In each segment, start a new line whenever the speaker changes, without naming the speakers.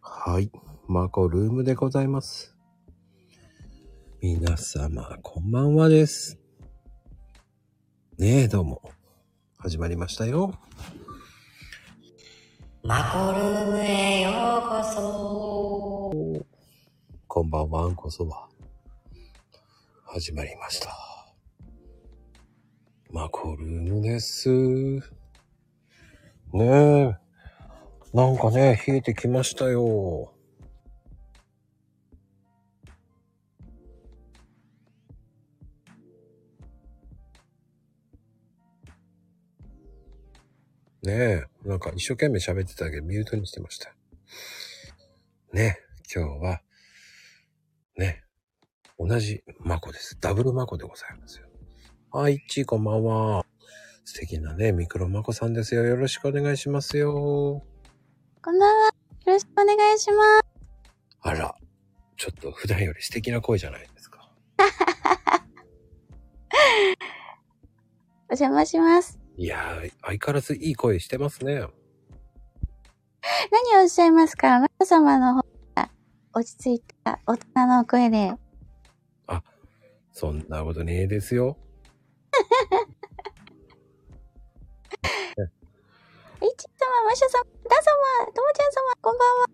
はい。マコルームでございます。皆様、こんばんはです。ねえ、どうも。始まりましたよ。
マコルームへようこそ。
こんばんは、あんこそば。始まりました。マコルームです。ねえ。なんかね、冷えてきましたよ。ねえ、なんか一生懸命喋ってたけど、ミュートにしてました。ねえ、今日は、ね。同じマコです。ダブルマコでございますよ。はい、ちーこんばんは。素敵なね、ミクロマコさんですよ。よろしくお願いしますよ。
こんばんは。よろしくお願いしま
あら、ちょっと普段より素敵な声じゃないですか。
す。お邪魔します。
いやー、相変わらずいい声してますね。
何をおっしゃいますかマコ様の方が落ち着いた大人の声で。
そんなことねえですよ。
いち様、マシャ様、ダ様、ともちゃん様、こんばんは。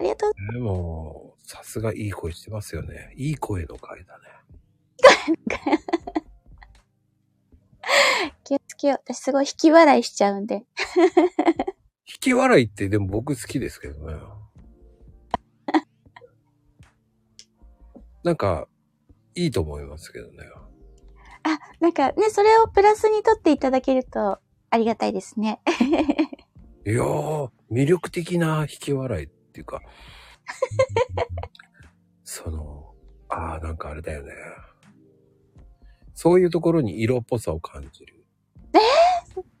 ありがとう。
でも、さすがいい声してますよね。いい声の回だね。
気をつけよう。私すごい引き笑いしちゃうんで。
引き笑いってでも僕好きですけどね。なんか、いいと思いますけどね。
なんかね、それをプラスに取っていただけるとありがたいですね。
いやー、魅力的な引き笑いっていうか。 その、あーなんかあれだよね。そういうところに色っぽさを感じる。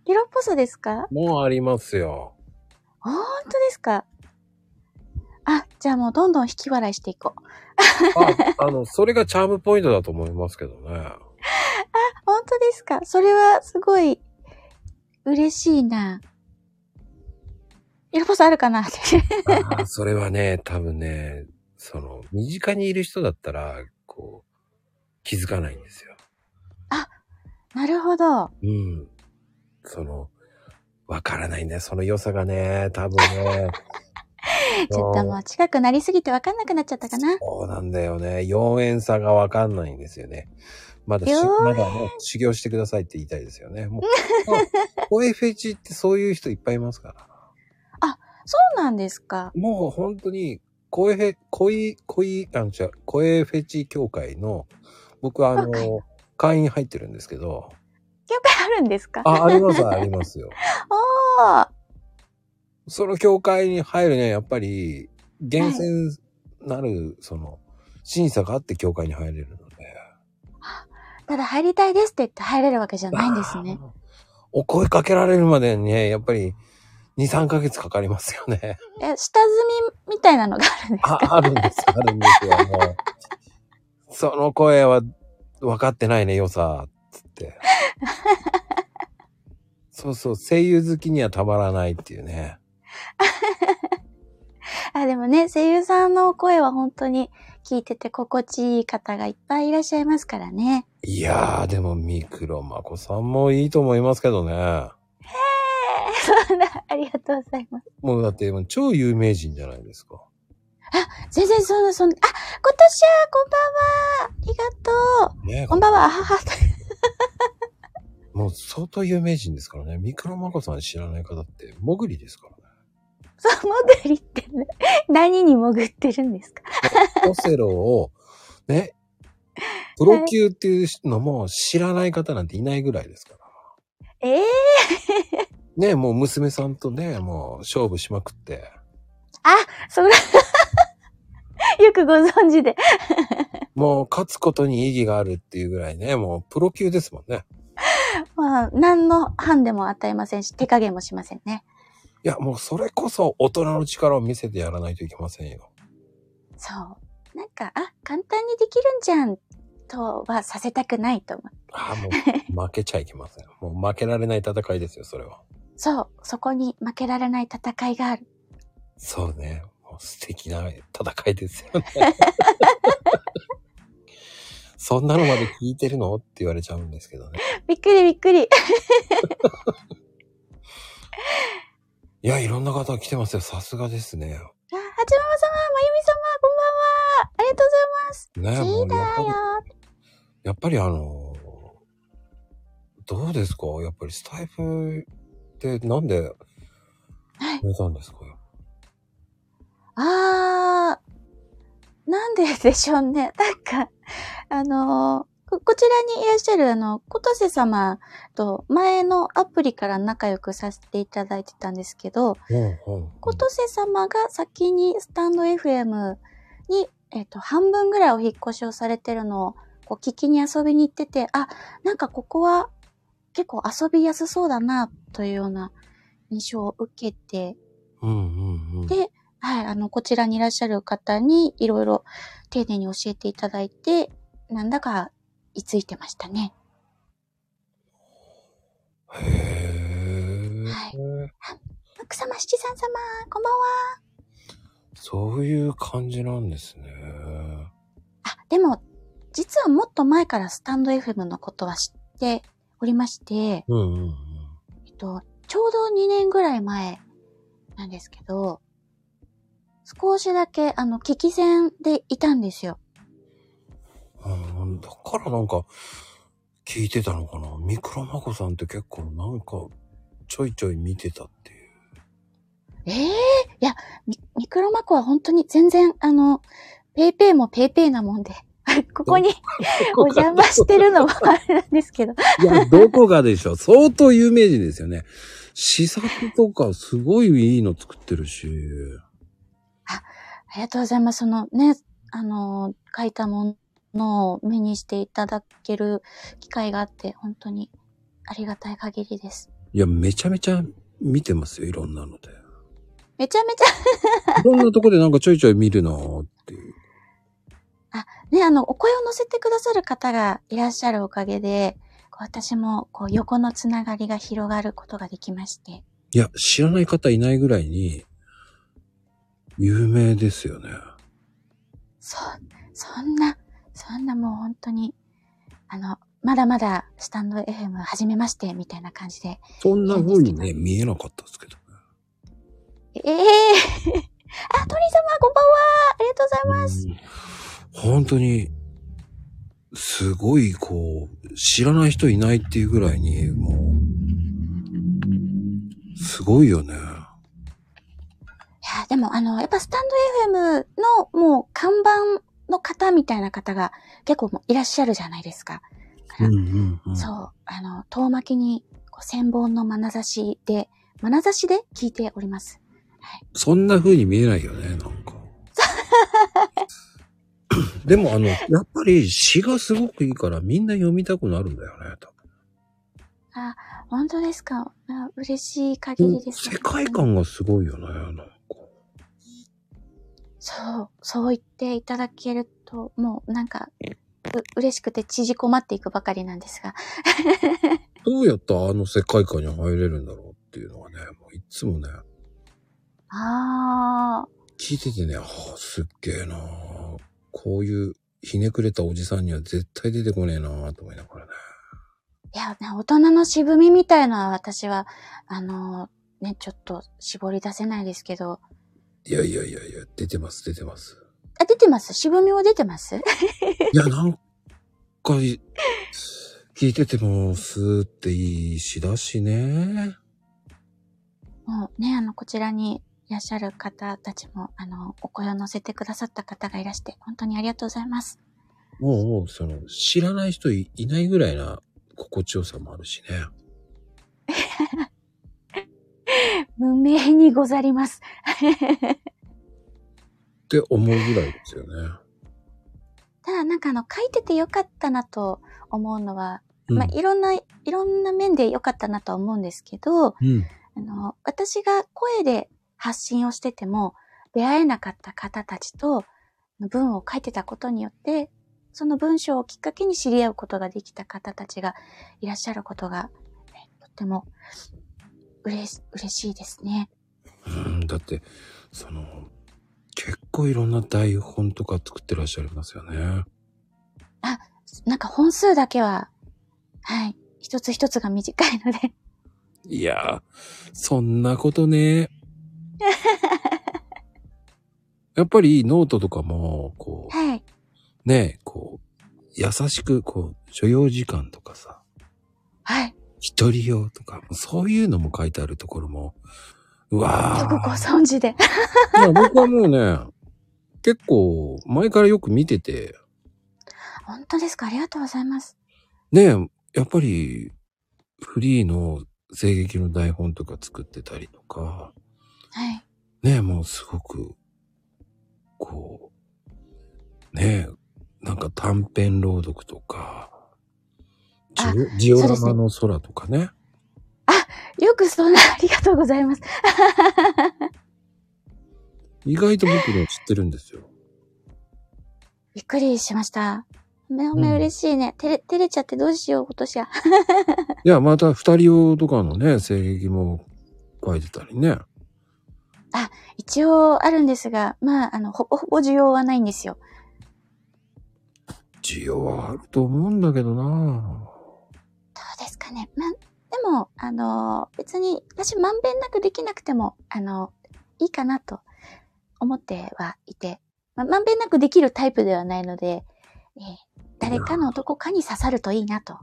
色っぽさですか
もうありますよ。
本当ですかあ、じゃあもうどんどん引き笑いしていこう。
あ、 あの、それがチャームポイントだと思いますけどね。
本当ですかそれはすごい嬉しいな。色っぽさあるかな
あ ーそれはね、多分ね、その、身近にいる人だったら、こう、気づかないんですよ。
なるほど。
うん。その、わからないね、その良さがね、多分ね。
ちょっともう近くなりすぎてわかんなくなっちゃったかな。
そうなんだよね。4円差がわかんないんですよね。まだし、
4円
まだね、修行してくださいって言いたいですよね。もう、 声フェチってそういう人いっぱいいますから。
そうなんですか。
もう本当に、声フェ、恋、恋、あの、違う、声フェチ協会の、僕はあ
はい
の、会員入ってるんですけど、
業界あるんですか
あ、あります、ありますよ。
おー
その協会に入るには、やっぱり、厳選なる、その、審査があって協会に入れるので。
ただ入りたいですって言って入れるわけじゃないんですね。
あー。お声かけられるまでにね、やっぱり2、3ヶ月かかりますよね。
え、下積みみたいなのがあるんです
あ
か、
あるんです、あるんですよ。もうその声は分かってないね、良さ、つ って。そうそう、声優好きにはたまらないっていうね。
あ、でもね、声優さんのお声は本当に聞いてて心地いい方がいっぱいいらっしゃいますからね。
いやー、でも、ミクロマコさんもいいと思いますけどね。
そんな、ありがとうございます。
もうだって、もう超有名人じゃないですか。
全然そんな、そんな、あ、今年はこんばんはありがとう
ね
こんばんは、あはは。
もう相当有名人ですからね。ミクロマコさん知らない方って、モグリですからね。
そう、潜りってね、 何に潜ってるんですか
オセロを、 ね、プロ級っていうのも知らない方なんていないぐらいですから。
ええ
ね、もう娘さんとね、もう勝負しまくって。
そら、よくご存知で。
もう勝つことに意義があるっていうぐらいね、もうプロ級ですもんね。
まあ、何の判でも与えませんし、手加減もしませんね。
いや、もうそれこそ大人の力を見せてやらないといけませんよ。
そう。なんか、あ、簡単にできるんじゃん、とはさせたくないと思う。
ああ、もう負けちゃいけません。もう負けられない戦いですよ、それは。
そう、そこに負けられない戦いがある。
そうね。もう素敵な戦いです よね。そんなのまで聞いてるのって言われちゃうんですけどね。
びっくりびっくり。
いや、いろんな方来てますよ。さすがですね。
あ、はちまま様、まゆみ様、こんばんは。ありがとう
ね
ございます。
もう
いい
やっぱりや
な
っぱりあの、どうですかやっぱりスタイフってなんで
はい
始めたんですかよ。
よ。あー、なんででしょうね。 なんか、あのーこ、こちらにいらっしゃる、あの、ことせ様と前のアプリから仲良くさせていただいてたんですけど、
うんうんうん
ことせ様が先にスタンド FM に、えっ、と、半分ぐらいお引っ越しをされてるのを、こう、聞きに遊びに行ってて、あ、なんかここは結構遊びやすそうだな、というような印象を受けて、
うんうんうん。
ではい、あの、こちらにいらっしゃる方に、いろいろ丁寧に教えていただいて、なんだか、居ついてましたね。
へ
はい
え。
奥様、七三様、こんばんは。
そういう感じなんですね。
あ、でも、実はもっと前からスタンド FM のことは知っておりまして、
うんうんうん。
えっと、ちょうど2年ぐらい前なんですけど、少しだけ、あの、聞き戦でいたんですよ。
うんだからなんか、聞いてたのかなミクロマコさんって結構なんか、ちょいちょい見てたっていう。
ええいや、ミミクロマコは本当に全然、あの、ペイペイもペイペイなもんで、 ここにお邪魔してるのもあれなんですけど。
いや、どこがでしょう相当有名人ですよね。試作とかすごいいいの作ってるし。
ありがとうございます。そのね、あの、書いたものを目にしていただける機会があって、本当にありがたい限りです。
いや、めちゃめちゃ見てますよ、いろんなので。
めちゃめちゃ
いろんなとこでなんかちょいちょい見るなーっていう。
ね、あの、お声を乗せてくださる方がいらっしゃるおかげで、こう私もこう横のつながりが広がることができまして。
いや、知らない方いないぐらいに、有名ですよね。
そ、そんな、そんなもう本当に、あの、まだまだスタンド FM 始めまして、みたいな感じで。
そんな風にね、見えなかったですけどね。
ええあ、鳥様、こんばんはありがとうございます。
うん本当に、すごい、こう、知らない人いないっていうぐらいに、もう、すごいよね。
いや、でもあの、やっぱスタンド FM のもう看板の方みたいな方が結構もういらっしゃるじゃないですか。
うんうんうん。
そう、あの、遠巻きにこう千本の眼差しで、眼差しで聞いております。
そんな風に見えないよね、なん か。でもあの、やっぱり詩がすごくいいからみんな読みたくなるんだよね、多
本当ですかあ嬉しい限
分
りです、
世界観がすごいよね、なんか。
そう、そう言っていただけると、もうなんか、う嬉しくて縮こまっていくばかりなんですが。
どうやったらあの世界観に入れるんだろうっていうのがね、もういつもね、
あ
聞いててね、ああ、すっげえなあこういうひねくれたおじさんには絶対出てこねえなあと思いながらね。
ー。いや、ね、大人の渋みみたいのは私は、あのーね、ちょっと絞り出せないですけど、
いやいやいやいや、出てます、出てます。
あ、出てます渋みは出てま す
いや、なんかい、聞いてても、スーっていい詩だしね。
もうね、あの、こちらにいらっしゃる方たちも、あの、お声を乗せてくださった方がいらして、本当にありがとうございます。
もう、もう、その、知らない人いいないぐらいな心地よさもあるしね。
無名にござりま
っ
す。
て思うぐらいですよね。
ただ、なんかあの、書いててよかったなと思うのは、
うん
まあ、いろんな、いろんな面でよかったなとは思うんですけど、
うん。
あの、私が声で発信をしてても、出会えなかった方たちと文を書いてたことによって、その文章をきっかけに知り合うことができた方たちがいらっしゃることが、えとっても嬉し嬉しいですね。
うん、だって、その、結構いろんな台本とか作ってらっしゃいますよね。
なんか本数だけは、はい。一つ一つが短いので。
いやー、そんなこと ね。やっぱりノートとかも、こ
はい。
う、ね、こう、優しく、こう、所要時間とかさ、
はい。
一人用とか、そういうのも書いてあるところも、うわ
よくご
ー
存知で。
いや、僕はもうね、結構、前からよく見てて、
本当ですかありがとうございます。
ねえ、やっぱり、フリーの声劇の台本とか作ってたりとか、
はい。
ねえ、もうすごく、こう、ねえ、なんか短編朗読とか、ジ
あ
オジオラ
そう
マ
で
の空とかね。
よくそんな、ありがとうございます。
意外と僕ね、知ってるんですよ。
びっくりしました。ほめほ
う
め
ん
嬉しいね。照れ、照れちゃってどうしよう、今年は。
いや、また二人用とかのね、声劇も書いてたりね。
一応あるんですが、まあ、あの、ほぼほぼ需要はないんですよ。
需要はあると思うんだけどな
どうですかね。まあ、でも、あの、別に、私、まんべんなくできなくても、あの、いいかなと思ってはいて、まあ、まんべんなくできるタイプではないので、えー誰かのどこかに刺さるといいなと。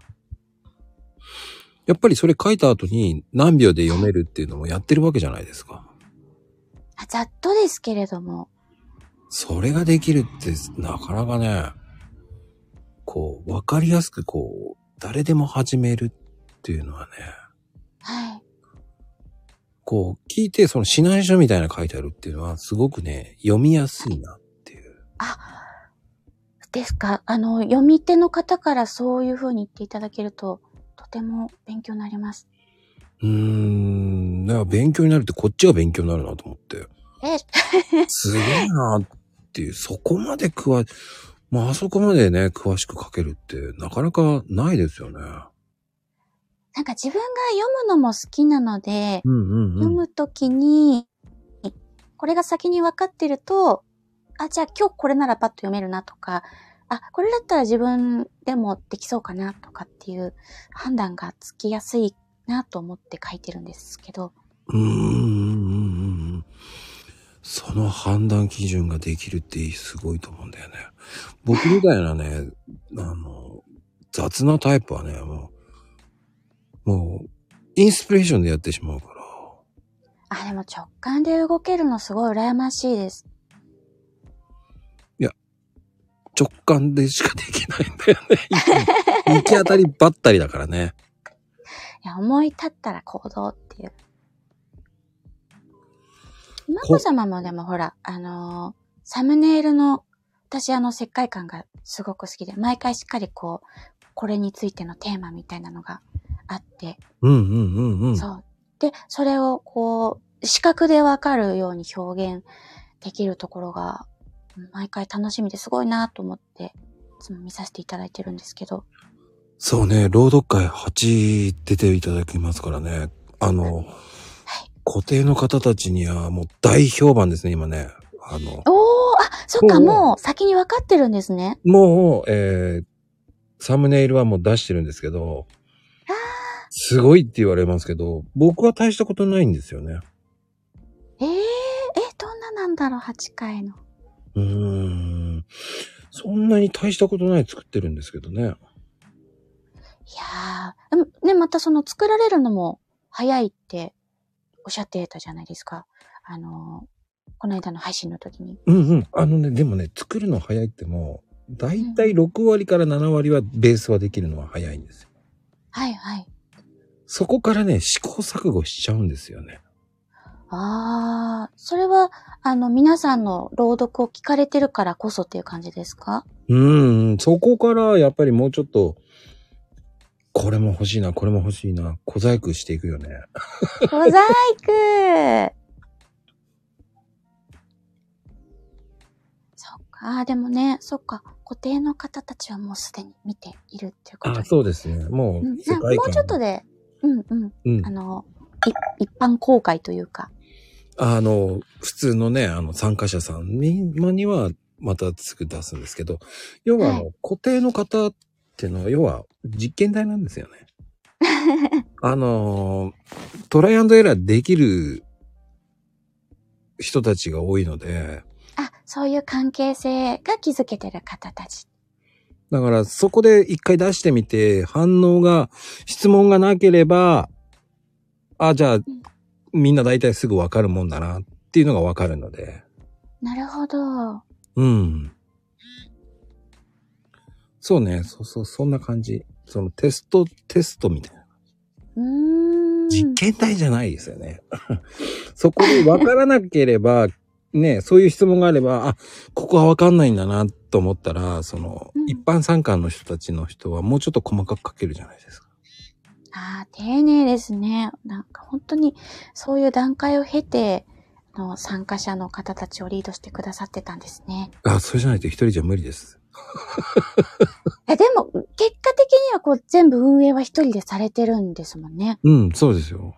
やっぱりそれ書いた後に何秒で読めるっていうのもやってるわけじゃないですか。
あざっとですけれども、
それができるってなかなかね、こう、わかりやすくこう、誰でも始めるっていうのはね、
はい。
こう、聞いてその指南書みたいなの書いてあるっていうのはすごくね、読みやすいなっていう。
ですかあの、読み手の方からそういう風に言っていただけると、とても勉強になります。
うーん、だから勉強になるってこっちが勉強になるなと思って。
え、
すごいなっていう、そこまで詳、まあ、あそこまでね、詳しく書けるって、なかなかないですよね。
なんか自分が読むのも好きなので、
うんうん
読むときに、これが先に分かってると、あ、じゃあ今日これならパッと読めるなとか、あ、これだったら自分でもできそうかなとかっていう判断がつきやすいなと思って書いてるんですけど、
うんうんうんうんうん。その判断基準ができるってすごいと思うんだよね。僕みたいなね、あの、雑なタイプはね、もう、もう、インスピレーションでやってしまうから。
あ、でも直感で動けるのすごい羨ましいです。
直感でしかできないんだよね。 行き当たりばったりだからね。
いや、思い立ったら行動っていう。ま
こ
こ様もでもほら、あのーサムネイルの、私あの、世界観がすごく好きで、毎回しっかりこう、これについてのテーマみたいなのがあって、
うんうんうんうん。
そう。で、それをこう、視覚でわかるように表現できるところが、毎回楽しみですごいなと思って、いつも見させていただいてるんですけど、
そうね、朗読会8出ていただきますからね。あの、固定の方たちにはもう大評判ですね、今ね。あの、
おー、あ、そっか、
おー
もう先に分かってるんですね。
もう、えー、サムネイルはもう出してるんですけど、すごいって言われますけど、僕は大したことないんですよね。
えええ、どんななんだろう、8回の。
うーん。そんなに大したことない作ってるんですけどね。
いやー、でもね、またその作られるのも早いっておっしゃってたじゃないですか。あのーこの間の配信の時に。
うんうん。あのね、でもね、作るの早いってもう、だいたい6割から7割はベースはできるのは早いんですよ
はいはい。
そこからね、試行錯誤しちゃうんですよね。
あー、それは、あの、皆さんの朗読を聞かれてるからこそっていう感じですか
うん、そこからやっぱりもうちょっと、これも欲しいな、これも欲しいな、小細工していくよね。
小細工そっか、あーでもね、そっか、固定の方たちはもうすでに見ているっていうこと
あ
で
そうですね。も
うん
う、
な
世
んか
界観。
もうちょっとで、うんうん、
うん
あ。の、い一般公開というか。
あの、普通のね、あの、参加者さんに、まには、またすぐ出すんですけど、要は、あの、固定の方っていうのは、要は、実験台なんですよね。 あの、トライアンドエラーできる人たちが多いので、
あ、そういう関係性が築けてる方たち。
だからそこで一回出してみて、反応が、質問がなければ、あ、じゃあ、みんな大体すぐわかるもんだなっていうのがわかるので。
なるほど。
うん。そうね、そうそう、そんな感じ。そのテスト、テストみたいな。
うーん。
実験体じゃないですよね。 そこでわからなければ、ね、そういう質問があれば、あ、ここはわかんないんだなと思ったら、その、
うん
一般参加の人たちの人はもうちょっと細かく書けるじゃないですか。
ああ、丁寧ですね。なんか本当にそういう段階を経て、あの参加者の方たちをリードしてくださってたんですね。
あ、それじゃないと一人じゃ無理です。
え、でも、結果的にはこう全部運営は一人でされてるんですもんね。
うん、そうですよ。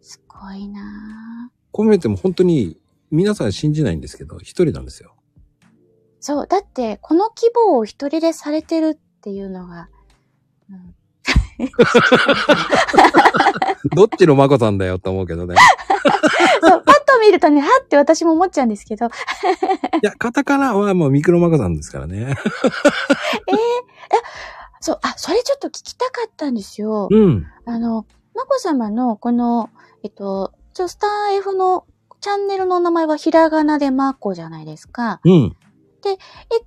すごいなぁ
コミュニティも本当に皆さん信じないんですけど、一人なんですよ。
そう、だってこの規模を一人でされてるっていうのが、うん、
どっちのマコさんだよと思うけど ね。
そう、パッと見るとね、はって私も思っちゃうんですけど、
いや、カタカナはもうミクロマコさんですからね。
そう、あ、それちょっと聞きたかったんですよ。
うん。
あの、まこさまのこの、えっと、ちょ、スター F のチャンネルの名前はひらがなでまこじゃないですか。
うん。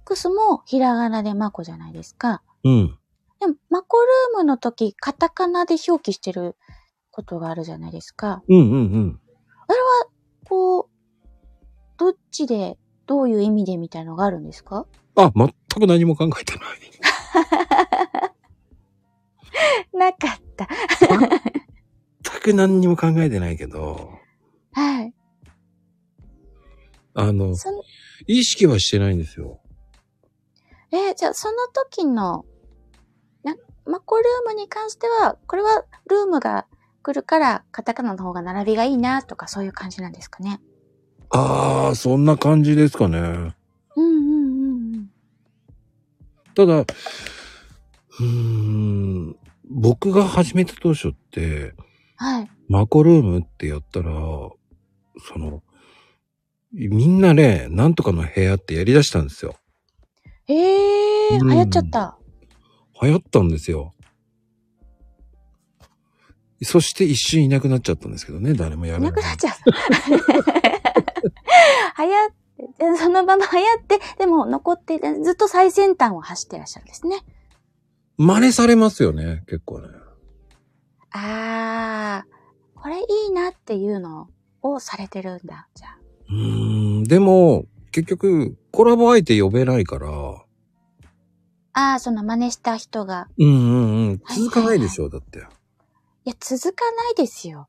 X もひらがなでまこじゃないですか。
うん。
でも、まこルームの時、カタカナで表記してることがあるじゃないですか。
うんうんうん。
こう、どっちで、どういう意味でみたいのがあるんですか
あ、全く何も考えてない。
なかった。
全く何にも考えてないけど、
はい。
あの、
その、
意識はしてないんですよ。
えーじゃあその時の、な、マコルームに関しては、これはルームが来るから、カタカナの方が並びがいいなとかそういう感じなんですかね。
ああ、そんな感じですかね。
うんうんうんうん。
ただ、うーん、僕が始めた当初って、
はい。
マコルームってやったら、その、みんなね、なんとかの部屋ってやり出したんですよ。
ええ
う
ー、
ん
流行っちゃった。
流行ったんですよ。そして一瞬いなくなっちゃったんですけどね、誰もや
い
め
なくなっちゃった。 流行って、でそのまま流行って、でも残って、ずっと最先端を走ってらっしゃるんですね。
真似されますよね、結構ね。
あー、これいいなっていうのをされてるんだ、じゃあ。
うーん、でも、結局、コラボ相手呼べないから、
あー、その真似した人が
うんうんうん、続かないでしょ、だって。
いや、続かないですよ。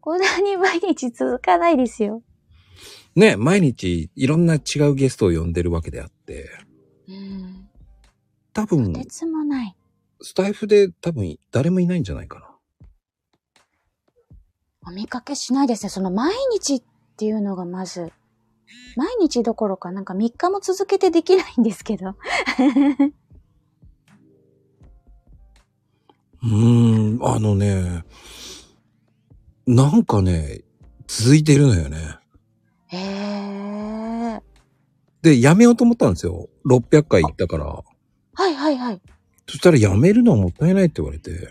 こんなに毎日続かないですよ。
ね、毎日いろんな違うゲストを呼んでるわけであって、
うん。
多分、
とてつもない。
スタイフで多分誰もいないんじゃないかな。
お見かけしないですね。その毎日っていうのがまず、毎日どころかなんか3日も続けてできないんですけど。
うーん、あのね、なんかね、続いてるのよね。
へえ。
で、やめようと思ったんですよ。600回行ったから。
はいはいはい。
そしたらやめるのはもったいないって言われて。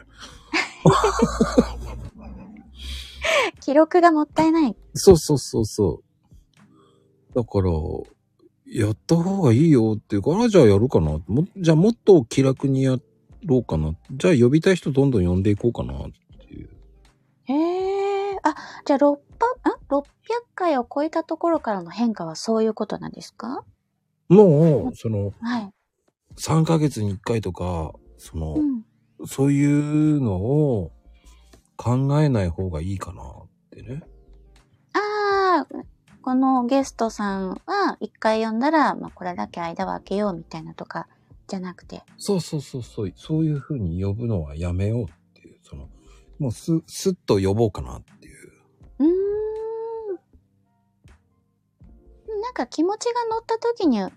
記録がもったいない。
そうそうそうそう。だから、やった方がいいよっていうから、じゃあやるかな。もじゃあもっと気楽にやろうかな。じゃあ呼びたい人どんどん呼んでいこうかなっていう。
へえ。あ、じゃあ600、ん ?600 回を超えたところからの変化はそういうことなんですか
もう、その、
はい。
3ヶ月に1回とか、その、
うん。
そういうのを考えない方がいいかなってね。
ああ、このゲストさんは一回呼んだら、まあ、これだけ間を空けようみたいなとか、じゃなくて。
そうそうそうそう、そういうふうに呼ぶのはやめようっていう、その、もうす、すっと呼ぼうかなっていう。
うーん。なんか気持ちが乗った時にね、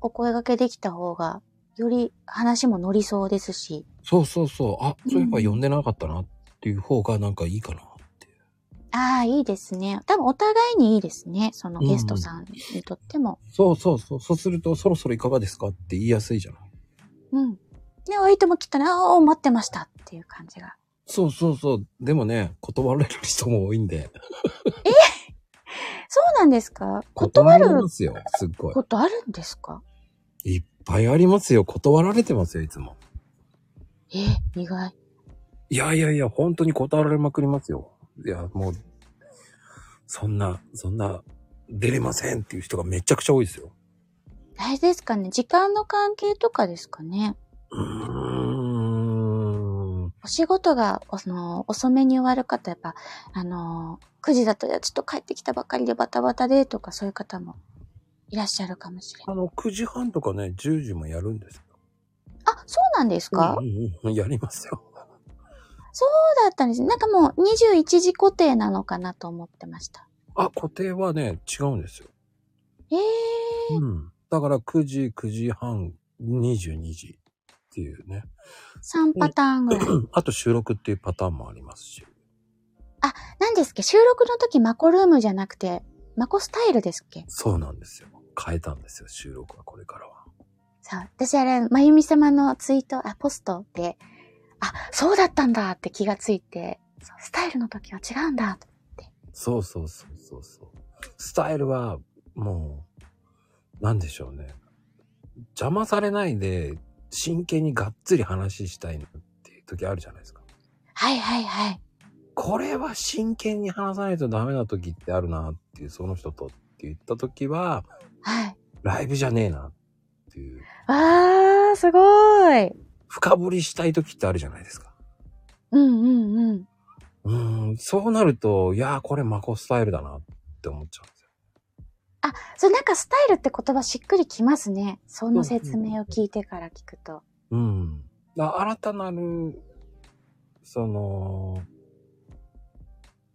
お声掛けできた方が、より話も乗りそうですし。
そうそうそう。あ、そういえば呼んでなかったなっていう方がなんかいいかなって。
ああ、いいですね。多分お互いにいいですね。そのゲストさんにとっても。
そうそうそう。そうすると、そろそろいかがですかって言いやすいじゃない。
うん。で、お相手も来たら、ああ、待ってましたっていう感じが。
そうそうそう。でもね、断られる人も多いんで。
そうなんですか断
断り
る
ますよ。すっごい
こ。とあるんですか
いっぱいありますよ。断られてますよ、いつも。
え、意外。
いやいやいや、本当に断られまくりますよ。いや、もう、そんな、そんな、出れませんっていう人がめちゃくちゃ多いですよ。
あれですかね時間の関係とかですかね
うーん。
お仕事が、おその、遅めに終わる方、やっぱ、あのー、9時だったらちょっと帰ってきたばかりでバタバタでとかそういう方もいらっしゃるかもしれない。
あの、9時半とかね、10時もやるんですよ。
あ、そうなんですか、
うんうんうん、やりますよ。
そうだったんですね。なんかもう21時固定なのかなと思ってました。
あ、固定はね、違うんですよ。
ええ
うん。だから9時、9時半、22時っていうね。
ー、3パターンぐらい。
うんあと収録っていうパターンもありますし。
何ですっけ収録の時マコルームじゃなくて、マコスタイルですっけ
そうなんですよ。変えたんですよ、収録はこれからは。
そう。私あれ、まゆみ様のツイート、あ、ポストで、あ、そうだったんだって気がついて、そうスタイルの時は違うんだと。
そうそうそうそうそう。スタイルは、もう、なんでしょうね。邪魔されないで、真剣にがっつり話したいなっていう時あるじゃないですか。
はいはいはい。
これは真剣に話さないとダメな時ってあるなっていう、その人とって言った時は、
はい。
ライブじゃねえなっていう、
あー、すごーい。
深掘りしたい時ってあるじゃないですか。
うんうんうん。
うーん、そうなると、いやーこれマコスタイルだなって思っちゃうんですよ。
そう、なんかスタイルって言葉しっくりきますね。その説明を聞いてから聞くと。
うん。だから新たなる、その、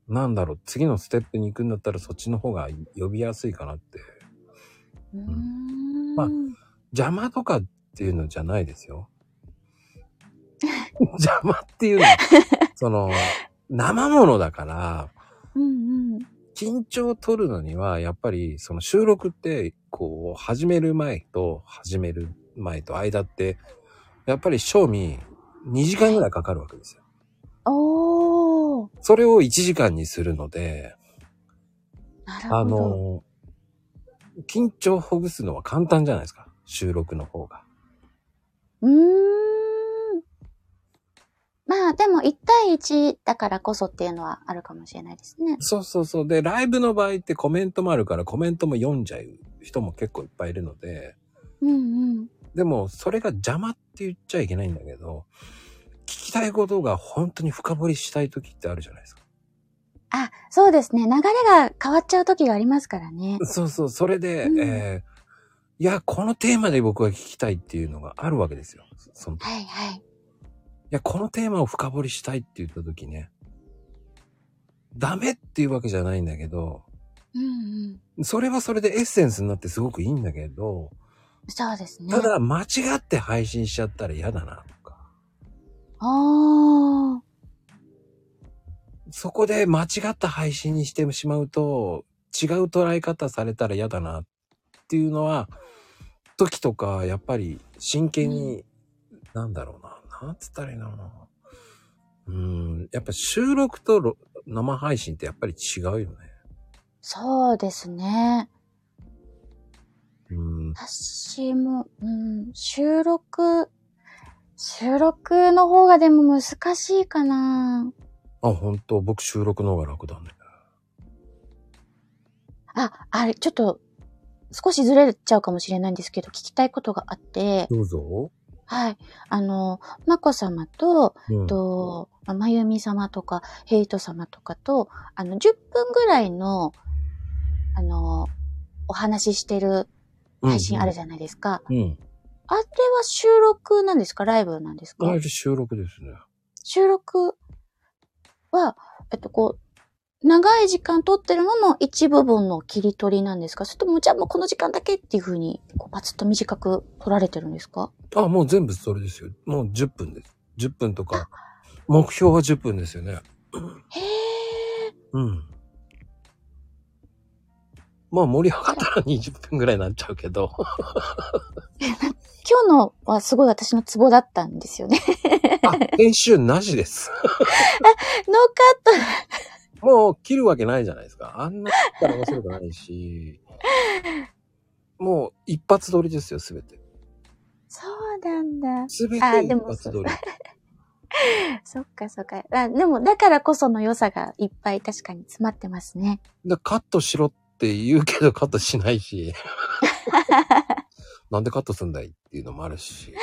なんだろう、次のステップに行くんだったらそっちの方が呼びやすいかなって。
うーん。
まあ邪魔とかっていうのじゃないですよ。邪魔っていうのは、その、生ものだから、
うんうん。
緊張を取るのには、やっぱり、その収録って、こう、始める前と、始める前と間って、やっぱり賞味2時間ぐらいかかるわけですよ。
おー。
それを1時間にするので、
なるほど。
あの、緊張をほぐすのは簡単じゃないですか。収録の方が。
うーん。まあでも1対1だからこそっていうのはあるかもしれないですね。
そうそうそう。で、ライブの場合ってコメントもあるから、コメントも読んじゃう人も結構いっぱいいるので、
うんうん。
でも、それが邪魔って言っちゃいけないんだけど、聞きたいことが本当に深掘りしたい時ってあるじゃないですか。
あ、そうですね。流れが変わっちゃう時がありますからね。
そうそう、それで、
うん
えーいや、このテーマで僕は聞きたいっていうのがあるわけですよ。そのい
はいはい。
や、このテーマを深掘りしたいって言った時ね、ダメっていうわけじゃないんだけど、
うんうん。
それはそれでエッセンスになってすごくいいんだけど、
そうですね。
ただ間違って配信しちゃったら嫌だなとか、
あー。
そこで間違った配信にしてしまうと、違う捉え方されたら嫌だなっていうのは、時とか、やっぱり真剣に、なんだろうな、なんつったらいいのかな。うん、やっぱ収録とろ生配信ってやっぱり違うよね。
そうですね。
うん、
私も、うん、収録、収録の方がでも難しいかな。
あ、本当僕収録の方が楽だね。
あ、あれ、ちょっと、少しずれちゃうかもしれないんですけど、聞きたいことがあって、
どうぞ。
はい。あの、まこ様と、
うん、
と、ままゆみ様とか、ヘイト様とかと、あの、10分ぐらいの、あの、お話ししてる配信あるじ
ゃ
ゃないですか。
ん。うん。
あれは収録なんですかライブなんですか、
あれ収録ですね。
収録は、えっと、こう、長い時間撮ってるのの一部分の切り取りなんですかそれともじゃあもうこの時間だけっていう風に、こうパツッと短く撮られてるんですか
あ、もう全部それですよ。もう10分です。10分とか、目標は10分ですよね。
へえ。
うん。まあ盛り上がったら20分ぐらいになっちゃうけ ど。
今日のはすごい私のツボだったんですよね。
あ、編集なしです。
ノーカッ
もう切るわけないじゃないですか。あんな切ったら面白くない し。もう一発撮りですよ、すべて。
トそうなんだ。
すべ
あ
て
で
一
も
発撮り。
そっかそっか。あでも、だからこその良さがいっぱい確かに詰まってますね。
で、カットしろって言うけどカットしない し。なんでカットすんだいっていうのもあるし。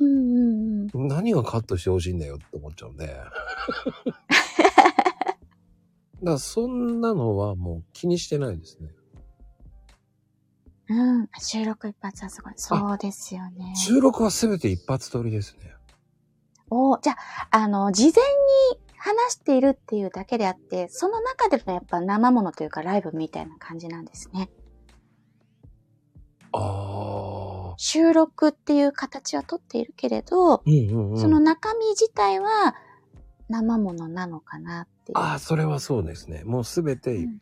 うんうんうん。
何がカットしてほしいんだよって思っちゃ うんで。だからそんなのはもう気にしてないですね。
うん。収録一発はすごい。そうですよね。
収録は全て一発撮りですね。
おじゃあ、あの、事前に話しているっていうだけであって、その中でのやっぱ生ものというかライブみたいな感じなんですね。
ああ。
収録っていう形はとっているけれど、
うんうんうん。
その中身自体は生ものなのかなっていう。
ああ、それはそうですね。もうすべ
う
て
ん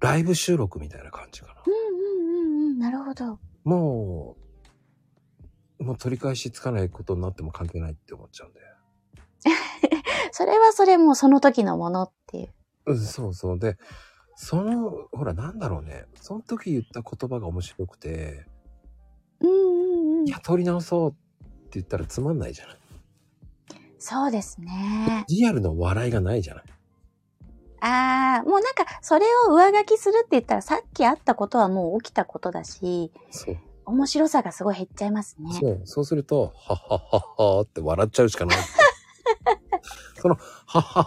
ライブ収録みたいな感じかな。
うんうんうんうん。なるほど。
もう、もう取り返しつかないことになっても関係ないって思っちゃうんで。
それはそれもうその時のものっていう。
うん、そうそう。で、その、ほら、なんだろうね。その時言った言葉が面白くて、
うんうんうん
いや、撮り直そうって言ったらつまんないじゃない。
そうですね。
リアルの笑いがないじゃない。
ああ、もうなんか、それを上書きするって言ったら、さっきあったことはもう起きたことだし、
そう。
面白さがすごい減っちゃいますね。
そう、そうすると、はっはっはっはーって笑っちゃうしか ない。その、はっはっは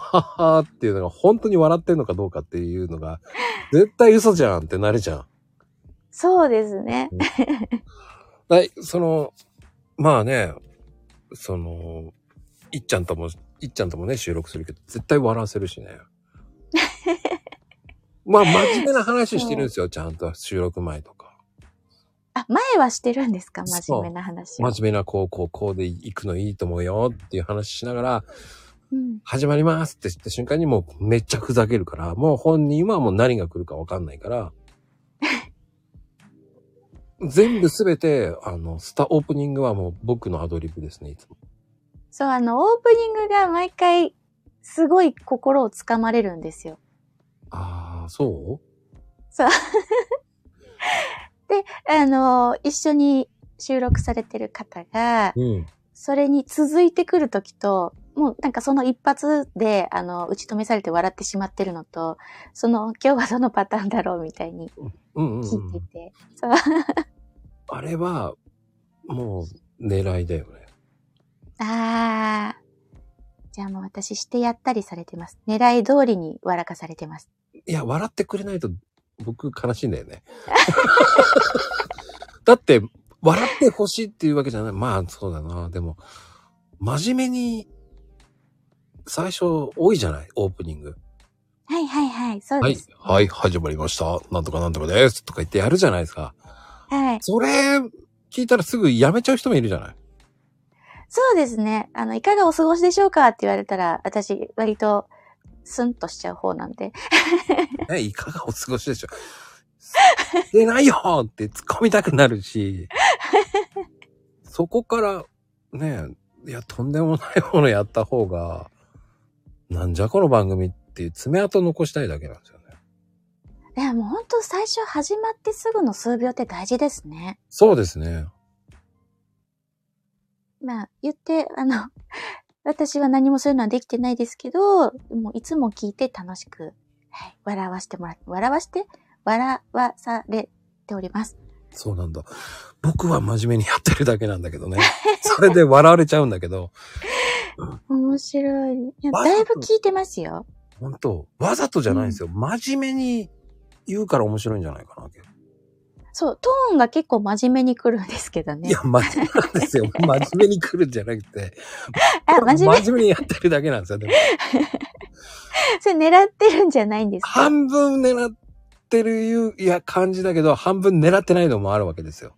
っはーっていうのが本当に笑ってんのかどうかっていうのが、絶対嘘じゃんってなるじゃん。
そうですね。
はい、その、まあね、その、いっちゃんとも、いっちゃんともね、収録するけど、絶対笑わせるしね。まあ、真面目な話してるんですよ、ちゃんと収録前とか。
あ、前はしてるんですか真面目な話を。
真面目な、こう、こう、こうで行くのいいと思うよっていう話しながら、
うん。
始まりますって知った瞬間にもうめっちゃふざけるから、もう本人はもう何が来るかわかんないから、全部すべて、あの、スタオープニングはもう僕のアドリブですね、いつも。
そう、あの、オープニングが毎回、すごい心をつかまれるんですよ。
ああ、そう
あの、一緒に収録されてる方が、
うん。
それに続いてくるときと、もうなんかその一発で、あの、打ち止めされて笑ってしまってるのと、その、今日はどのパターンだろうみたいに
うんうん、う
聞いて
ん。
て。
あれは、もう狙いだよね。
あー。じゃあもう私してやったりされてます。狙い通りに笑かされてます。
いや、笑ってくれないと僕悲しいんだよ ね。だって、笑ってほしいっていうわけじゃない。まあ、そうだな。でも、真面目に、最初多いじゃないオープニング。
はいはいはい、そう
は
で
い
す。、
はい、始まりました。なんとかなんとかです。とか言ってやるじゃないですか。
はい。
それ、聞いたらすぐやめちゃう人もいるじゃない
そうですね。あの、いかがお過ごしでしょうかって言われたら、私、割と、スンとしちゃう方なんで。
ね、いかがお過ごしでしょう。でないよって突っ込みたくなるし、そこから、ね、いや、とんでもないものやった方が、なんじゃこの番組っていう爪痕残したいだけなんですよね。
いや、もう本当最初始まってすぐの数秒って大事ですね。
そうですね。
まあ、言って、あの、 私は何もそういうのはできてないですけど、もういつも聞いて楽しく、はい、笑わしてもらって、笑わして、笑わされております。
そうなんだ。僕は真面目にやってるだけなんだけどね。それで笑われちゃうんだけど、
面白い。いや
わざ
だいぶ
と
聞いてますよ。
本当わざとじゃないんですよ。真面目に言うから面白いんじゃないかな。
そう、トーンが結構真面目に来るんですけどね。
いや、真面目なんですよ。真面目に来るんじゃなくて、
あ、真面目。
真面目にやってるだけなんですよ。でも
それ狙ってるんじゃないんですか
半分狙ってるいう、いや、感じだけど、半分狙ってないのもあるわけですよ。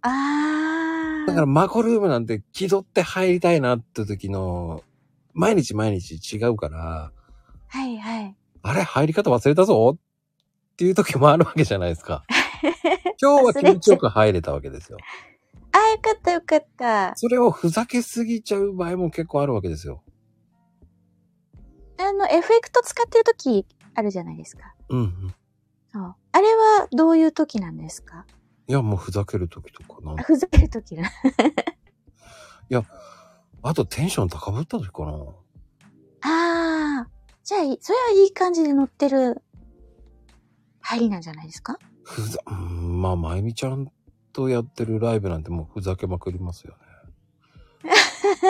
あ
だから、
あ。
マコルームなんて気取って入りたいなって時の、毎日毎日違うから、
はいはい。
あれ、入り方忘れたぞっていう時もあるわけじゃないです か。今日は気持ちよく入れたわけですよ。
ああ、よかったよかった。
それをふざけすぎちゃう場合も結構あるわけですよ。
あの、エフェクト使ってる時あるじゃないですか。
うんうん。
そうあれはどういう時なんですか
いや、もうふざける時とかな
あ。ふざける時な。
あとテンション高ぶった時かな。
ああ。じゃあいい、それはいい感じで乗ってる入りなんじゃないですか
ふざ、うん、まあ、まゆみちゃんとやってるライブなんてもうふざけまくりますよね。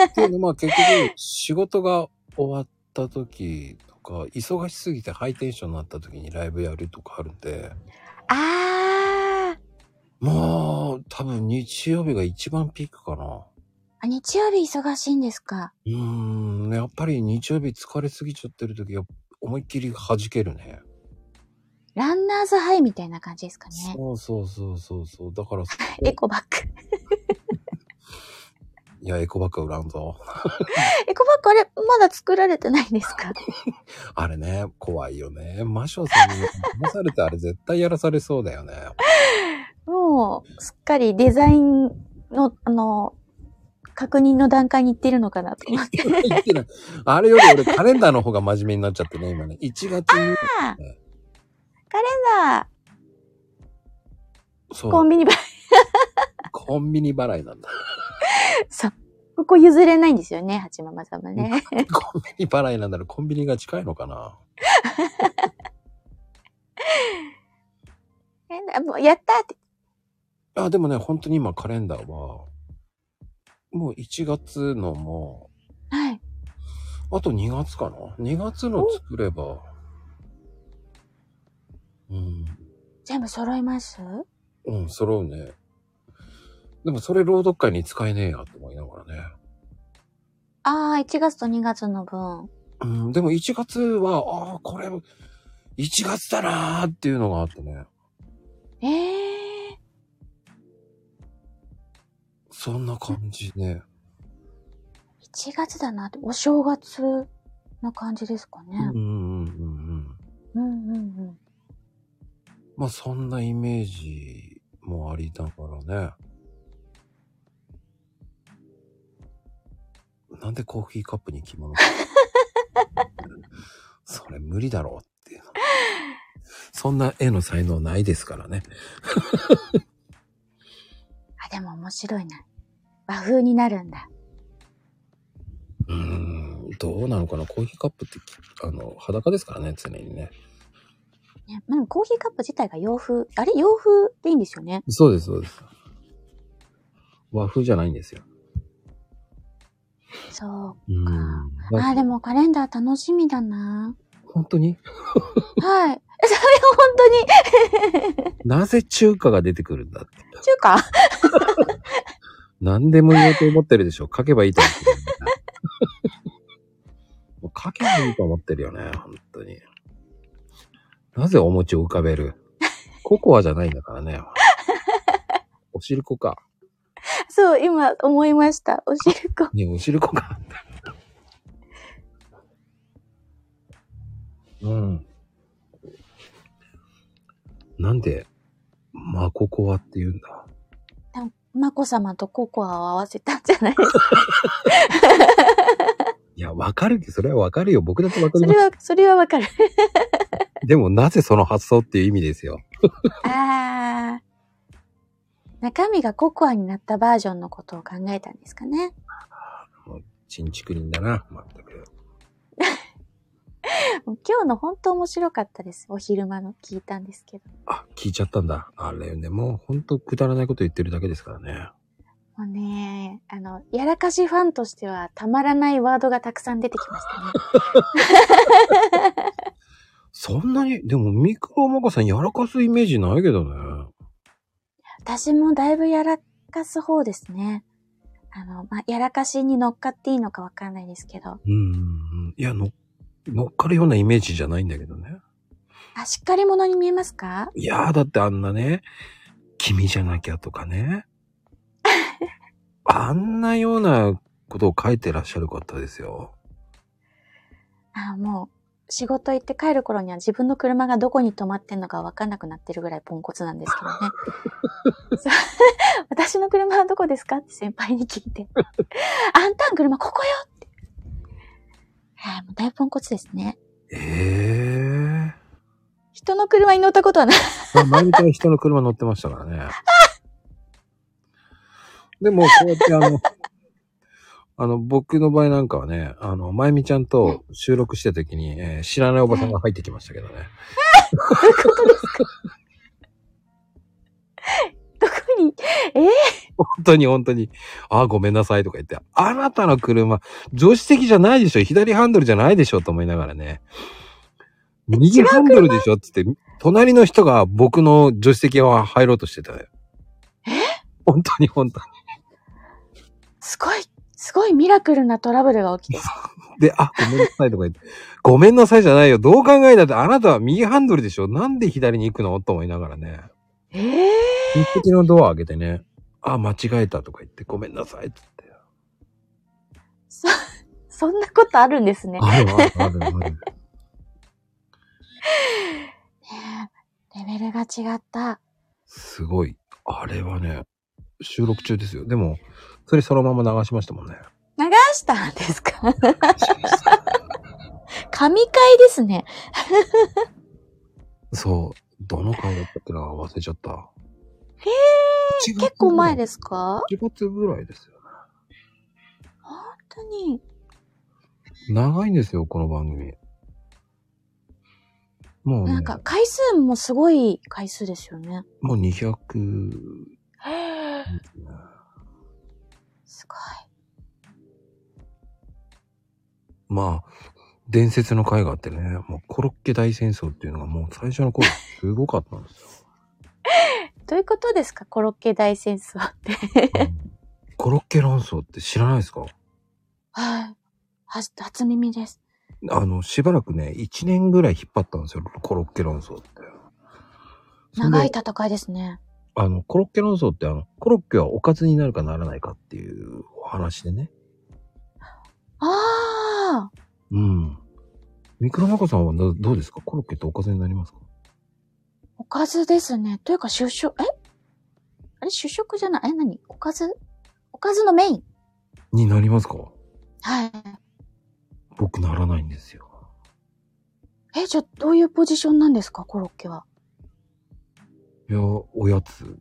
っていうのまあ結局、仕事が終わった時とか、忙しすぎてハイテンションになった時にライブやるとかあるんで、
ああ。
もう多分日曜日が一番ピークかな。
あ日曜日忙しいんですか
うーん、やっぱり日曜日疲れすぎちゃってる時は思いっきり弾けるね。
ランナーズハイみたいな感じですかね。
そうそうそうそうそう。だから、
エコバッグ。
いや、エコバッグは売らんぞ。
エコバッグあれ、まだ作られてないんですか
あれね、怖いよね。魔性さんに騙されてあれ絶対やらされそうだよね。
もう、すっかりデザインの、あの、確認の段階に行ってるのかなと 思って。
言ってないあれより俺カレンダーの方が真面目になっちゃってね、今ね。1月に。
ああ
そう、
コ
コン
ンビニば、
ビニ払いなんだ。
そう。ここ譲れないんですよね、八ママさんもね。
コンビニ払いなんだろコンビニが近いのかな。
えもうやったーって。
あ、でもね、本当に今カレンダーは、もう1月のも
はい。
う、あと2月かな。2月の作れば、うん、
全部揃います
うん、揃うね。でもそれ朗読会に使えねえやと思いながらね。
ああ、1月と2月の分。
うん、でも1月は、ああ、これ、1月だなーっていうのがあってね。
ええ
そんな感じね。
1月だなって、お正月な感じですかね。
うんうんうんうん。
うんうんうん。
まあそんなイメージもありながらね。なんでコーヒーカップに着物それ無理だろうっていう。そんな絵の才能ないですからね。
あ、でも面白いな。和風になるんだ。
うーん、どうなのかなコーヒーカップってき、あの、裸ですからね、常にね。
ね、まあでもコーヒーカップ自体が洋風。あれ洋風でいいんですよね。
そうです、そうです。和風じゃないんですよ。
そううか。
ん。
あー、でもカレンダー楽しみだな。
本当に
はい。 えそれ本当に、
なぜ中華が出てくるんだって。
中華
何でも言おうと思ってるでしょ。書けばいいと思ってる。 もう書けばいいと思ってるよね、本当に。なぜお餅を浮かべるココアじゃないんだからね。おしるこか。
そう、今思いました。おしるこ。
ねおしるこか。うん。なんで、まあ、ここはって言うんだ。
まこさまとココアを合わせたんじゃ ないですか。
いや、わかるけど、それはわかるよ。僕だってわか
そ
りま
れ
す。
は、それはわかる。
でも、なぜその発想っていう意味ですよ。
あー。中身がココアになったバージョンのことを考えたんですかね。
ちんちくりんだな、まったく。
もう今日の本当面白かったです。お昼間の聞いたんですけど。
あ、聞いちゃったんだ。あれね、もうほんとくだらないこと言ってるだけですからね。
もうね、あの、やらかしファンとしてはたまらないワードがたくさん出てきましたね。
そんなに、でも、ミクロマカさんやらかすイメージないけどね。
私もだいぶやらかす方ですね。あの、まあ、やらかしに乗っかっていいのかわかんないですけど。
うんうんうん。いや、の、乗っかるようなイメージじゃないんだけどね。
あ、しっかり者に見えますか
いやー、だってあんなね、君じゃなきゃとかね。あんなようなことを書いてらっしゃる方ですよ。
あ、もう、仕事行って帰る頃には自分の車がどこに止まってんのかわかんなくなってるぐらいポンコツなんですけどね。そう 私の車はどこですかって先輩に聞いて。あんたん車ここよって。はい、もう大ポンコツですね。
ええー。
人の車に乗ったことはない。
まあ、前みたいに人の車乗ってましたからね。でも、こうやってあの、あの、僕の場合なんかはね、あの、まゆみちゃんと収録してた時に、えー知らないおばさんが入ってきましたけどね。
どこに、えー
本当に本当に、ああ、ごめんなさいとか言って、あなたの車、助手席じゃないでしょ左ハンドルじゃないでしょと思いながらね。右ハンドルでしょっつって、隣の人が僕の助手席を入ろうとしてたよ。本当に本当に
すごい、すごいミラクルなトラブルが起きて。
で、あ、ごめんなさいとか言って、ごめんなさいじゃないよ。どう考えたってあなたは右ハンドルでしょなんで左に行くのと思いながらね。
ええ
右席のドア開けてね、あ、間違えたとか言って、ごめんなさいってって。
そ、そんなことあるんですね。
あるあるあるある。
ねえレベルが違った。
すごい。あれはね、収録中ですよ。でも、それそのまま流しましたもんね。
流したんですか神回ですね。
そう。どの回だったっけな忘れちゃった。
へえ、結構前ですか
1月ぐらいですよ
本当に。
ね。長いんですよ、この番組。もう、ね、
なんか回数もすごい回数ですよね。
もう200、
へえ、すごい。
まあ、伝説の回があってね、もうコロッケ大戦争っていうのがもう最初の頃すごかったんですよ。
どういうことですかコロッケ大戦争って。
うんコロッケ論争って知らないですか
はい。はじ初耳です。
あの、しばらくね、1年ぐらい引っ張ったんですよ、コロッケ論争って。それで
長い戦いですね。
あの、コロッケ論争ってあの、コロッケはおかずになるかならないかっていうお話でね。
ああ、
うん。ミクロマコさんはどどうですかコロッケっておかずになりますか
おかずですね。というか主食、えあれ主食じゃないえ何おかずおかずのメイン。
になりますか
はい。
僕ならないんですよ。
え、じゃあどういうポジションなんですかコロッケは。
いや、おやつ。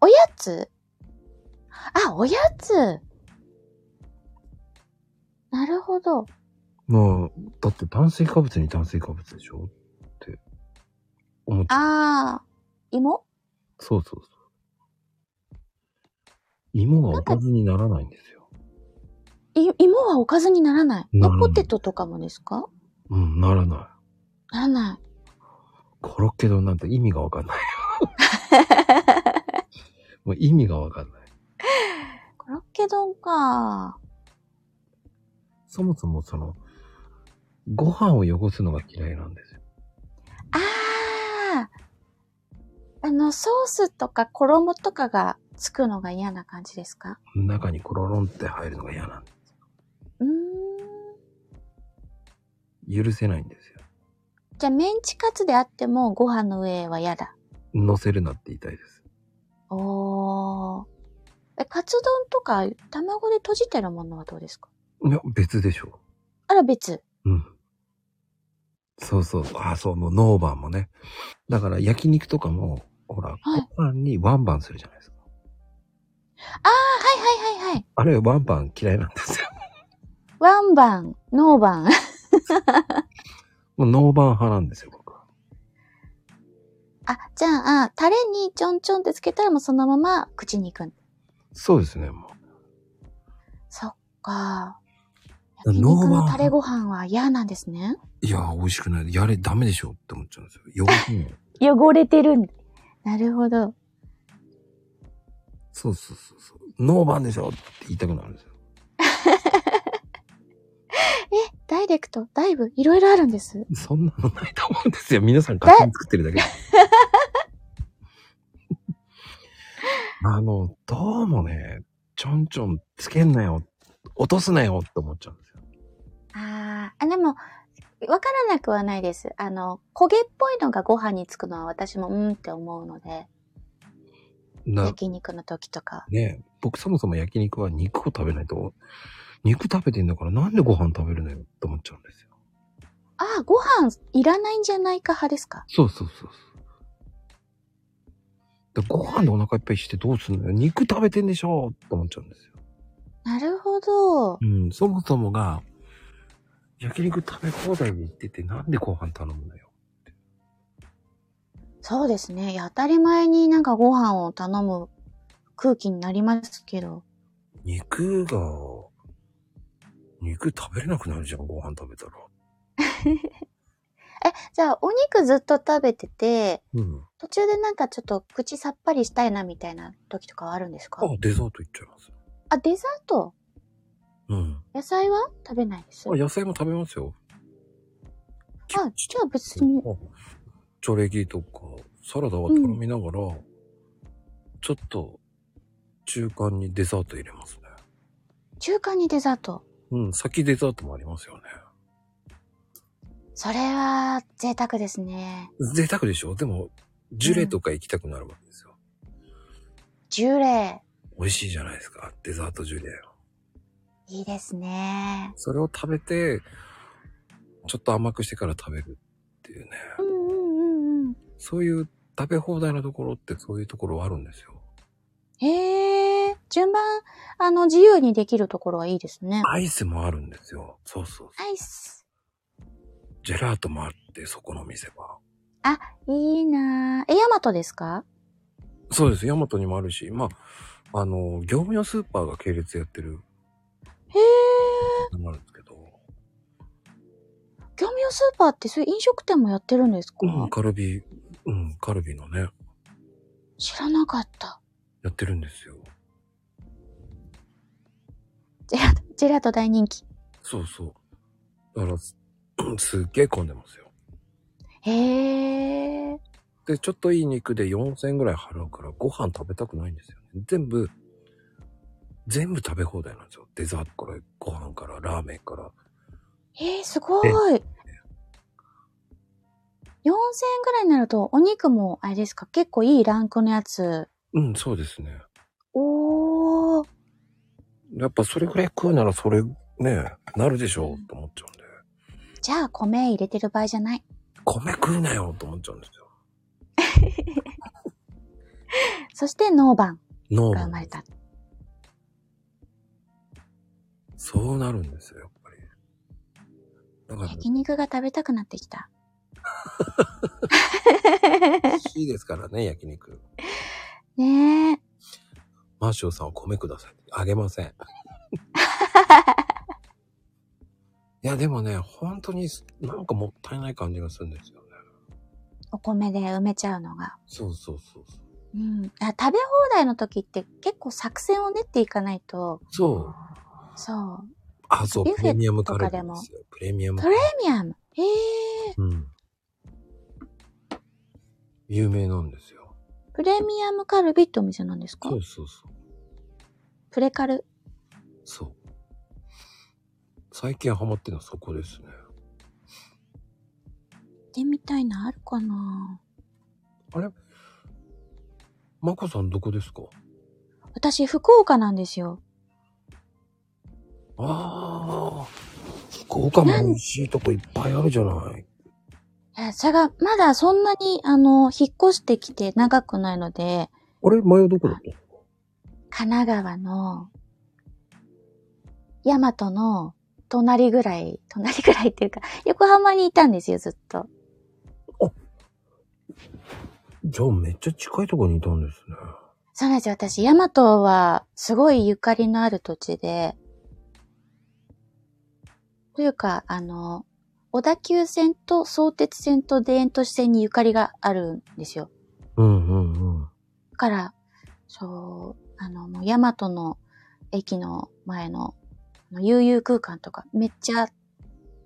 おやつあ、おやつなるほど。
まあ、だって炭水化物に炭水化物でしょって思って。
ああ、芋
そうそうそう。芋がおかずにならないんですよ。
い芋はおかずにならない。え
ならない
ポテトとかもですか
うん、ならない。
ならない。
コロッケ丼なんて意味がわかんない。もう意味がわかんない。
コロッケ丼か。
そもそもその、ご飯を汚すのが嫌いなんですよ。
ああ。あの、ソースとか衣とかがつくのが嫌な感じですか
中にコロロンって入るのが嫌なんで
うーん。
許せないんですよ。
じゃあ、メンチカツであってもご飯の上は嫌だ。
乗せるなって言いたいです。
おー。え、カツ丼とか卵で閉じてるものはどうですか
いや、別でしょ
あら、別。
う。うん。そうそう。あ、そう、もうノーバンもね。だから焼肉とかも、ほら、
い
ご飯にワンバンするじゃないですか。
ああ、はいはいはいはい。
あれ、ワンバン嫌いなんですよ。
ワンバン、ノーバン。
もうノーバン派なんですよ、僕は。
あ、じゃあ、あタレにちょんちょんってつけたらもうそのまま口に行くん。
そうですね、もう。
そっか。
ノーバン
焼肉のタレご飯は嫌なんですね。
いやー、美味しくない。やれ、ダメでしょって思っちゃうんです よ。汚すの。
汚れてるん。なるほど。
そうそうそうそう。ノーバンでしょって言いたくなるんですよ。
ダイレクト、ダイブ、いろいろあるんです。
そんなのないと思うんですよ。皆さん勝手に作ってるだけ。 あの、どうもね、ちょんちょんつけんなよ、落とすなよって思っちゃうんですよ。
あーあ、でも、わからなくはないです。あの、焦げっぽいのがご飯につくのは私もうんって思うので、
な、
焼肉の時とか。
ね僕そもそも焼肉は肉を食べないと、肉食べてんだからなんでご飯食べるのよって思っちゃうんですよ。
ああ、ご飯いらないんじゃないか派ですか
そうそうそうそう。でご飯でお腹いっぱいしてどうすんのよ肉食べてんでしょって思っちゃうんですよ。
なるほど。
うん、そもそもが、焼肉食べ放題に行っててなんでご飯頼むのよ。
そうですね。いや、当たり前になんかご飯を頼む空気になりますけど。
肉が、肉食べれなくなるじゃん、ご飯食べたら。
え、じゃあ、お肉ずっと食べてて、
うん。
途中でなんかちょっと口さっぱりしたいなみたいな時とかはあるんですか
あ、デザートいっちゃいます。
あ、デザート
うん。
野菜は食べないです。
あ、野菜も食べますよ。
あ、じゃあ別に。
あチョレギとか、サラダはとろみながら、ちょっと、中間にデザート入れますね。
中間にデザート。
うん、先デザートもありますよね。
それは贅沢ですね。
贅沢でしょでも、ジュレとか行きたくなるわけですよ。
ジュレ。
美味しいじゃないですか。デザートジュレ。
いいですね。
それを食べて、ちょっと甘くしてから食べるっていうね。
うんうんうんうん。
そういう食べ放題のところってそういうところはあるんですよ。
へえ。順番、あの、自由にできるところはいいですね。
アイスもあるんですよ。そうそうそ
アイス。
う。ジェラートもあって、そこの店は。
いいなぁ。え、ヤマトですか
そうです。ヤマトにもあるし、まあ、あの、業務用スーパーが系列やってる
へえ。
のもあるんですけど、
業務用スーパーってそういう飲食店もやってるんですか、
うん、カルビ、うん、カルビのね、
知らなかった。
やってるんですよ。
ジェラート、ジェラート大人気。
そうそう。だから、 すすっげえ混んでますよ。
へえ。
で、ちょっといい肉で4000円ぐらい払うからご飯食べたくないんですよね。全部、全部食べ放題なんですよ。デザートから、ご飯から、ラーメンから。
えー、すごい。4000円ぐらいになると、お肉も、あれですか、結構いいランクのやつ。
うん、そうですね。
おー。
やっぱそれぐらい食うならそれ、ね、なるでしょうと思っちゃうんで。
じゃあ、米入れてる場合じゃない。
米食うなよと思っちゃうんですよ。
そして、ノーバン
ノ
が
ー
生
マ
ま
ル
れた。
そうなるんですよ、やっぱり。だから、
焼肉が食べたくなってき た。
美味しいですからね、焼肉。
ねえ。
マーシオさんは米ください。あげません。い や、でもね、本当にすなんかもったいない感じがするんですよね。
お米で埋めちゃうのが。
そうそうそうそう。
うん。あ食べ放題の時って結構作戦を練っていかないと、
そう。
そう。
あ、そう、
ビュッ
プ
フェ
レミアムカルビですよ。プレミアム
プ
カ
レ
ル
ミアム。へえ。
ビ。うん。有名なんですよ。
プレミアムカルビってお店なんですか
そうそうそう。
プレカル。
そう。最近ハマってるのはそこですね。
行ってみたいなあるかな
あれマコさんどこですか
私、福岡なんですよ。
ああ。福岡も美味しいとこいっぱいあるじゃない。
え、それが、まだそんなに、あの、引っ越してきて長くないので、
あれ前はどこだったの
神奈川の、大和の、隣ぐらい、隣ぐらいっていうか、横浜にいたんですよ、ずっと。
じゃあめっちゃ近いとこにいたんですね。
そうなんですよ、私、大和は、すごいゆかりのある土地で、というか、あの、小田急線と相鉄線と田園都市線にゆかりがあるんですよ。
うんうんうん。
だから、そう、あの、もう、ヤマトの駅の前の、あの悠々空間とか、めっちゃ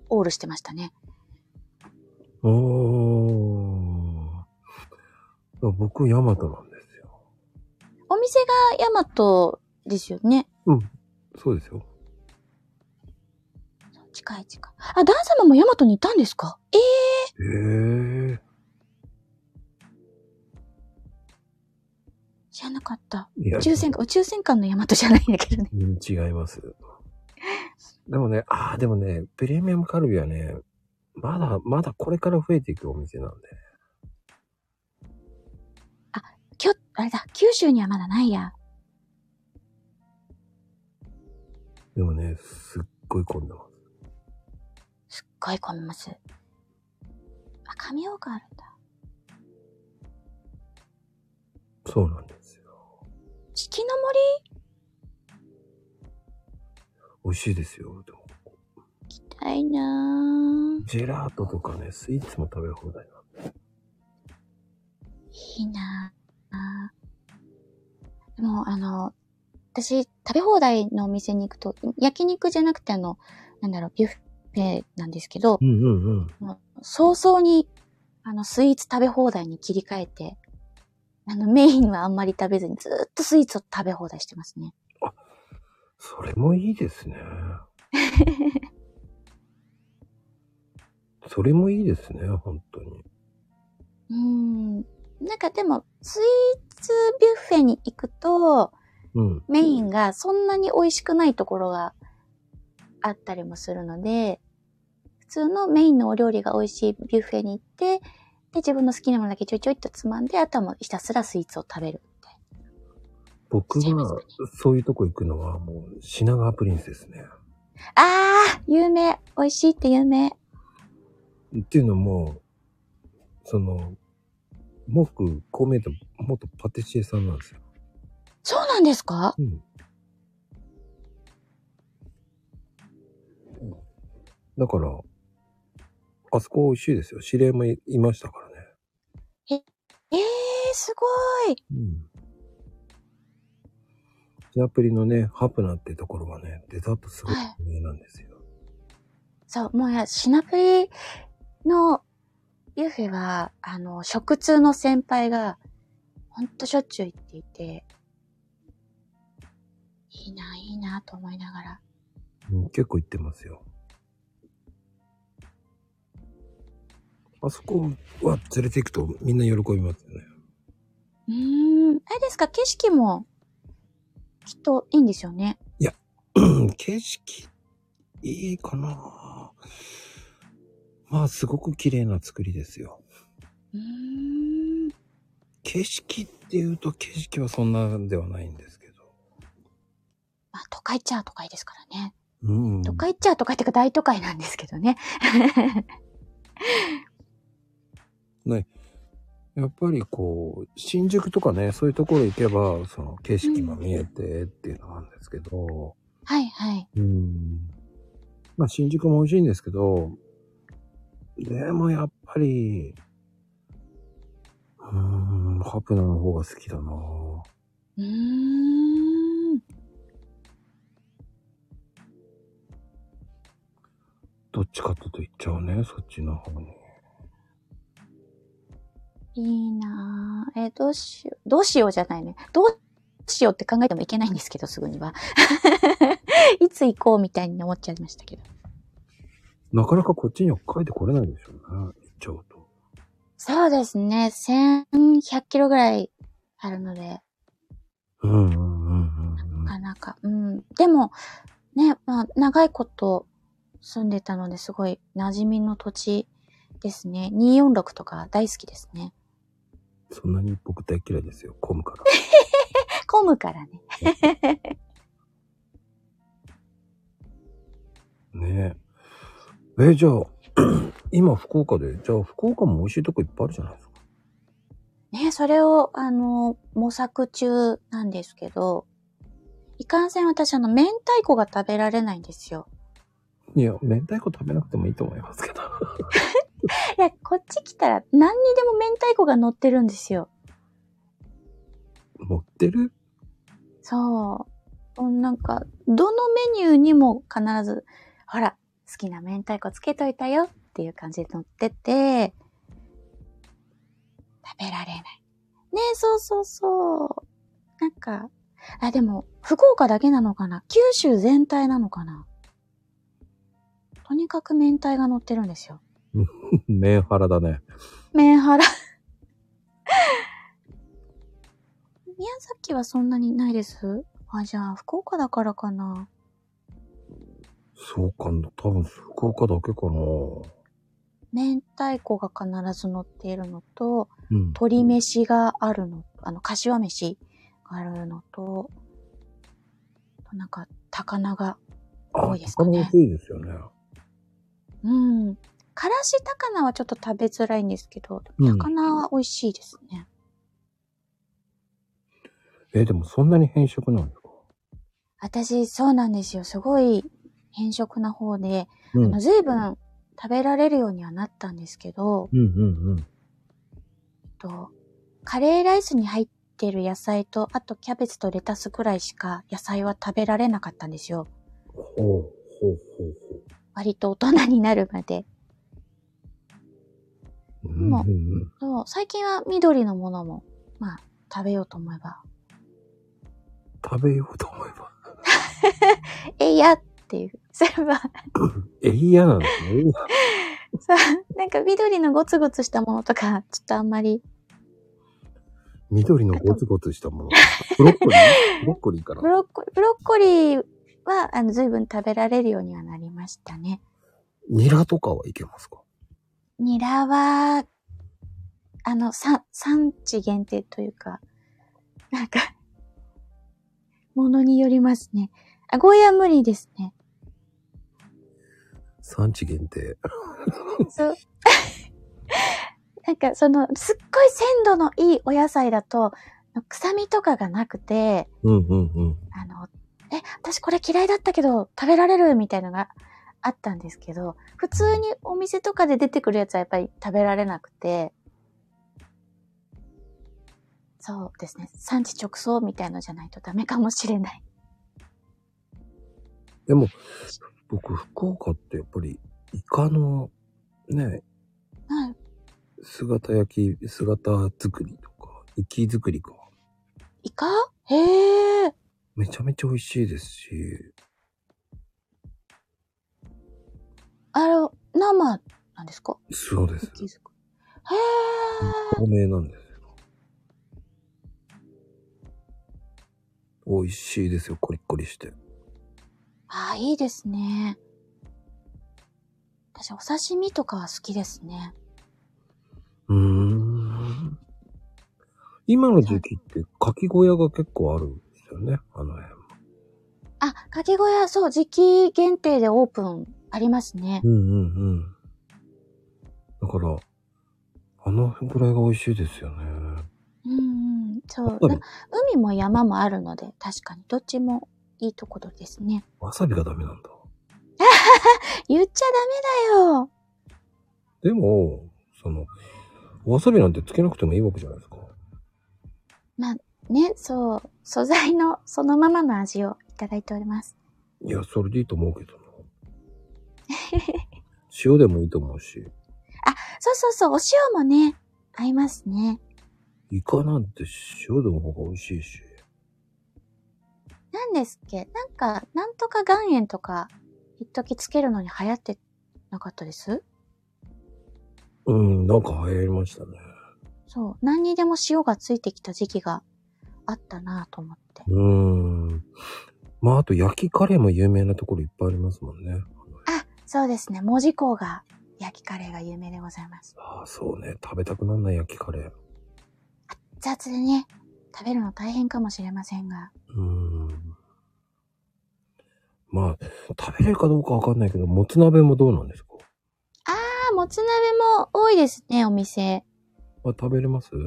オールしてましたね。
おー。僕、ヤマトなんですよ。
お店がヤマトですよね。
そうですよ。
近い近い。あ、ダン様もヤマトにいたんですかええ
へえ。
知らなかった。
いや
宇宙戦艦、宇宙戦艦のヤマトじゃないんだけどね。
うん違います。でもね、ああ、でもね、プレミアムカルビはね、まだ、まだこれから増えていくお店なんで。
きょ、あれだ、九州にはまだないや。
でもね、すっごい混んでます。
すっごい混みます。あ、神岡あるんだ。
そうなんですよ。
四季の
美味しいですよ。でも、
森たいなぁ。
ジェラートとかね、スイーツも食べ放題な。
いいなぁ。でも、あの、私、食べ放題のお店に行くと、焼肉じゃなくてあの、なんだろう、ビュッフェなんですけど
う、んうんうん。
早々に、あの、スイーツ食べ放題に切り替えて、あの、メインはあんまり食べずに、ずーっとスイーツを食べ放題してますね。
それもいいです ね。それもいいですね、本当に。
うーん。なんかでも、スイーツビュッフェに行くと、
うん。
メインがそんなに美味しくないところがあったりもするので、普通のメインのお料理が美味しいビュッフェに行って、で、自分の好きなものだけちょいちょいっとつまんで、あとはもうひたすらスイーツを食べるみたい
僕がそういうとこ行くのはもう品川プリンスですね。
な。あー、有名。美味しいって有名。
っていうのも、その、僕、こう見えて元パティシエさんなんですよ。
そうなんですか
うん。だから、あそこ美味しいですよ。知り合いもいいましたからね。
えー、すごい。
うん。ジャプリのね、ハプナってところはね、デザートすごい有名なんですよ。
そう、もうや、シナプリのユーフェは、あの、食通の先輩が、ほんとしょっちゅう行っていて、いいな、いいな、と思いながら。
うん、結構行ってますよ。あそこは連れて行くとみんな喜びますよね。
うーん、あれですか、景色も、きっといいんですよね。
うん景色いいかなまあすごく綺麗な作りですよ。
うーん、
景色っていうと景色はそんなんではないんですけど。
まあ、都会っちゃ都会ですからね。
うん。
都会っちゃ都会っていうか大都会なんですけどね。
やっぱりこう、新宿とかね、そういうところ行けば、その景色が見えてっていうのなんですけど、
はい、はい。
うん。まあ新宿も美味しいんですけど、でもやっぱり、うーん、ハプナの方が好きだな
うーん、
どっちかっていうと行っちゃうね、そっちの方に。
いいなぁ。え、どうしよう。どうしようじゃないね。どうしようって考えてもいけないんですけど、すぐには。 いつ行こうみたいに思っちゃいましたけど。
なかなかこっちには帰ってこれないでしょうね、行っちゃうと。
そうですね。1100キロぐらいあるので、
うんうんうんうんうん
な。かなか。うん。でも、ね、まあ、長いこと住んでたので、すごい馴染みの土地ですね。246とか大好きですね。
そんなに僕大嫌いですよ、混むから。
混むからね。
ねえ。え、じゃあ、 今福岡で、じゃあ福岡も美味しいとこいっぱいあるじゃないですか。
ね、それを、あの、模索中なんですけど、いかんせん私、あの、明太子が食べられないんですよ。
いや、明太子食べなくてもいいと思いますけど。
いや、こっち来たら何にでも明太子が乗ってるんですよ。
持ってる
そう。もうなんか、どのメニューにも必ず、ほら、好きな明太子つけといたよっていう感じで乗ってて、食べられない。ねえ、そうそうそう。なんか、あ、でも、福岡だけなのかな九州全体なのかなとにかく明太が乗ってるんですよ。
メンハラだね。
メンハラ。宮崎はそんなにないですあ、じゃあ、福岡だからかな。
そうかな。多分福岡だけかな。
明太子が必ず乗っているのと、
うん。
鶏飯があるの、あの、柏飯があるのと、なんか、高菜が、
あ、
多いですか
他
ね
も安いですよね。
うん。からし高菜はちょっと食べづらいんですけど、
うん
高菜は美味しいですね。
え、でもそんなに変色なんですか
私、そうなんですよ。すごい変色な方で、
うん。
あ
うん
の随分食べられるようにはなったんですけど、
うんうん。
えっと、カレーライスに入ってる野菜と、あとキャベツとレタスくらいしか野菜は食べられなかったんですよ。
ほうほうほうほ
割と大人になるまで。
う。うんうんうん。
そう最近は緑のものも、まあ、食べようと思えば、
食べようと思えば。
えいやっていう、すれば、
え、嫌なんですね。
さ、なんか緑のゴツゴツしたものとか、ちょっとあんまり、
緑のゴツゴツしたもの。ブロッコリーブロッコリーか
ブ
ら。
ロッコリー、ブロッコリーは、あの、随分食べられるようにはなりましたね。
ニラとかはいけますか
ニラは、あの、さ、産地限定というか、なんか、ものによりますね。あ、ゴーヤ無理ですね。
産地限定。
そう。なんかその、すっごい鮮度のいいお野菜だと、臭みとかがなくて、
うんうんうん。
あの、え、私これ嫌いだったけど食べられるみたいのがあったんですけど、普通にお店とかで出てくるやつはやっぱり食べられなくて、そうですね。産地直送みたいのじゃないとダメかもしれない。
でも、僕、福岡ってやっぱり、イカの、ね、
はい。
姿焼き、姿作りとか、生き作りか。
イカへえ。
めちゃめちゃ美味しいですし、
あの、生なんですか
そうです。
気づく。へえ。
透明なんですよ。美味しいですよ、コリッコリして。
ああ、いいですね。私、お刺身とかは好きですね。
うーん。今の時期って、かき小屋が結構あるんですよね、あの辺。
あ、かけ小屋、そう、時期限定でオープンありますね
う。んうんうん。だから、あのぐらいが美味しいですよね。
うん、うん、そう
わさび
な海も山もあるので、確かに、どっちもいいところですね。
わさびがダメなんだ。
言っちゃダメだよ。
でも、その、わさびなんてつけなくてもいいわけじゃないですか。
ね、そう、素材のそのままの味をいただいております。
いや、それでいいと思うけ どな。塩でもいいと思うし、
そうそうそう、お塩もね、合いますね。
イカなんて塩でも方が美味しいし。
なんですっけなんか、なんとか岩塩とか、一時つけるのに流行ってなかったです
うん、なんか流行りましたね。
そう。何にでも塩がついてきた時期があったなぁと思って。
うーん。まあ、あと焼きカレーも有名なところいっぱいありますもんね。
そうですね。文字港が焼きカレーが有名でございます。
ああ、そうね。食べたくなんない焼きカレー。
雑でね、食べるの大変かもしれませんが。
うーんまあ、食べれるかどうかわかんないけど、もつ鍋もどうなんですか、
あー、もつ鍋も多いですね、お店。
あ、食べれます
あん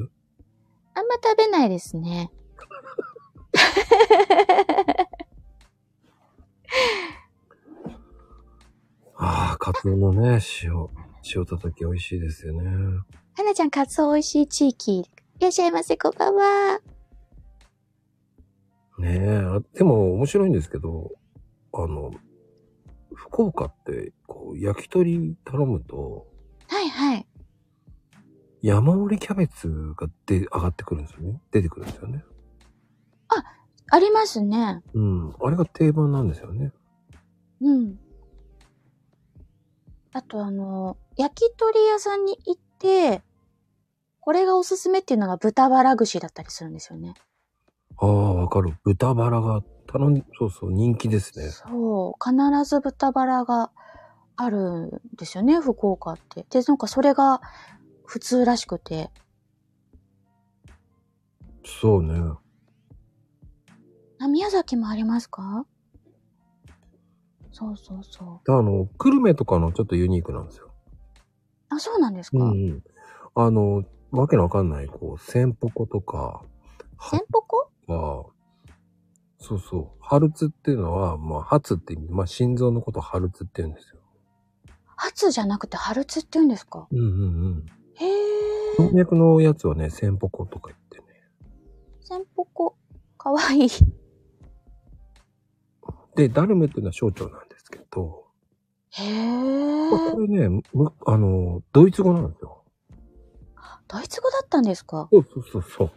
ま食べないですね。
ああ、カツオのね、塩、塩叩き美味しいですよね。
はなちゃん、カツオ美味しい地域。いらっしゃいませ、こんばんは。
ねえ、あでも面白いんですけど、あの、福岡って、こう、焼き鳥頼むと、
はいはい。
山盛りキャベツがで上がってくるんですよね。出てくるんですよね。
ありますね。
うん。あれが定番なんですよね。
うん。あとあの、焼き鳥屋さんに行って、これがおすすめっていうのが豚バラ串だったりするんですよね。
ああ、わかる。豚バラが頼ん、そうそう、人気ですね。
そう。必ず豚バラがあるんですよね、福岡って。で、なんかそれが普通らしくて。
そうね。
あ、宮崎もありますかそうそうそう。
あの、久留米とかのちょっとユニークなんですよ。
あ、そうなんですか、
うんうん。あの、わけのわかんない、こう、千ポコとか、
セ
は
ン、ポコ
は、そうそう、ハルツっていうのは、まあ、ハツって意味、まあ、心臓のことハルツって言うんですよ。
ハツじゃなくてハルツって言うんですか
うんうん
へ
うん。
ー。
動脈のやつはね、千ポコとか言ってね。
センポコ。かわいい。
で、ダルムっていうのは省庁なんですけど、
へ
まあ
ー
こ。れね、むあの、ドイツ語なんですよ。
ドイツ語だったんですか
そうそうそうそう。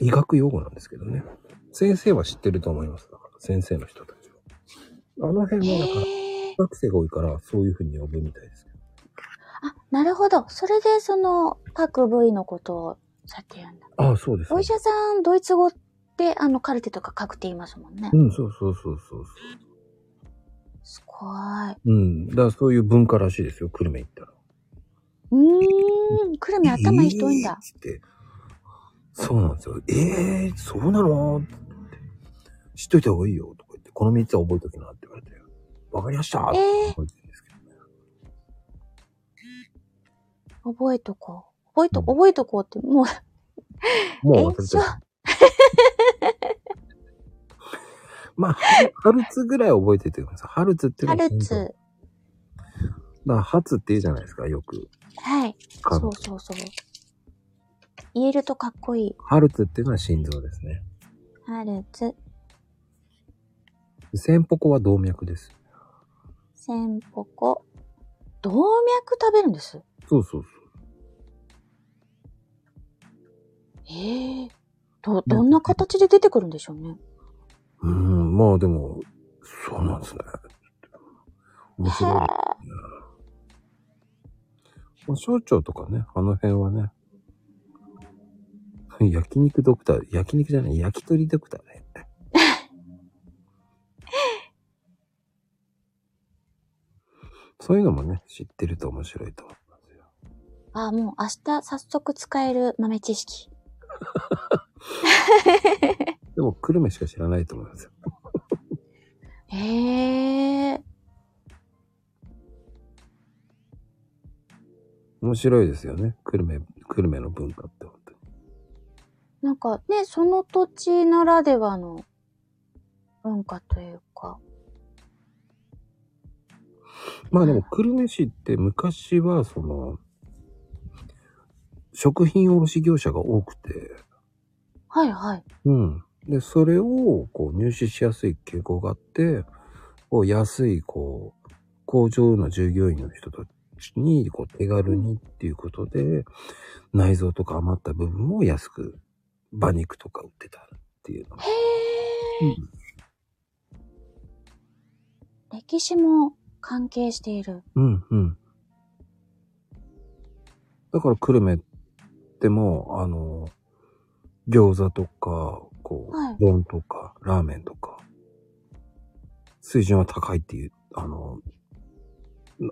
医学用語なんですけどね。先生は知ってると思います。だから先生の人たちは。あの
へ
辺もだから、
ー。
学生が多いからそういうふうに呼ぶみたいですけど。
あ、なるほど。それでその各部位のことをさっき言うんだ。
ああ、そうです、
お医者さん、ドイツ語ってあのカルテとか書くって言いますもんね。
うん、そうそうそうそうそ
すごーい。
う。うん。だからそういう文化らしいですよ、久留米行ったら。
うーん。久留米頭いい人多いんだ。
えーっつって。そうなんですよ。ええー、そうなのって知っといた方がいいよ、とか言って、この3つは覚えときなって言われて、わかりましたって覚えてるんですけどね。
覚えとこう。覚えと、
うん
覚えとこうって、もう、
もう忘れてる
延。
まあ、ハルハルツぐらい覚えててください。ハルツっていう
ハ
のは
ル
だか
ツ。
らハツって言うじゃないですか、よく。
はい。
あ
そ
の
うそうそう。言えるとかっこいい。
ハルツっていうのは心臓ですね。
ハルツ、
センポコは動脈です。
センポコ。動脈食べるんです。
そうそうそ
ええど、どんな形で出てくるんでしょうね。
う。うーん、まあでも、そうなんですね。面白い。
へ
ま
ー
あ、小腸とかね、あの辺はね。焼肉ドクター、焼肉じゃない、焼き鳥ドクター ね。そういうのもね、知ってると面白いと思うんですよ。
あ、もう明日早速使える豆知識。
でも、久留米しか知らないと思いますよ。
ええ
面白いですよね。久留米、久留米の文化って本当に。
なんかね、その土地ならではの文化というか。
まあでも、久留米市って昔は、その、食品卸業者が多くて、
はいはい。
うん。で、それを、こう、入手しやすい傾向があって、こう、安い、こう、工場の従業員の人たちに、こう、手軽にっていうことで、内臓とか余った部分を安く、馬肉とか売ってたっていうの。
へえ、歴史も関係している。
うん、うん。だから、久留米ってもう、あの、餃子とか、こう、
はい
丼とか、ラーメンとか、水準は高いっていう、あの、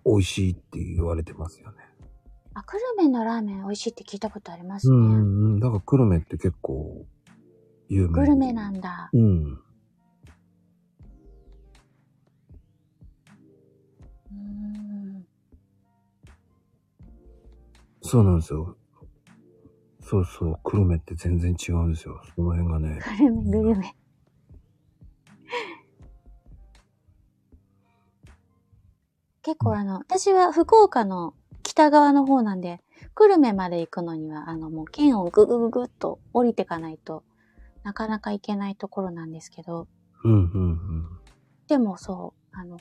美味しいって言われてますよね。
あ、久留米のラーメン美味しいって聞いたことあります
う
ね。
んうんうん。だから、久留米って結構、有名。
グルメなんだ。
うん。
うーん。
そうなんですよ。そうそう、久留米って全然違うんですよ。その辺がね。
グルメ、グルメ。結構あの、私は福岡の北側の方なんで、久留米まで行くのには、あの、もう県をぐぐぐぐっと降りてかないとなかなか行けないところなんですけど、
うんうんうん。
でもそう、あの、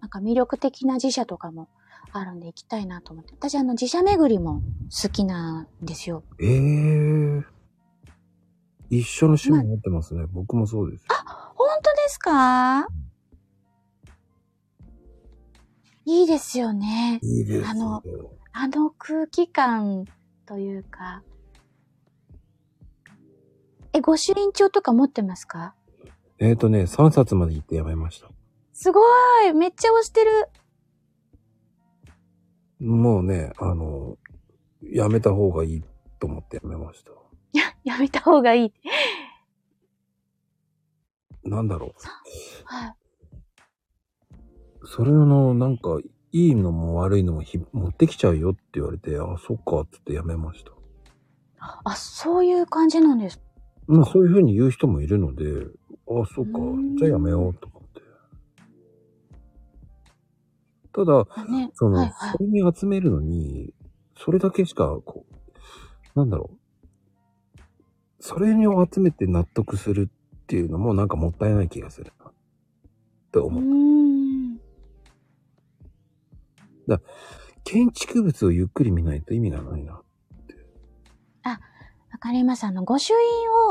なんか魅力的な自社とかもあるんで行きたいなと思って。私あの自社巡りも好きなんですよ。
ええ一緒の趣味持ってますね。僕もそうです。
本当ですかいいですよね。
いいですよ。
あのあの空気感というか。え、御朱印帳とか持ってますか
えっ、とね、3冊まで行ってやめました。
すごいめっちゃ押してる
もうね、あの、やめた方がいいと思ってやめました。
やめた方がいい。
なんだろ
はい。
う。それの、なんか、いいのも悪いのもひ持ってきちゃうよって言われて、あ、そっか、つってやめました。
あ、そういう感じなんです。
まあ、そういうふうに言う人もいるので、あ、そっか
うん、
じゃあやめようと思って。ただ、
あね。
その、
はいはい
それに集めるのに、それだけしか、こう、なんだろう。それを集めて納得するっていうのもなんかもったいない気がするな。って
う
思
ー
う。
ん。
建築物をゆっくり見ないと意味がないな。
わかります。あの、御朱印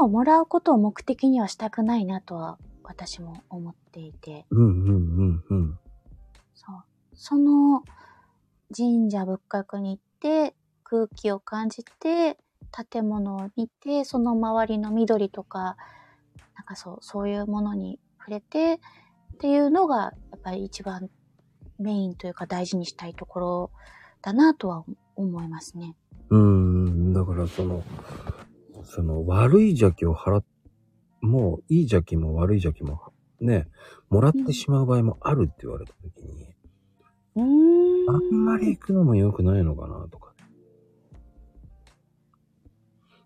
をもらうことを目的にはしたくないなとは、私も思っていて。
うんうんうんうん。
そう。その神社仏閣に行って、空気を感じて、建物を見て、その周りの緑とか、なんかそう、そういうものに触れて、っていうのが、やっぱり一番メインというか大事にしたいところだなとは思いますね。
うん、だからその、その悪い邪気を払っ、もういい邪気も悪い邪気もね、もらってしまう場合もあるって言われた時に、
うー
あん
ん。
まり行くのも良くないのかなとかね。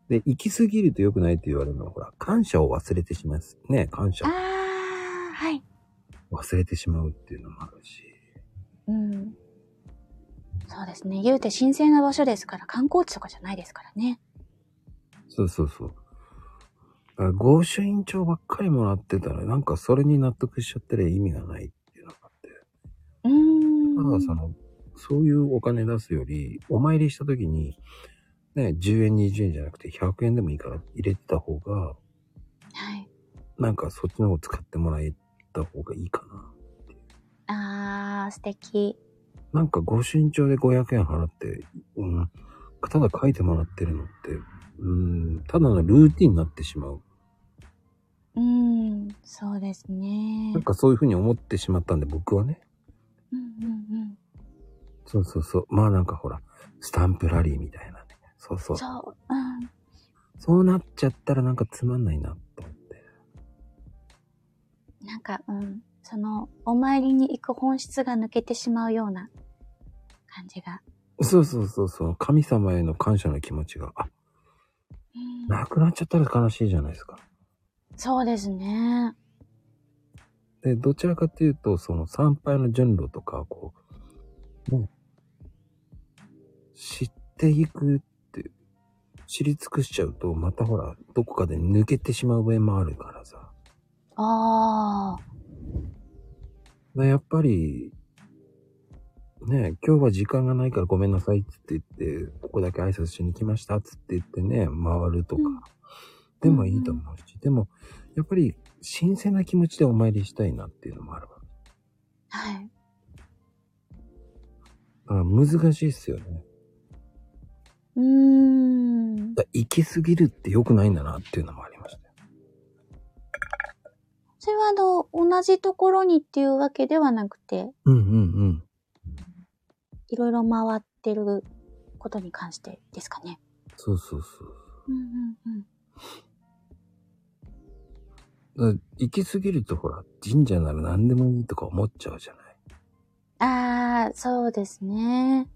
で、行き過ぎると良くないって言われるのは、ほら、感謝を忘れてしまう。ね、感謝
あ
を
ー、はい。
忘れてしまうっていうのもあるし。
うん。そうですね。言うて神聖な場所ですから、観光地とかじゃないですからね。
そうそうそう。だから、合衆院長ばっかりもらってたら、なんかそれに納得しちゃったら意味がないっていうのがあって。
うーん。
ただその、そういうお金出すより、お参りした時に、ね、10円、20円じゃなくて100円でもいいから入れてた方が、
はい。
なんかそっちの方使ってもらえた方がいいかな。
あー、素敵。
なんかご身長で500円払って、うん、ただ書いてもらってるのって、うん、ただのルーティンになってしまう。
うーん、そうですね
なん。かそういうふうに思ってしまったんで僕はね。
うんうん
そうそうそう。まあなんかほら、スタンプラリーみたいなね。そう
う
そ
ん。
う。
そう、うん。
そうなっちゃったらなんかつまんないなと思って。
なんか、うん。その、お参りに行く本質が抜けてしまうような感じが。
そうそうそうそう。神様への感謝の気持ちが、あ、
うん
なくなっちゃったら悲しいじゃないですか。
そうですね。
で、どちらかというと、その参拝の順路とか、こう、もう、知っていくって、知り尽くしちゃうと、またほら、どこかで抜けてしまう場合もあるからさ。
あー。
でやっぱり、ね、今日は時間がないからごめんなさいっつって言って、ここだけ挨拶しに来ましたっつって言ってね、回るとか、
うん
でもいいと思うし、でも、やっぱり、新鮮な気持ちでお参りしたいなっていうのもあるわ。
はい。
だから難しいっすよね。
うーん。
だ行き過ぎるって良くないんだなっていうのもありましたよ。
それはあの、同じところにっていうわけではなくて、
うんうん
いろいろ回ってることに関してですかね。
うん。そうそうそう。
うんうんうん。
だから行き過ぎるとほら、神社なら何でもいいとか思っちゃうじゃない。
ああ、そうですね。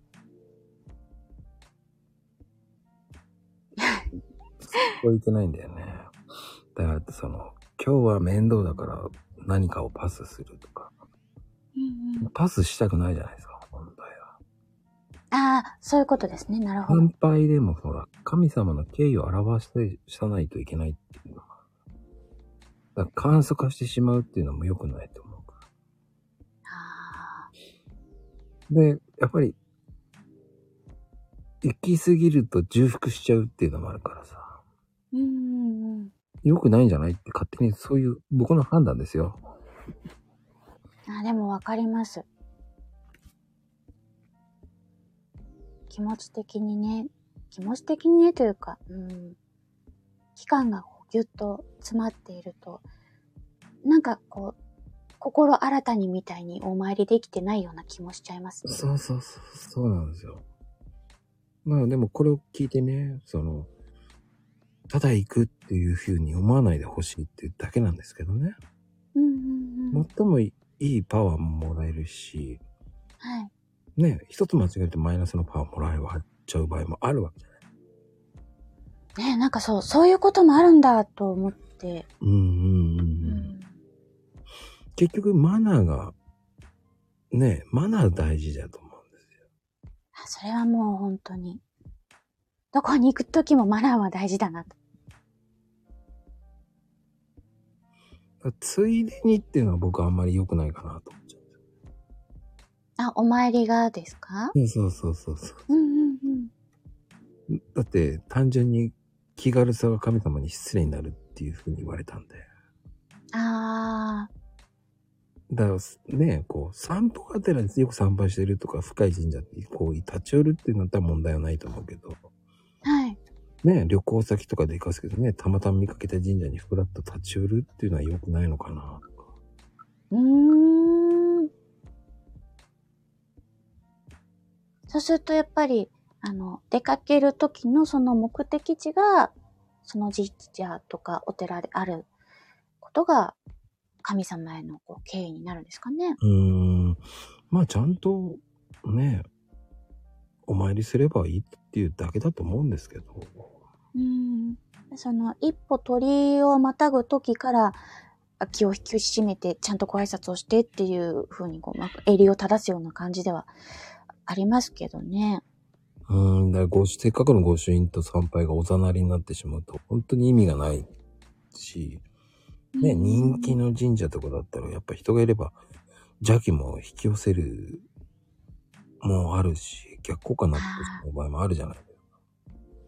これいけないんだよね。だからその、今日は面倒だから何かをパスするとか、
うんうん、
パスしたくないじゃないですか、本題は。
ああ、そういうことですね。なるほど。
参拝でもほら、神様の敬意を表して、さないといけないっていうのがだから簡素化してしまうっていうのも良くないと思うか
あ
ら。で、やっぱり、行き過ぎると重複しちゃうっていうのもあるからさ。
ーうんうん。
良くないんじゃないって勝手にそういう僕の判断ですよ。
あ、でもわかります。気持ち的にね、気持ち的にねというか、うん、期間がこうぎゅっと詰まっていると、なんかこう、心新たにみたいにお参りできてないような気もしちゃいますね。
そうそうそう、そうなんですよ。まあでもこれを聞いてね、その、ただ行くっていうふうに思わないでほしいっていうだけなんですけどね。
うんうんうん。
最もいいパワーももらえるし、
はい。
ね、一つ間違えるとマイナスのパワーもらえちゃう場合もあるわけじゃない。
ねなんかそう、そういうこともあるんだと思って。
うんうんうんう。
うん
結局マナーが、ね、マナー大事だと思うんですよ。
あそれはもう本当に。どこに行くときもマナーは大事だなと。
だからついでにっていうのは僕はあんまり良くないかなと思っちゃう。
あ、お参りがですか
うんそうそうそうそう。
うんうんうん。
だって単純に気軽さが神様に失礼になるっていうふうに言われたんで。
あ
だからね、こう散歩がてらよく参拝してるとか深い神社にこう立ち寄るってなったら問題はないと思うけど、
ー、はい。
ね、旅行先とかで行かすけどね、たまたま見かけた神社にふらっと立ち寄るっていうのは良くないのかなとか。
うーん。そうするとやっぱり、あの、出かけるときのその目的地が、その神社とかお寺であることが、神様へのこう敬意になるんですかね。
うーん、まあちゃんとね、お参りすればいいっていうだけだと思うんですけど。
うん。その、一歩鳥をまたぐときから、あ気を引き締めて、ちゃんとご挨拶をしてっていう風に、こう、まあ、襟を正すような感じではありますけどね。
うーん、だからごし、せっかくの御朱印と参拝がおざなりになってしまうと、本当に意味がないし、ね、
うん
人気の神社とかだったら、やっぱ人がいれば、邪気も引き寄せる、もあるし、逆効果になってしまう場合もあるじゃない。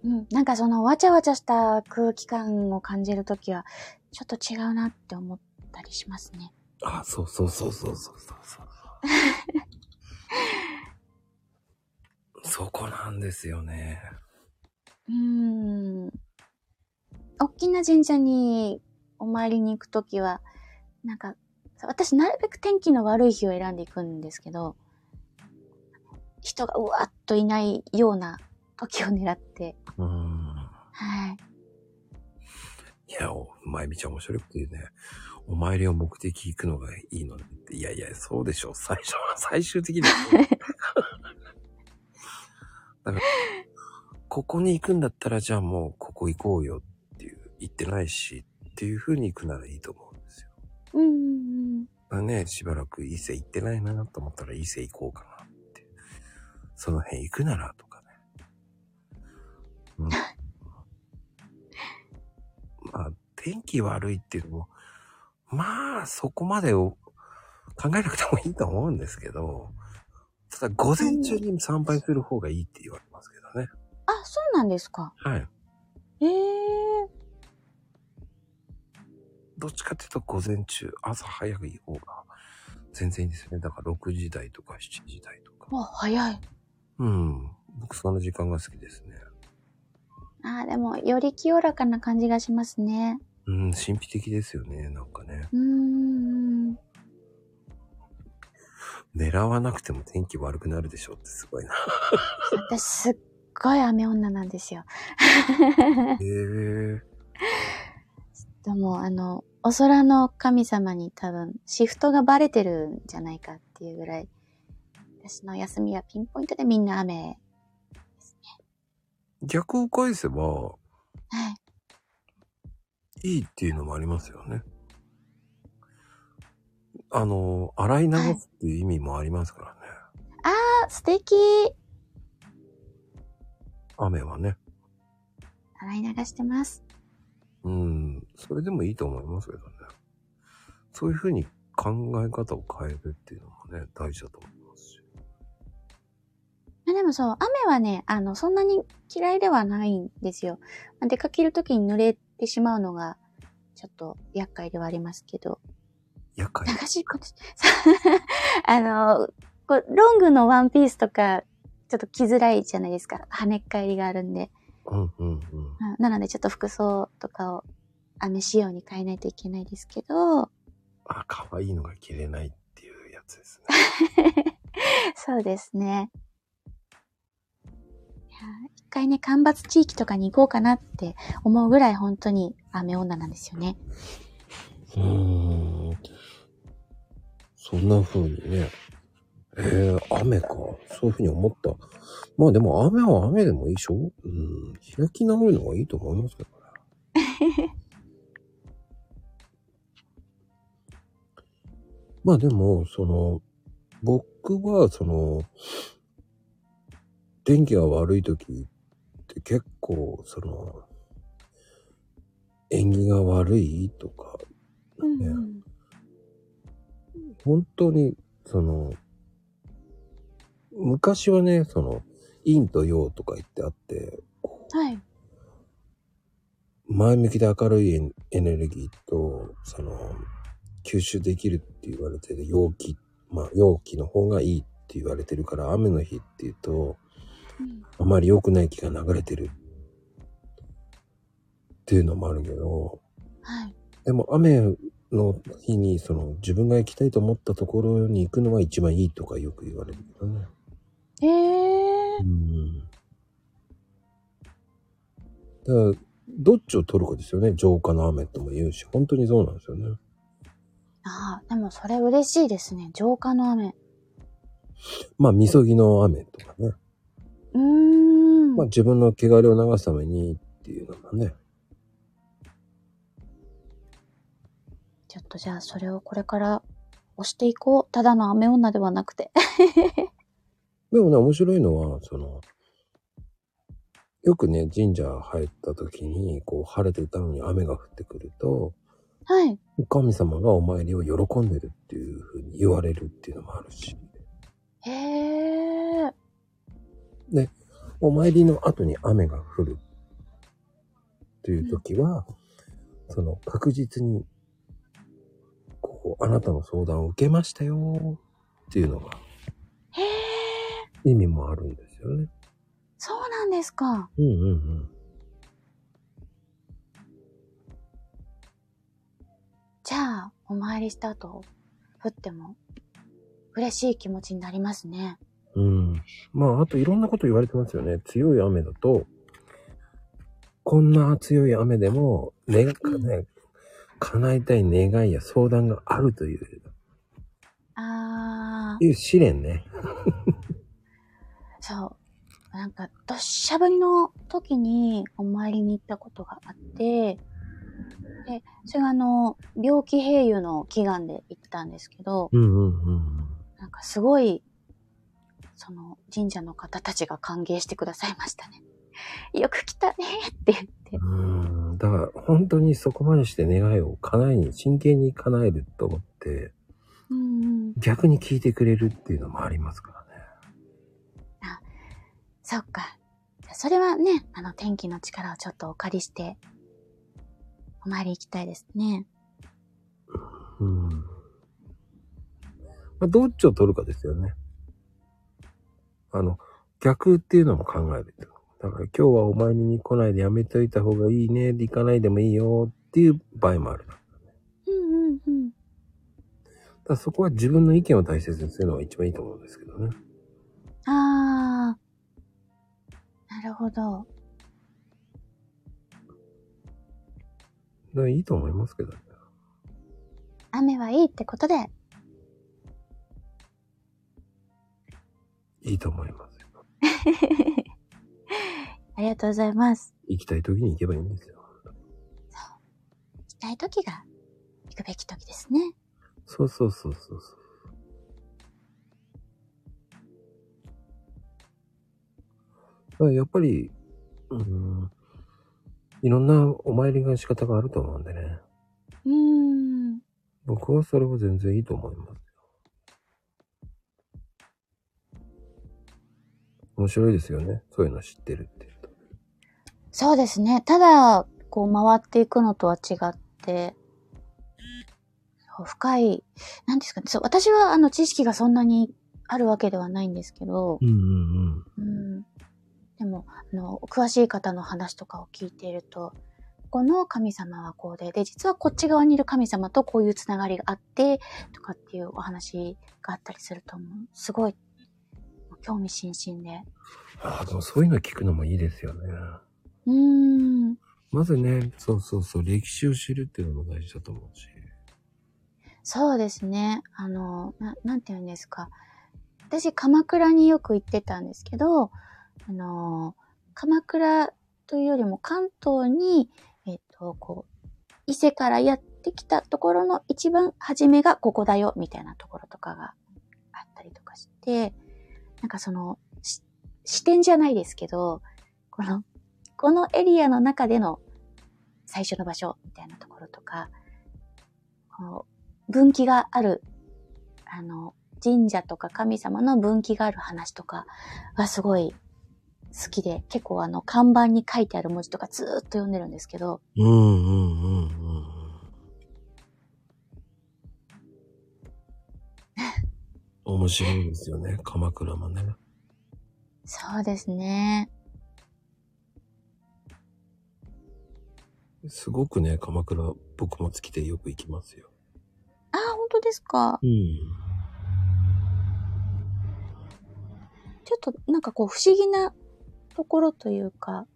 うん。なんかその、わちゃわちゃした空気感を感じるときは、ちょっと違うなって思ったりしますね。
あ、そうそうそうそうそう そうそう。そこなんですよね。
うん。大きな神社にお参りに行くときは、なんか、私なるべく天気の悪い日を選んでいくんですけど、人がうわっといないような時を狙って、
うーん。
はい。
いや、おまゆみちゃん面白いこと言うね。お参りを目的行くのがいいのねって。いやいや、そうでしょう。最初は、最終的には そう。だから、ここに行くんだったら、じゃあもうここ行こうよっていう、行ってないしっていう風に行くならいいと思うんですよ。
うんうん
だからね、しばらく伊勢行ってないなと思ったら伊勢行こうかなって。その辺行くならとかね。うん。 まあ、天気悪いっていうのも、まあ、そこまでを考えなくてもいいと思うんですけど、ただ午前中に参拝する方がいいって言われますけどね。
あ、そうなんですか。
はい。
ええ
どっちかっていうと午前中、朝早く行こうが、全然いいですね。だから6時台とか7時台とか。
もう早い。
うん。僕その時間が好きですね。
あーでも、より清らかな感じがしますね。
うん、神秘的ですよね。なんかね。
うんうんうん。
狙わなくても天気悪くなるでしょうってすごいな。
私、すっごい雨女なんですよ。
へえ。
でも、あの、お空の神様に多分、シフトがバレてるんじゃないかっていうぐらい、私の休みはピンポイントでみんな雨。
逆を返せば、
はい。
いいっていうのもありますよね。あの、洗い流すっていう意味もありますからね。
あ、素敵
雨はね。
洗い流してます。
うん、それでもいいと思いますけどね。そういうふうに考え方を変えるっていうのもね、大事だと思いますし。
まあでもそう、雨はね、あの、そんなに嫌いではないんですよ。まあ出かけるときに濡れてしまうのが、ちょっと厄介ではありますけど。
厄介
流。し込んで、 あの、こうロングのワンピースとか、ちょっと着づらいじゃないですか。跳ねっ返りがあるんで。
うんうんうん。
うんなのでちょっと服装とかを雨仕様に変えないといけないですけど、
あ、可愛いのが着れないっていうやつですね。
そうですね。いや一回ね、干ばつ地域とかに行こうかなって思うぐらい本当に雨女なんですよね。
うーん。そんな風にね。えー、雨か。そういう風に思った。まあでも雨は雨でもいいでしょうん。開き直るのがいいと思いますけどね。 まあでも、その、僕は、その、天気が悪い時って結構、その、縁起が悪いとか、
うん
う本当に、その、昔はね、その、陰と陽とか言ってあって、
はい。
前向きで明るいエネエネルギーと、その、吸収できるって言われてる陽気、まあ陽気の方がいいって言われてるから、雨の日っていうと、
うん
あまり良くない気が流れてる。っていうのもあるけど、
はい。
でも雨の日に、その、自分が行きたいと思ったところに行くのは一番いいとかよく言われるけどね。
え
う、
ー
んだから、どっちを取るかですよね。浄化の雨とも言うし、本当にそうなんですよね。
ああ、でもそれ嬉しいですね。浄化の雨。
まあ、みそぎの雨とかね。
うーん。
まあ、自分の汚れを流すためにっていうのもね。
ちょっとじゃあそれをこれから押していこう。ただの雨女ではなくて。
でもね、面白いのは、その、よくね、神社入った時に、こう、晴れていたのに雨が降ってくると、
はい。
神様がお参りを喜んでるっていうふうに言われるっていうのもあるし。
へえ。
お参りの後に雨が降るという時は、その確実に、ここ、あなたの相談を受けましたよっていうのが
へえ。
意味もあるんですよね。
そうなんですか。
うんうんうん。
じゃあ、お参りした後、降っても、嬉しい気持ちになりますね。
うん。まあ、あといろんなこと言われてますよね。強い雨だと、こんな強い雨でも、ね、かね、叶えたい願いや相談があるという、
あー、
いう試練ね。
そう。なんか、どっしゃぶりの時にお参りに行ったことがあって、で、それがあの、病気併誘の祈願で行ったんですけど、
うんうんうん。
なんかすごい、その神社の方たちが歓迎してくださいましたね。よく来たねって言って。
うんだから本当にそこまでして願いを叶えに真剣に叶えると思って
うんうん。
逆に聞いてくれるっていうのもありますからね。
そっか。じゃあそれはね、あの天気の力をちょっとお借りして、お参り行きたいですね。
うんまあ、どっちを取るかですよね。あの逆っていうのも考えると。だから今日はお前に来ないでやめといた方がいいね、行かないでもいいよっていう場合もある。だか
うんうんうん。
らそこは自分の意見を大切にするのが一番いいと思うんですけどね。
あー。なるほど。
だからいいと思いますけどね。
雨はいいってことで。
いいと思いますよ。
ありがとうございます。
行きたい時に行けばいいんですよ。
行きたい時が行くべき時ですね。
そうそうそうそうそう。だからやっぱり、うん、いろんなお参りの仕方があると思うんでね。
うーん。
僕はそれは全然いいと思います。面白いですよね。そういうの知ってるって。
そうですね。ただ、こう回っていくのとは違って、そう深い、なんですかね。そう、私はあの知識がそんなにあるわけではないんですけど、
うんうんうん。
うん、でもあの、詳しい方の話とかを聞いていると、ここの神様はこうで、で、実はこっち側にいる神様とこういうつながりがあって、とかっていうお話があったりすると思う。すごい、興味津々で。
ああ、でもそういうの聞くのもいいですよね。
うーん。
まずね、そうそうそう、歴史を知るっていうのも大事だと思うし。
そうですね。あの、ななんて言うんですか。私、鎌倉によく行ってたんですけど、あの、鎌倉というよりも関東に、えっと、こう、伊勢からやってきたところの一番初めがここだよ、みたいなところとかがあったりとかして、なんかその、し視点じゃないですけど、この、このエリアの中での最初の場所みたいなところとか、この分岐がある、あの、神社とか神様の分岐がある話とかがすごい好きで、結構あの、看板に書いてある文字とかずーっと読んでるんですけど、
うんうんうんうん。面白いですよね、鎌倉もね。
そうですね。
すごくね、鎌倉、僕も好きでよく行きますよ。
ああ、本当ですか。
うん。
ちょっとなんかこう不思議なところというか、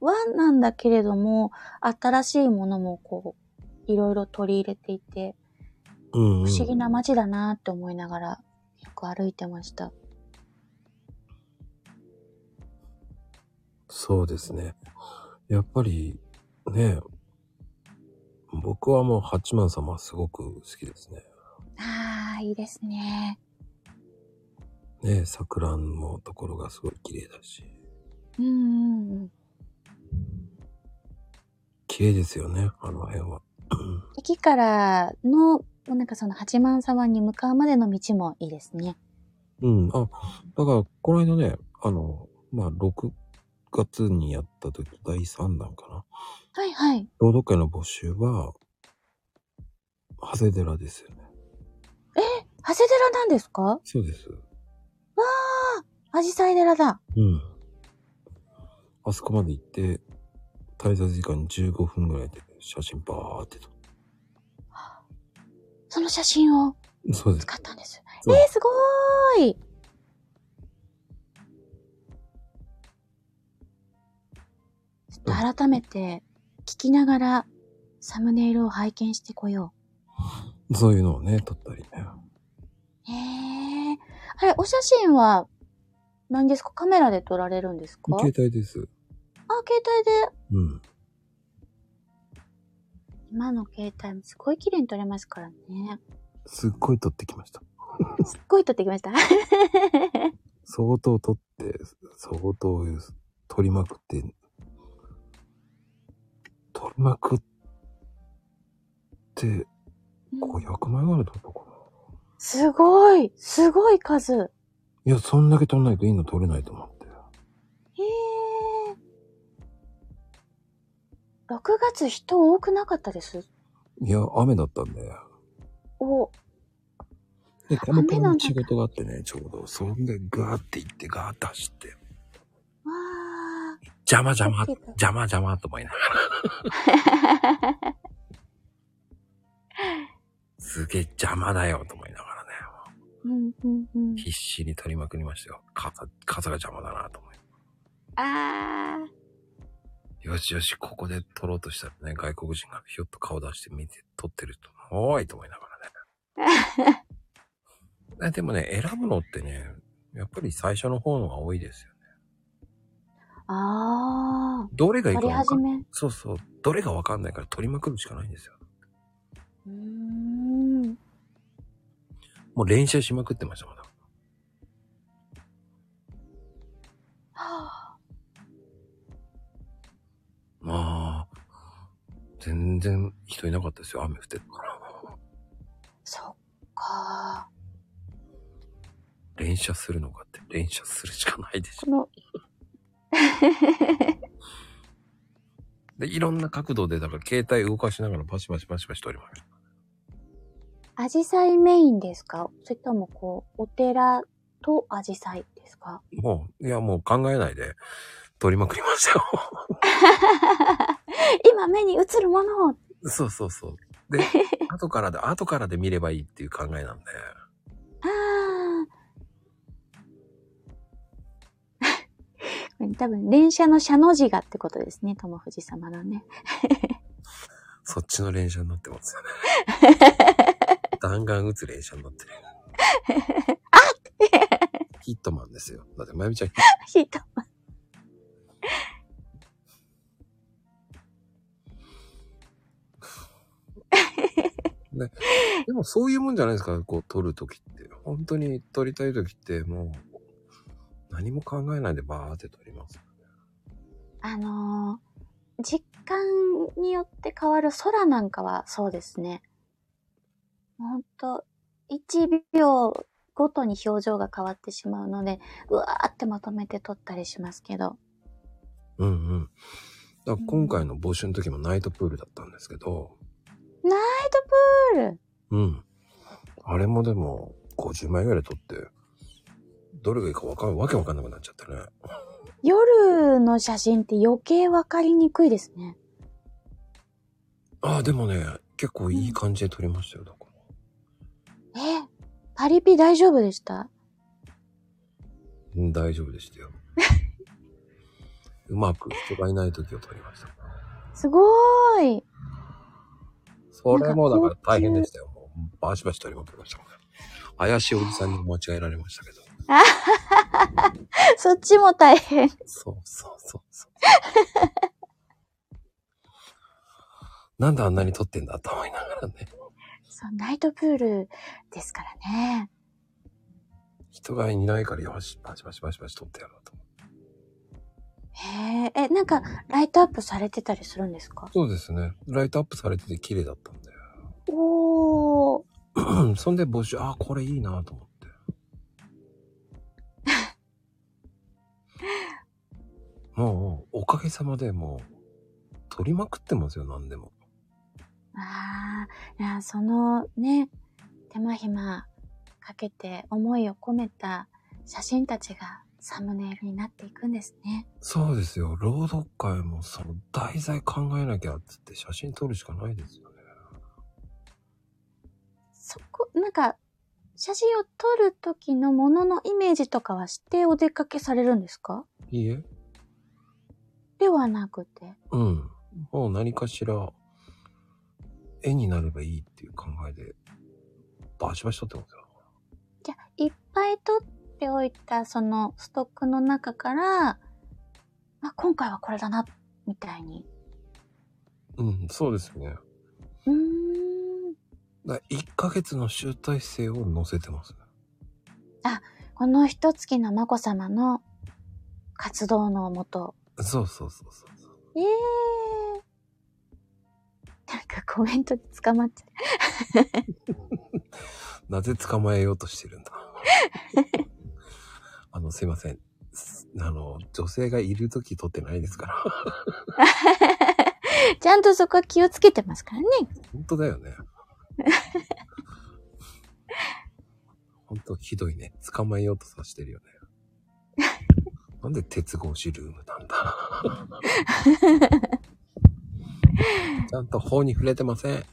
和なんだけれども、新しいものもこう、いろいろ取り入れていて、
うん、うん。
不思議な街だなって思いながら、よく歩いてました。
そうですね。やっぱり、ね、僕はもう八幡様すごく好きですね。
ああ、いいですね。
ね、桜のところがすごい綺麗だし。
うんうんうん。
綺麗ですよね、あの辺は。
駅からの、なんかその八幡様に向かうまでの道もいいですね。
うん、あ、だから、この間ね、あの、まあ、6月にやった時、第3弾かな。
はいはい。
朗読会の募集は、長谷寺ですよね。
長谷寺なんですかわ
そうです。
あ、紫陽花寺だ。
うん。あそこまで行って、滞在時間15分ぐらいで写真バーってと。
その写真を
そうです。
使ったんです。え
そう
ー、すごーい。ちょっと改めて聞きながらサムネイルを拝見してこよ
そういうのをね、撮ったりね。
う。えー、あれ、お写真は何ですかカメラで撮られるんですかあ、
携
携
帯です。
帯で
うん。
今の携帯もすごい綺麗に撮れますからね。
すっごい撮ってきました。
すっごい撮ってきました。
相当撮って、相当撮りまくって、撮りまくって、500枚ぐらい撮ったかな。
すごいすごい数
いや、そんだけ撮んないといいの撮れないと思って。
へえ。6月人多くなかったです
いや、雨だったんだよ。
お、
で、たまた
雨な
ま
んだ
仕事があってね、ちょうど。そんで、ガーって行って、ガーって走って。
わ
邪魔邪魔、
走ってた
邪魔邪魔と思いながら。
ー。
すげえ邪魔だよと思いながらね。
うんうんうん。
必死に撮りまくりましたよ。傘、傘が邪魔だなと思い。
あー。
よしよし、ここで撮ろうとしたらね、外国人がひょっと顔出して見て撮ってると、おーいと思いなが らね。ねでもね、選ぶのってね、やっぱり最初の方のが多いですよね。
あ
どれがい
ー。
い
撮
か
り
わ
始
かん
め。う
そうそう、どれがわかんないから撮りまくるしかないんですよ。
ーん。
もう練習しまくってましたもん。
は
まあ、全然人いなかったですよ、雨降ってるから。
あそっか。
連射するのかって、連射するしかないでしょ。
この、
で、いろんな角度で、だから携帯動かしながらバシバシバシバシ撮ります。
アジサイメインですかそれともこう、お寺とアジサイですか
もう、いや、もう考えないで、撮りまくりましたよ。
今目に映るもの
そうそうそう。 で、後からで、後からで見ればいいっていう考えなんで。
あー多分、連写の写の字がってことですね、友藤様のね。
そっちの連射になってますよね。 弾丸打つ連射になってる。ヒットマンですよ。だって、まゆみちゃん、
ひどい
でもそういうもんじゃないですか、こう撮るときって。本当に撮りたいときって、もう、何も考えないでバーって撮ります。
あのー実感によって変わる空なんかはそうですね。ほんと、1秒ごとに表情が変わってしまうので、うわーってまとめて撮ったりしますけど。
うんうん。だから今回の募集の時もナイトプールだったんですけど、
ナイトプ
う
ール
ん。あれもでも、50枚ぐらい撮って、どれがいいかわかん、わけわかんなくなっちゃってね。
夜の写真って余計わかりにくいですね。
ああ、でもね、結構いい感じで撮りましたよ、だから。
えパリピ大丈夫でした
うん、大丈夫でした よ。うまく人がいない時を撮りました。
すごーい。
それもだから大変でしたよ。もうバシバシ取りまくりましたもんね。怪しいおじさんに間違えられましたけど。
そっちも大変。
そうそうそうそう。 なんであんなに撮ってんだと思いながらね。
そう、ナイトプールですからね。
人がいないからよし、バシバシバシバシ撮ってやろうと思って。
へえ、え、なんか、ライトアップされてたりするんですか
そうですね。ライトアップされてて綺麗だったん
おー。
で。そんで募集、あ、これいいなと思って。もう、おかげさまでもう、撮りまくってますよ、何でも。
ああ、いや、そのね、手間暇かけて思いを込めた写真たちがサムネイルになっていくんですね。
そうですよ。朗読会もその題材考えなきゃって言って写真撮るしかないですよね。
そこ、なんか、写真を撮る時のもののイメージとかはしてお出かけされるんですか
いいえ。
ではなくて。
うん。もう何かしら、絵になればいいっていう考えで、バシバシ撮ってますよ。
じゃあ、いっぱい撮っておいたそのストックの中から、あ、今回はこれだな、みたいに。
うん、そうですね。
うーん。
だ1ヶ月の集大成を載せてますね。
この一月のまこさまの活動のもと。
そうそうそうそうそう。
ええー。 なんかコメントで捕まっちゃ
なぜ捕まえようとしてるん だあの、すいません。すあの、女性がいる時撮ってないですから。
う。ちゃんとそこは気をつけてますからね。
本当だよね。本当ひどいね。捕まえようとさしてるよね。なんで鉄格子ルームなんだ。 ちゃんと法に触れてません。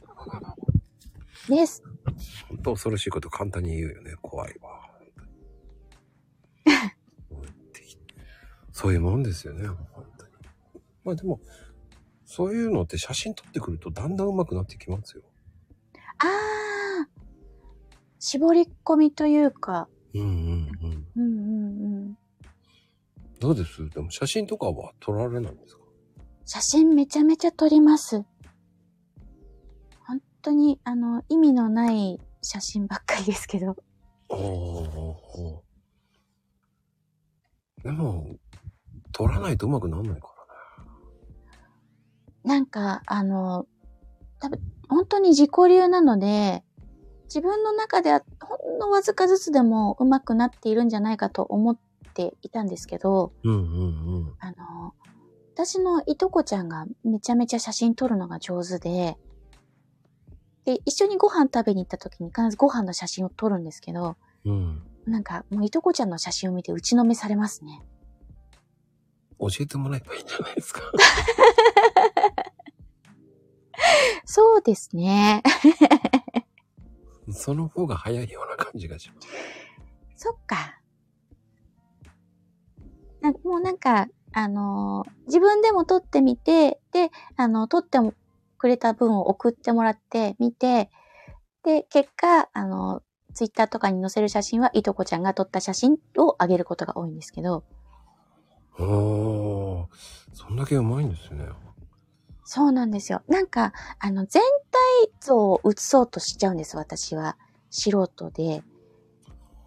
です。
本当恐ろしいこと簡単に言うよね。怖いわ。うんそういうもんですよね。本当に。まあでも、そういうのって写真撮ってくるとだんだん上手くなってきますよ。
ああ。絞り込みというか。
うんうんうん。
うんうんうん。
どうですでも写真とかは撮られないんですか
写真めちゃめちゃ撮ります。本当に、あの、意味のない写真ばっかりですけど。
ああ。でも、撮らないとうまくなんないか
なんか、あの、多分、本当に自己流なので、自分の中ではほんのわずかずつでも上手くなっているんじゃないかと思っていたんですけど、
うんうんうん。
あの、私のいとこちゃんがめちゃめちゃ写真撮るのが上手で、で、一緒にご飯食べに行った時に必ずご飯の写真を撮るんですけど、
うん。
なんかもういとこちゃんの写真を見て打ちのめされますね。
教えてもらえばいいんじゃないです か。
そうですね。
その方が早いような感じがします。
そっか。なもうなんか、あのー自分でも撮ってみて、で、あの、撮ってもくれた分を送ってもらってみて、で、結果、あの、ツイッターとかに載せる写真はいとこちゃんが撮った写真をあげることが多いんですけど、
おー、そんだけうまいんですね。
そうなんですよ。なんか、あの、全体像を写そうとしちゃうんです、私は。素人で。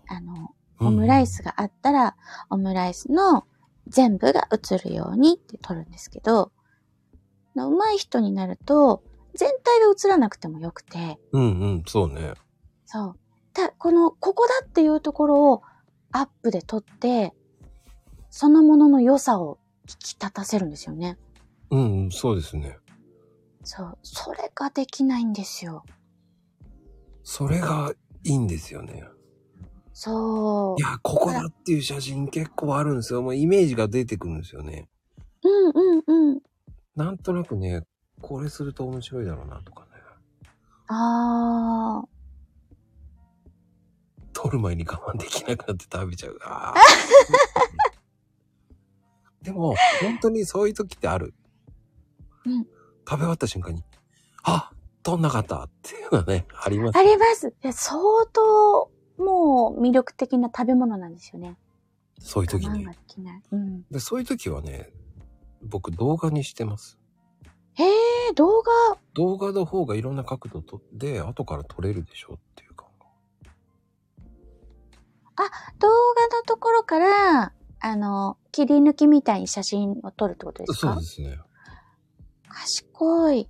あの、
うん
オムライ。スがあったら、オムライスの全部が映るようにって撮るんですけど、の上手い人になると、全体が映らなくてもよくて、
うんうん、そうね。
そう。た、この、ここだっていうところをアップで撮って、そのものの良さを引き立たせるんですよね。
うんうん、そうですね。
そう。それができないんですよ。
それがいいんですよね。
そう
い。や、ここだっていう写真結構あるんですよ。もうイメージが出てくるんですよね。
うんうんうん。
なんとなくね、これすると面白いだろうなとかね。
あー。
撮る前に我慢できなくなって食べちゃう。あー でも、本当にそういう時ってある。
うん
食べ終わった瞬間に、あ撮んなかったっていうのはね、あります
あ。ります。いや相当、もう魅力的な食べ物なんですよね。
そういう時
我慢
に
が。できない。うん。
で、そういう時はね、僕動画にしてます。
へえ、動画。
動画の方がいろんな角度とで、後から撮れるでしょっていうか。
動画のところから、あの、切り抜きみたいに写真を撮るってことです
そう
か
ですね。
賢い。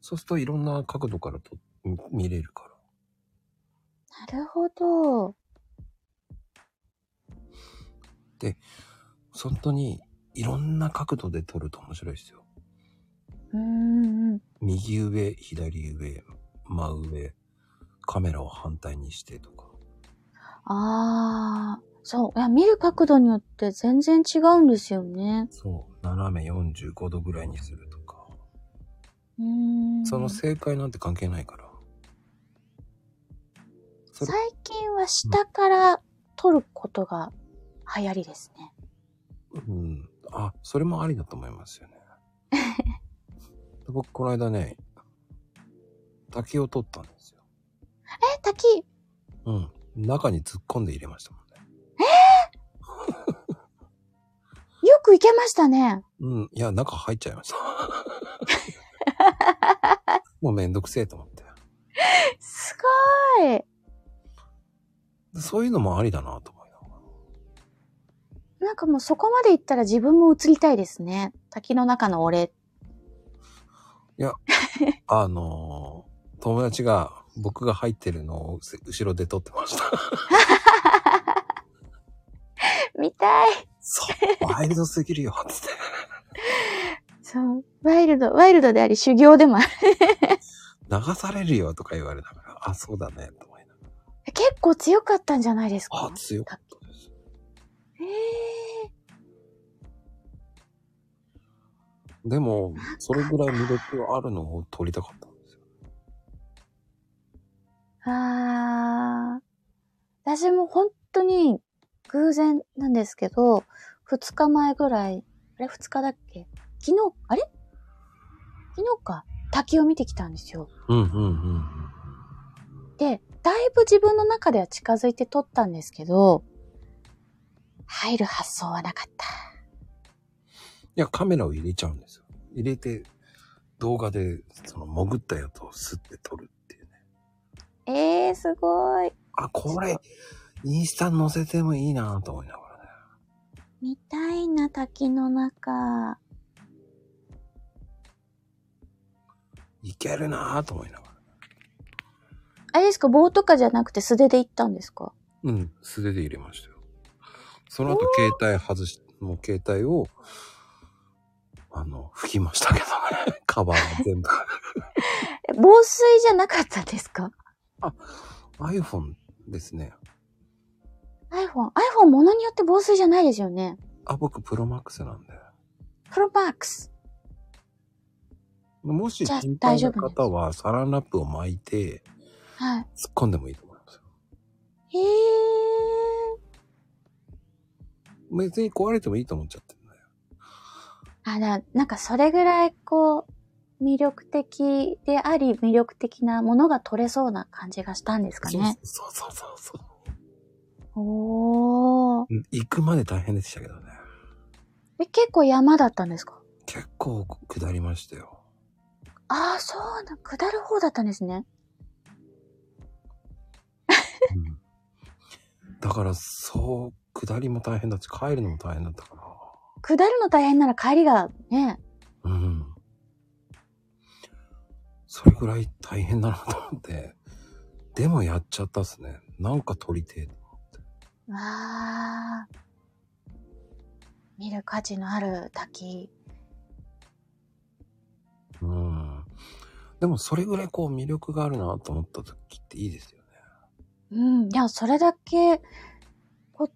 そうするといろんな角度からと見見れるから。
なるほど。
本当にいろんな角度で撮ると面白いですよ。
うんうん。
右上、左上、真上、カメラを反対にしてとか。
ああ。そう。いや、見る角度によって全然違うんですよね。
そう。斜め45度ぐらいにするとか。
うーん。
その正解なんて関係ないから。それ
最近は下から撮ることが流行りですね。
うん。あ、それもありだと思いますよね。僕、この間ね、滝を撮ったんですよ。
え、滝、
うん。中に突っ込んで入れましたもんね。
よく行けましたね。
うん。いや、中入っちゃいました。もうめんどくせえと思って。
すごい。
そういうのもありだなと思いながら。
なんかもうそこまで行ったら自分も映りたいですね。滝の中の俺。
あのー友達が僕が入ってるのをせ後ろで撮ってました。
見たい。
そう、ワイルドすぎるよ、つって。
そう。ワイルド、ワイルドであり修行でもある。
流されるよとか言われながら、あ、そうだね、と思いなが
結構強かったんじゃないです
ら。
か
あ、強かったです。
へえ。
でも、それぐらい魅力あるのを撮りたかったんですよ。
あー。私も本当に偶然なんですけど、二日前ぐらい、あれ二日だっけ昨日、あれ昨日か、滝を見てきたんですよ。
うんうんうん。
で、だいぶ自分の中では近づいて撮ったんですけど、入る発想はなかった。
いや、カメラを入れちゃうんですよ。入れて、動画で、その、潜ったやつを吸って撮るっていうね。
ええー、すごい。
あ、これ、インスタに載せてもいいなと思いながらね。
見たいな、滝の中。
いけるなと思いながら。
あれですか、棒とかじゃなくて素手で行ったんですか
うん、素手で入れましたよ。その後、携帯外し、もう携帯を、あの、拭きましたけどね。 カバーも全部。
え防水じゃなかったんですか
iPhone ですね。
?iPhone。iPhone ものによって防水じゃないですよね。
あ、僕、プロマックスなんで。
プロマックス。
もし、
じゃあ
心
大
配
丈夫
な
です
方は、サランラップを巻いて、
は
突っ込んでもいいと思いますよ。
い。へえ。
別に壊れてもいいと思っちゃってるんだよ。
あら、なんかそれぐらいこう、魅力的であり、魅力的なものが取れそうな感じがしたんですかね。
そうそうそうそうそう。
おー。
うん行くまで大変でしたけどね。
え、結構山だったんですか
結構下りましたよ。
ああ、そうな、下る方だったんですね。
うんだから、そう、下りも大変だし、帰るのも大変だったか
下るの大変なら帰りがね、
ら。うん。それぐらい大変だなと思って。でもやっちゃったっすね。なんか撮りてえ。
わあ。見る価値のある滝。
うん。でもそれぐらいこう魅力があるなと思った時っていいですよね。
うん。いや、それだけ、こう、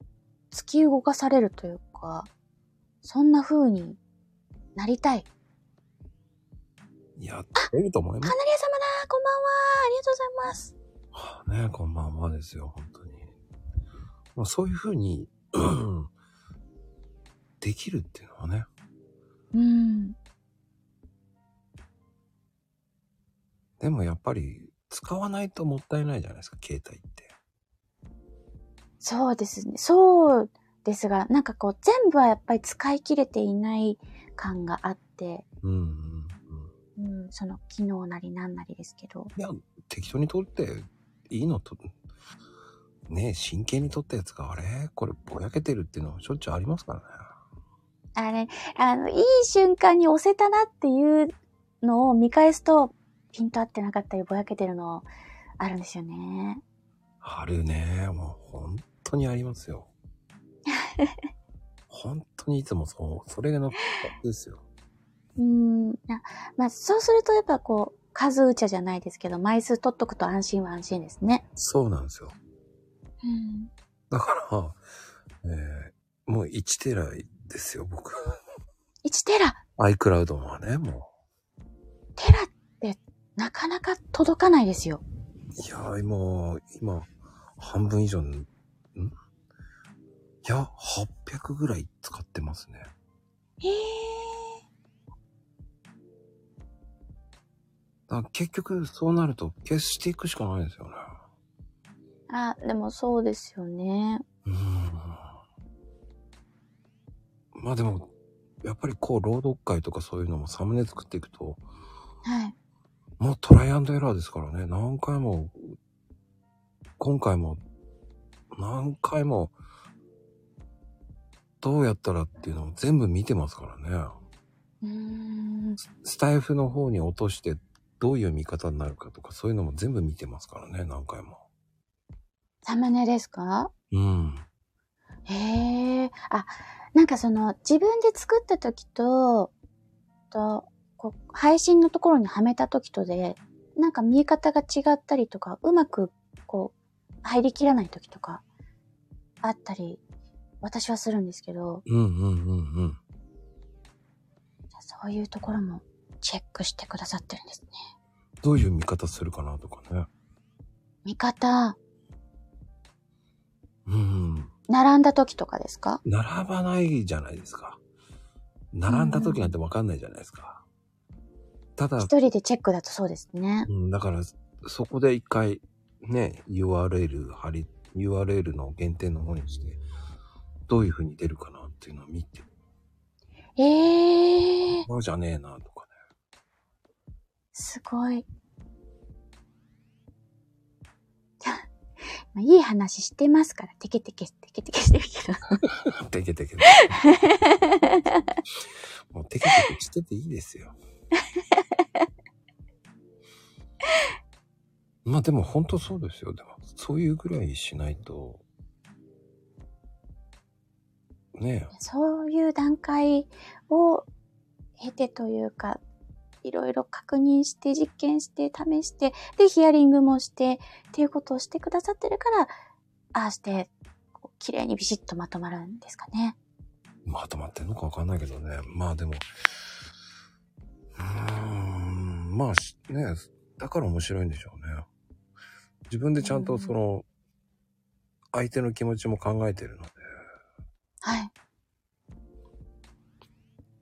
突き動かされるというか、そんな風になりたい。
いや、撮れると思いま
カナ
す
リア様だこんばんはありがとうございます
はあね。こんばんはですよ、本当に。もうそういうふうに、うんできるっていうのはね。
うん。
でもやっぱり使わないともったいないじゃないですか、携帯って。
そうですね。そうですが、なんかこう、全部はやっぱり使い切れていない感があって、
うんうんうん。
うん、その機能なりなんなりですけど。
いや、適当に撮っていいのと、ねえ真剣に撮ったやつがあれこれぼやけてるっていうのはしょっちゅうありますからね。
あれ、あの、いい瞬間に押せたなっていうのを見返すと、ピント合ってなかったり、ぼやけてるの、あるんですよね。
あるね。もう本当にありますよ。 本当にいつもそう。それがのですよ。
うん。あまあ、そうすると、やっぱこう、数打ちゃじゃないですけど、枚数取っとくと安心は安心ですね。
そうなんですよ。
うん。
だから、えーもう1テラですよ、僕。
1テラ
iCloud もはね、も
テラって、なかなか届かないですよ。
う。いやー、もう、今、半分以上に、んいや、800ぐらい使ってますね。
へえ。
だから結局、そうなると消していくしかないですよね。
あ、でもそうですよね。
うーん。まあでも、やっぱりこう、朗読会とかそういうのもサムネ作っていくと、
はい。
もうトライアンドエラーですからね。何回も、今回も、何回も、どうやったらっていうのを全部見てますからね。
うーん。
スタイフの方に落として、どういう見方になるかとか、そういうのも全部見てますからね、何回も。
サムネですか
うん。
へえ。あ、なんかその、自分で作った時と、と、こう、配信のところにはめた時とで、なんか見え方が違ったりとか、うまく、こう、入りきらない時とか、あったり、私はするんですけど、
うんうんうんうん。
そういうところもチェックしてくださってるんですね。
どういう見方するかなとかね。
見方、
うん。
並んだ時とかですか
並ばないじゃないですか。並んだ時なんてわかんないじゃないですか。ただ、
一人でチェックだとそうですね。
うん、だから、そこで一回、ね、URL 貼り、URL の限定の方にして、どういう風に出るかなっていうのを見て、
ええー、
そうじゃねえなとかね。
すごい。 まあいい話してますから、テケテケ、テケテケしてるけど。
テケテケ。もうテケテケしてていいですよ。 まあでも本当そうですよ。でも、そういうぐらいしないと、ねえ、
そういう段階を経てというか、いろいろ確認して、実験して、試して、で、ヒアリングもして、っていうことをしてくださってるから、ああして、こう綺麗にビシッとまとまるんですかね。
まとまってんのかわかんないけどね。まあでも、うーん、まあしねえ、だから面白いんでしょうね。自分でちゃんとその、相手の気持ちも考えてるので、
はい。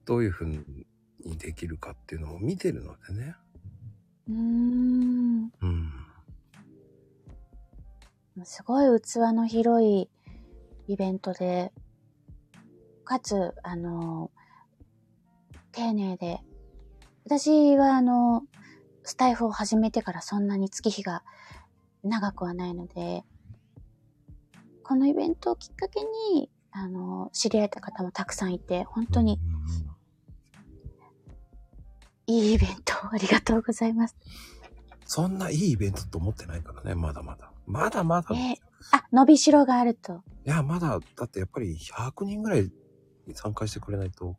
どういうふうにできるかっていうのも見てるのでね。
うーん。
うん。
すごい器の広いイベントで、かつ、あの、丁寧で、私はあの、スタイフを始めてからそんなに月日が長くはないので、このイベントをきっかけに、あの、知り合えた方もたくさんいて、本当
う
に
ん
いいイベントをありがとうございます。
そんないいイベントと思ってないからね、まだまだ。まだまだ。
ええあ、伸びしろがあると。
いや、まだ、だってやっぱり100人ぐらい参加してくれないと、っ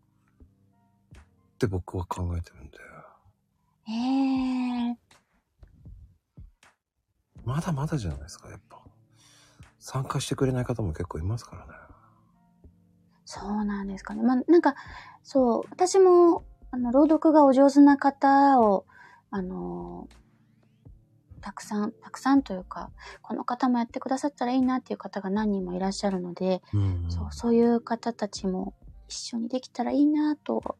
て僕は考えてるんで、
ええ
まだまだじゃないですか、やっぱ。参加してくれない方も結構いますからね。
そうなんですかね。まあ、なんか、そう、私も、あの、朗読がお上手な方を、あのーたくさん、たくさんというか、この方もやってくださったらいいなっていう方が何人もいらっしゃるので、
うん、うん。
そう、そういう方たちも一緒にできたらいいなと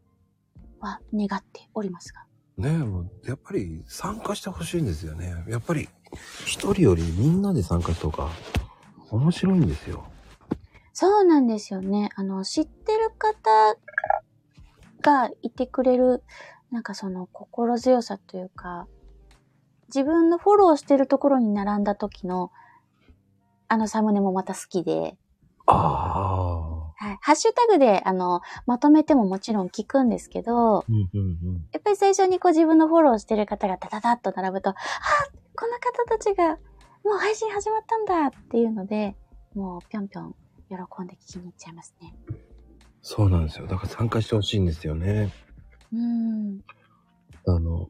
は願っておりますが。
ねえ、もう、やっぱり参加してほしいんですよね。やっぱり、一人よりみんなで参加した方が面白いんですよ。
そうなんですよね。あの、知ってる方がいてくれる、なんかその心強さというか、自分のフォローしてるところに並んだ時の、あのサムネもまた好きで、
ああ。
はい、ハッシュタグで、あの、まとめてももちろん聞くんですけど、
うんうんうん。
やっぱり最初にこう自分のフォローしてる方がダダダッと並ぶと、あこの方たちがもう配信始まったんだっていうので、もうぴょんぴょん喜んで聞きに行っちゃいますね。
そうなんですよ。だから参加してほしいんですよね。
うん。
あの、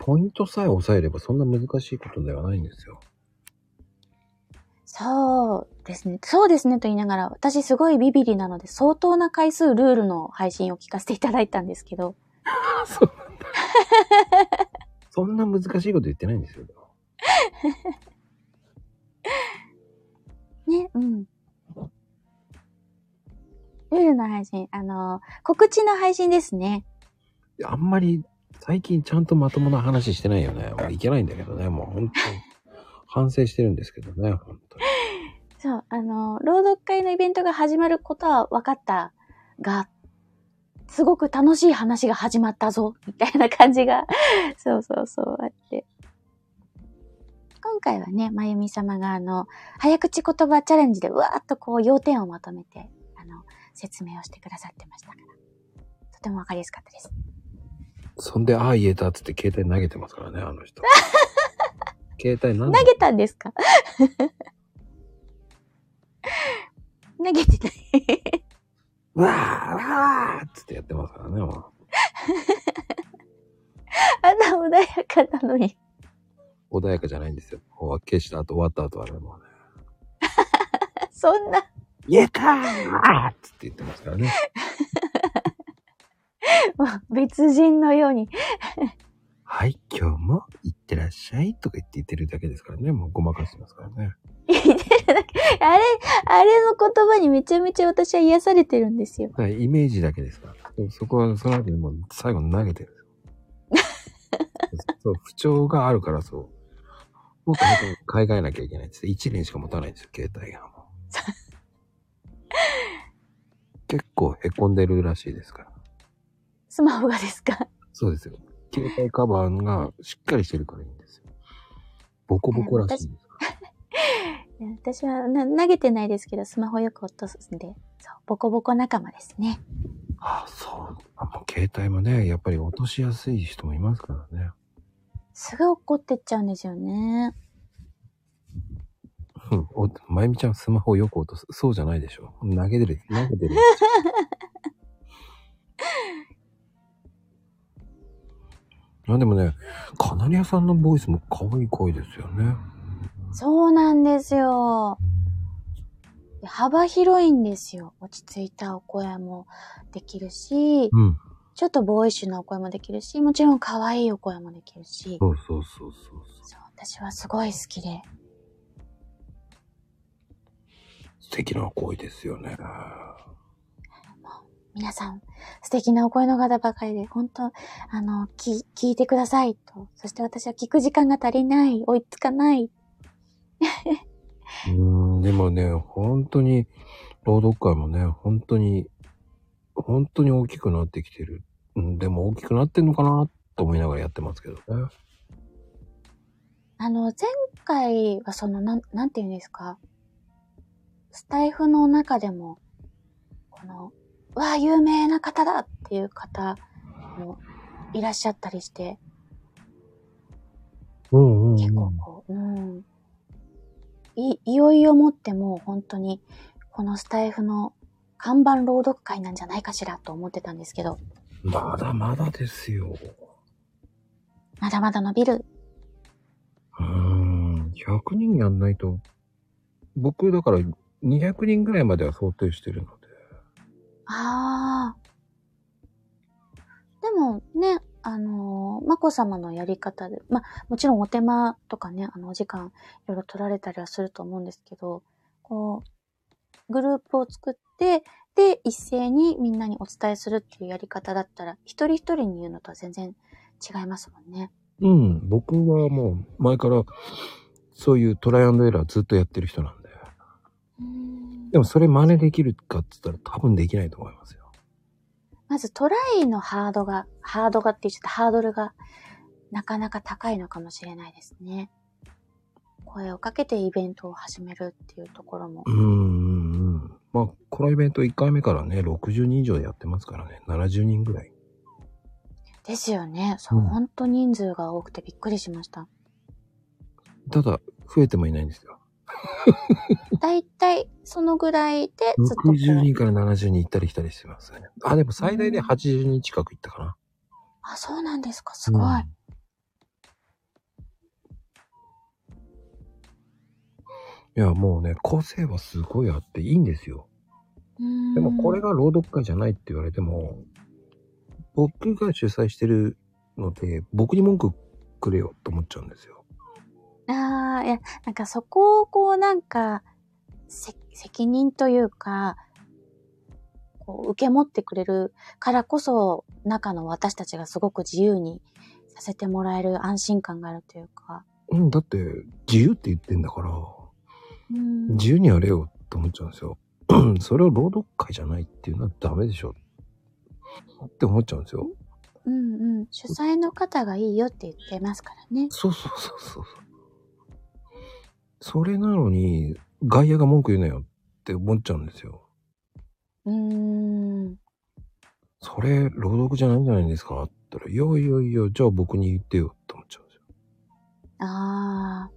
ポイントさえ抑えればそんな難しいことではないんですよ。
そうですね。そうですねと言いながら、私すごいビビリなので、相当な回数ルールの配信を聞かせていただいたんですけど、
そうなんだ。そんな難しいこと言ってないんですよ。
ね、うん。ルールの配信、あの、告知の配信ですね。
あんまり最近ちゃんとまともな話してないよね。俺いけないんだけどね。もう本当に反省してるんですけどね。本当に。
そう、あの、朗読会のイベントが始まることは分かったが、すごく楽しい話が始まったぞ、みたいな感じが、 そうそうそう、あって。今回はね、まゆみ様があの、早口言葉チャレンジでうわーっとこう要点をまとめて、あの、説明をしてくださってましたから。とても分かりやすかったです。
そんで、ああ言えたっつって携帯投げてますからね、あの 人。携帯なん
投げたんですか 投げてない。
わーわーっつってやってますからね。もう
あんな穏やかなのに。
穏やかじゃないんですよ。こう消した後終わった後はね、もうね、
そんな。
言えたーっつって言ってますからね。
もう 別人のように。
はい、今日も行ってらっしゃいとか言って言ってるだけですからね。もうごまかしてますからね。
あれ、あれの言葉にめちゃめちゃ私は癒されてるんですよ。
はい、イメージだけですから。でもそこは、その後にもう最後に投げてるんですよ。そう、不調があるからそう。もっと買い替えなきゃいけないっつって、1年しか持たないんですよ、携帯が。もう結構へこんでるらしいですから。
スマホがですか
そうですよ。携帯カバーがしっかりしてるからいいんですよ。ボコボコらしいんですから。
いや私はな投げてないですけど、スマホよく落とすんで、そう、ボコボコ仲間ですね。
ああ、そう。あもう携帯もね、やっぱり落としやすい人もいますからね。
すぐ怒ってっちゃうんですよね。
うんおまゆみちゃんスマホをよく落とす。そうじゃないでしょ。投げてる、投げてる。 まあでもね、カナリアさんのボイスも可愛い声ですよね。
そうなんですよ。で幅広いんですよ。落ち着いたお声もできるし、
うん。
ちょっとボーイッシュなお声もできるし、もちろん可愛いお声もできるし、
そうそうそうそうそう。
そう、私はすごい好きで。
素敵な声ですよね。
皆さん、素敵なお声の方ばかりで、本当あの、き、聞いてくださいと。そして私は聞く時間が足りない、追いつかない。
うーん、でもね、本当に、朗読会もね、本当に、本当に大きくなってきてる。うん、でも大きくなってんのかなと思いながらやってますけどね。
あの、前回はその、なん、なんて言うんですか。スタイフの中でも、この、うわあ、有名な方だっていう方もいらっしゃったりして、
うんうん、うん。
結構こう、うん。い、いよいよもってもう本当に、このスタイフの看板朗読会なんじゃないかしらと思ってたんですけど、
まだまだですよ。
まだまだ伸びる。
うーん、100人やんないと、僕だから200人ぐらいまでは想定してるので。
ああ。でもね、あのー、まこさまのやり方で、まあ、もちろんお手間とかね、あの、お時間、いろいろ取られたりはすると思うんですけど、こう、グループを作って、で、一斉にみんなにお伝えするっていうやり方だったら、一人一人に言うのとは全然違いますもんね。
うん、僕はもう前からそういうトライアンドエラーずっとやってる人なんで。でもそれ真似できるかって言ったら多分できないと思いますよ。
まずトライのハードが、ハードがって言っちゃったハードルがなかなか高いのかもしれないですね。声をかけてイベントを始めるっていうところも
う。んうんうん。まあ、このイベント1回目からね、60人以上やってますからね、70人ぐらい。
ですよね。そう、
うん
本当人数が多くてびっくりしました。
ただ、増えてもいないんですよ。
だいたいそのぐらいでずっとこう。
60人から70人行ったり来たりしてますね。あ、でも最大で80人近く行ったかな。
あ、そうなんですか。すごい。
うんいや、もうね、個性はすごいあっていいんですよ。
うん
でもこれが朗読会じゃないって言われても、僕が主催してるので、僕に文句くれよと思っちゃうんですよ。
ああ、いや、なんかそこをこうなんか、せ責任というか、こう受け持ってくれるからこそ、中の私たちがすごく自由にさせてもらえる安心感があるというか。
うん、だって、自由って言ってんだから、
うん
自由にやれよって思っちゃうんですよ。それを朗読会じゃないっていうのはダメでしょ。って思っちゃうんですよ。
うんうん。主催の方がいいよって言ってますからね。
そうそうそうそうそう。それなのに、外野が文句言うなよって思っちゃうんですよ。
うーん。
それ、朗読じゃないんじゃないですかって言ったら、いやいやいや、じゃあ僕に言ってよって思っちゃうんですよ。
ああ。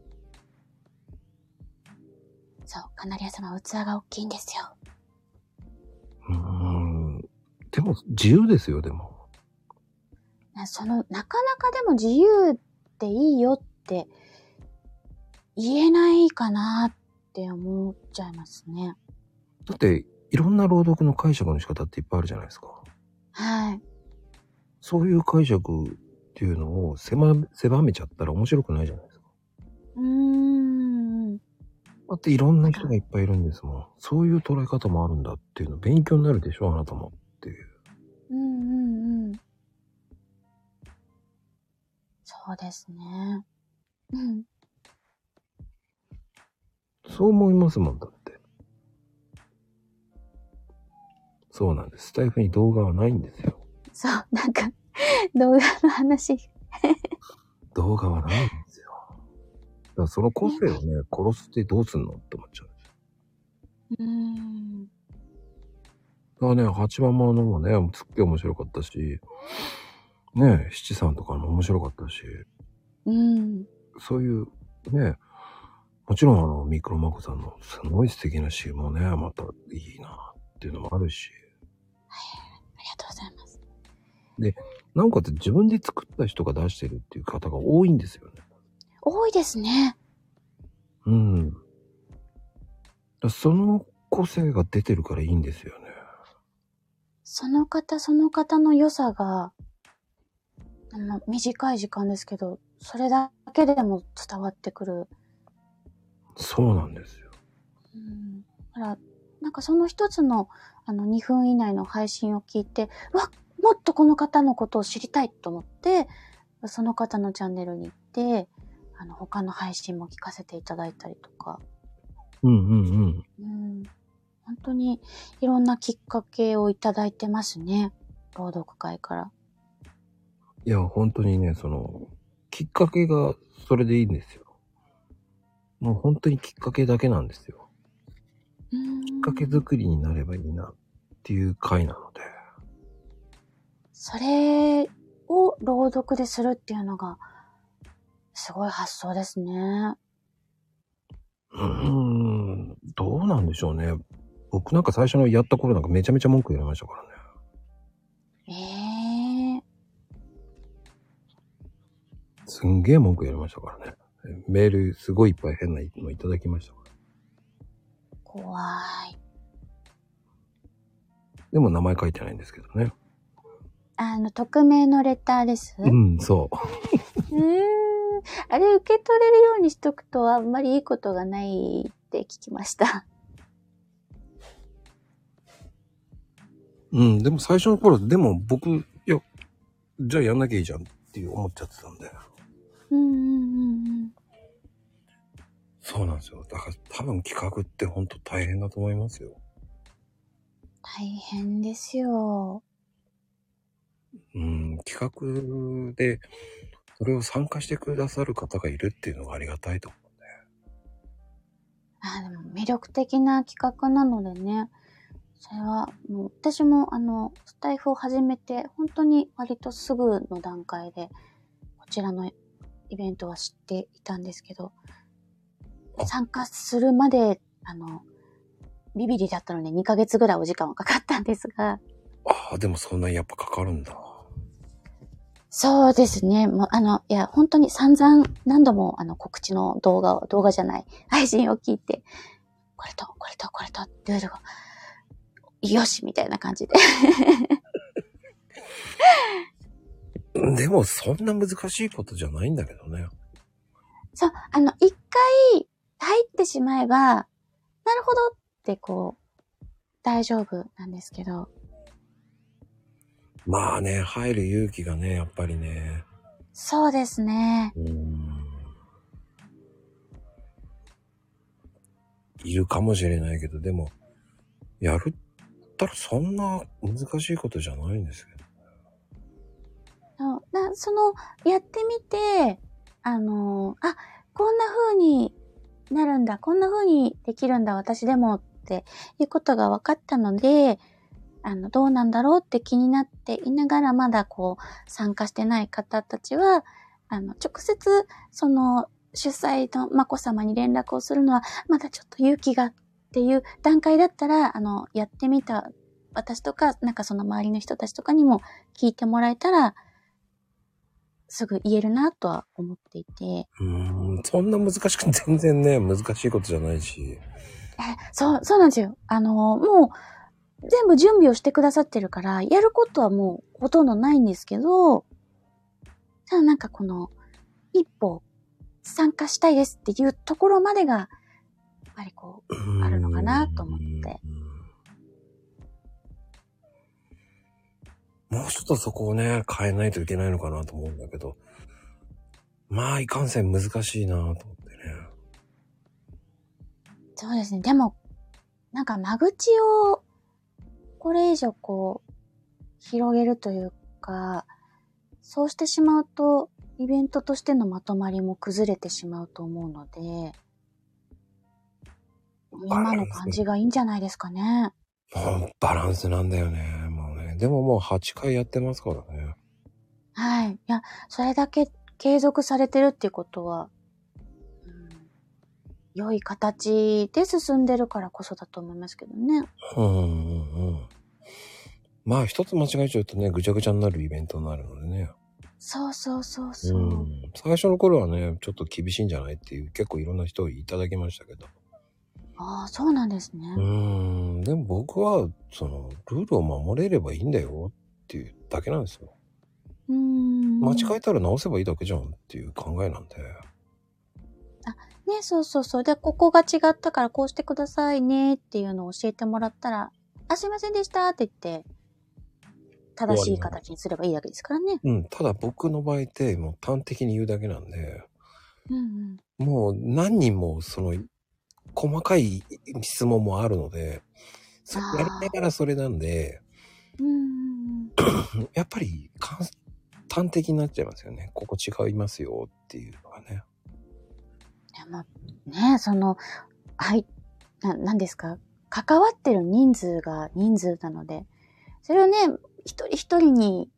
そう、カナリア様、器が大きいんですよ。
うーん。でも、自由ですよ、でも。
なその、なかなかでも自由っていいよって言えないかなって思っちゃいますね。
だって、いろんな朗読の解釈の仕方っていっぱいあるじゃないですか。
はい。
そういう解釈っていうのを狭め狭めちゃったら面白くないじゃないですか。
うーん。
だっていろんな人がいっぱいいるんですもん。そういう捉え方もあるんだっていうの勉強になるでしょ、あなたもっていう。
うんうんうん。そうですね。うん。
そう思いますもんだって。そうなんです。スタイフに動画はないんですよ。
そう、なんか、 動画の話。
動画はないんですよ。だからその個性をね、殺してどうすんのって思っちゃう。
うーん。
だからね、八番間のもね、すっげえ面白かったし、ね、七三とかも面白かったし、
うん。
そういう、ね、もちろんあの、ミクロマコさんのすごい素敵な詩もね、またいいなっていうのもあるし、
ありがとうございます。
なんかって自分で作った人が出してるっていう方が多いんですよね。
多いですね。
うん。だからその個性が出てるからいいんですよね。
その方その方の良さが、あの、短い時間ですけど、それだけでも伝わってくる。
そうなんですよ。
うん。だから、なんかその一つの、あの、2分以内の配信を聞いて、うわもっとこの方のことを知りたいと思って、その方のチャンネルに行って、あの、他の配信も聞かせていただいたりとか、
うんうんうん。
うん。本当にいろんなきっかけをいただいてますね。朗読会から。
いや、本当にね、その、きっかけがそれでいいんですよ。もう本当にきっかけだけなんですよ。
き
きっかけ作りになればいいなっていう回なので。
それを朗読でするっていうのが、すごい発想ですね。
うーん、どうなんでしょうね。僕なんか最初のやった頃なんかめちゃめちゃ文句言われましたからね。
ええ
すんげえ文句言われましたからね。メールすごいいっぱい変なのいただきましたから。
怖い。
でも名前書いてないんですけどね。
あの、匿名のレターです。う
う
ーん。
ん、そ
あれ受け取れるようにしとくとあんまりいいことがないって聞きました。
う。うん、でも最初の頃、でも僕、いや、じゃあやんなきゃいいじゃんっていう思っちゃってたんで。
うんうんうんうん。
そうなんですよ。だから多分企画ってほんと大変だと思いますよ。
大変ですよ。
うん、企画で、それを参加してくださる方がいるっていうのがありがたいと思うんで。
あでも魅力的な企画なのでね、それはもう私もあの、スタイフを始めて本当に割とすぐの段階で、こちらのイベントは知っていたんですけど、参加するまで、あの、ビビリだったので2ヶ月ぐらいお時間はかかったんですが、
ああ、でもそんなにやっぱかかるんだ。
そうですね。もう、あの、いや、本当に散々何度も、あの、告知の動画を、動画じゃない、 配信を聞いて、これと、これと、これと、ルールが、よし、みたいな感じで。
でもそんな難しいことじゃないんだけどね。
そう、あの、一回入ってしまえば、なるほどって、こう、大丈夫なんですけど、
まあね、入る勇気がね、やっぱりね。
そうですね。
うん。いるかもしれないけど、でも、やるったらそんな難しいことじゃないんですけど。
そうなその、やってみて、あの、あ、こんな風になるんだ、こんな風にできるんだ、私でもっていうことが分かったので、あの、どうなんだろうって気になっていながら、まだこう、参加してない方たちは、あの、直接、その、主催のまこさまに連絡をするのは、まだちょっと勇気がっていう段階だったら、あの、やってみた私とか、なんかその周りの人たちとかにも聞いてもらえたら、すぐ言えるなとは思っていて、
うん、そんな難しく、 全然ね、難しいことじゃないし。
えそう、そうなんですよ。あの、もう、全部準備をしてくださってるから、やることはもうほとんどないんですけど、ただなんかこの、一歩参加したいですっていうところまでが、やっぱりこう、あるのかなと思って
うん。もうちょっとそこをね、変えないといけないのかなと思うんだけど、まあ、いかんせん難しいなと思ってね。
そうですね。でも、なんか間口を、これ以上こう、広げるというか、そうしてしまうと、イベントとしてのまとまりも崩れてしまうと思うので、今の感じがいいんじゃないですかね。
もうバランスなんだよね。もうね。でももう8回やってますからね。
はい。いや、それだけ継続されてるっていうことは、うん、良い形で進んでるからこそだと思いますけどね。
うんうんうん。まあ一つ間違えちゃうとね、ぐちゃぐちゃになるイベントになるのでね。
そうそうそうそうう。
ん。最初の頃はね、ちょっと厳しいんじゃないっていう結構いろんな人をいただきましたけど。
ああ、そうなんですね。
うん。でも僕は、その、ルールを守れればいいんだよっていうだけなんですよ。
うーん。
間違えたら直せばいいだけじゃんっていう考えなんで。
ね、そうそうそう。で、ここが違ったからこうしてくださいねっていうのを教えてもらったら、あ、すいませんでしたって言って、正しい形にすればいいだけですからね。
うん。ただ僕の場合って、もう端的に言うだけなんで、
うんうん。
もう何人もその、細かい質問もあるので、そう
あー
やりながらそれなんで、
うんうんうん。
やっぱり簡単的になっちゃいますよね。ここ違いますよっていうのがね。
でも、ね、その、はい、な、なんですか関わってる人数が人数なので、それをね、一人一人に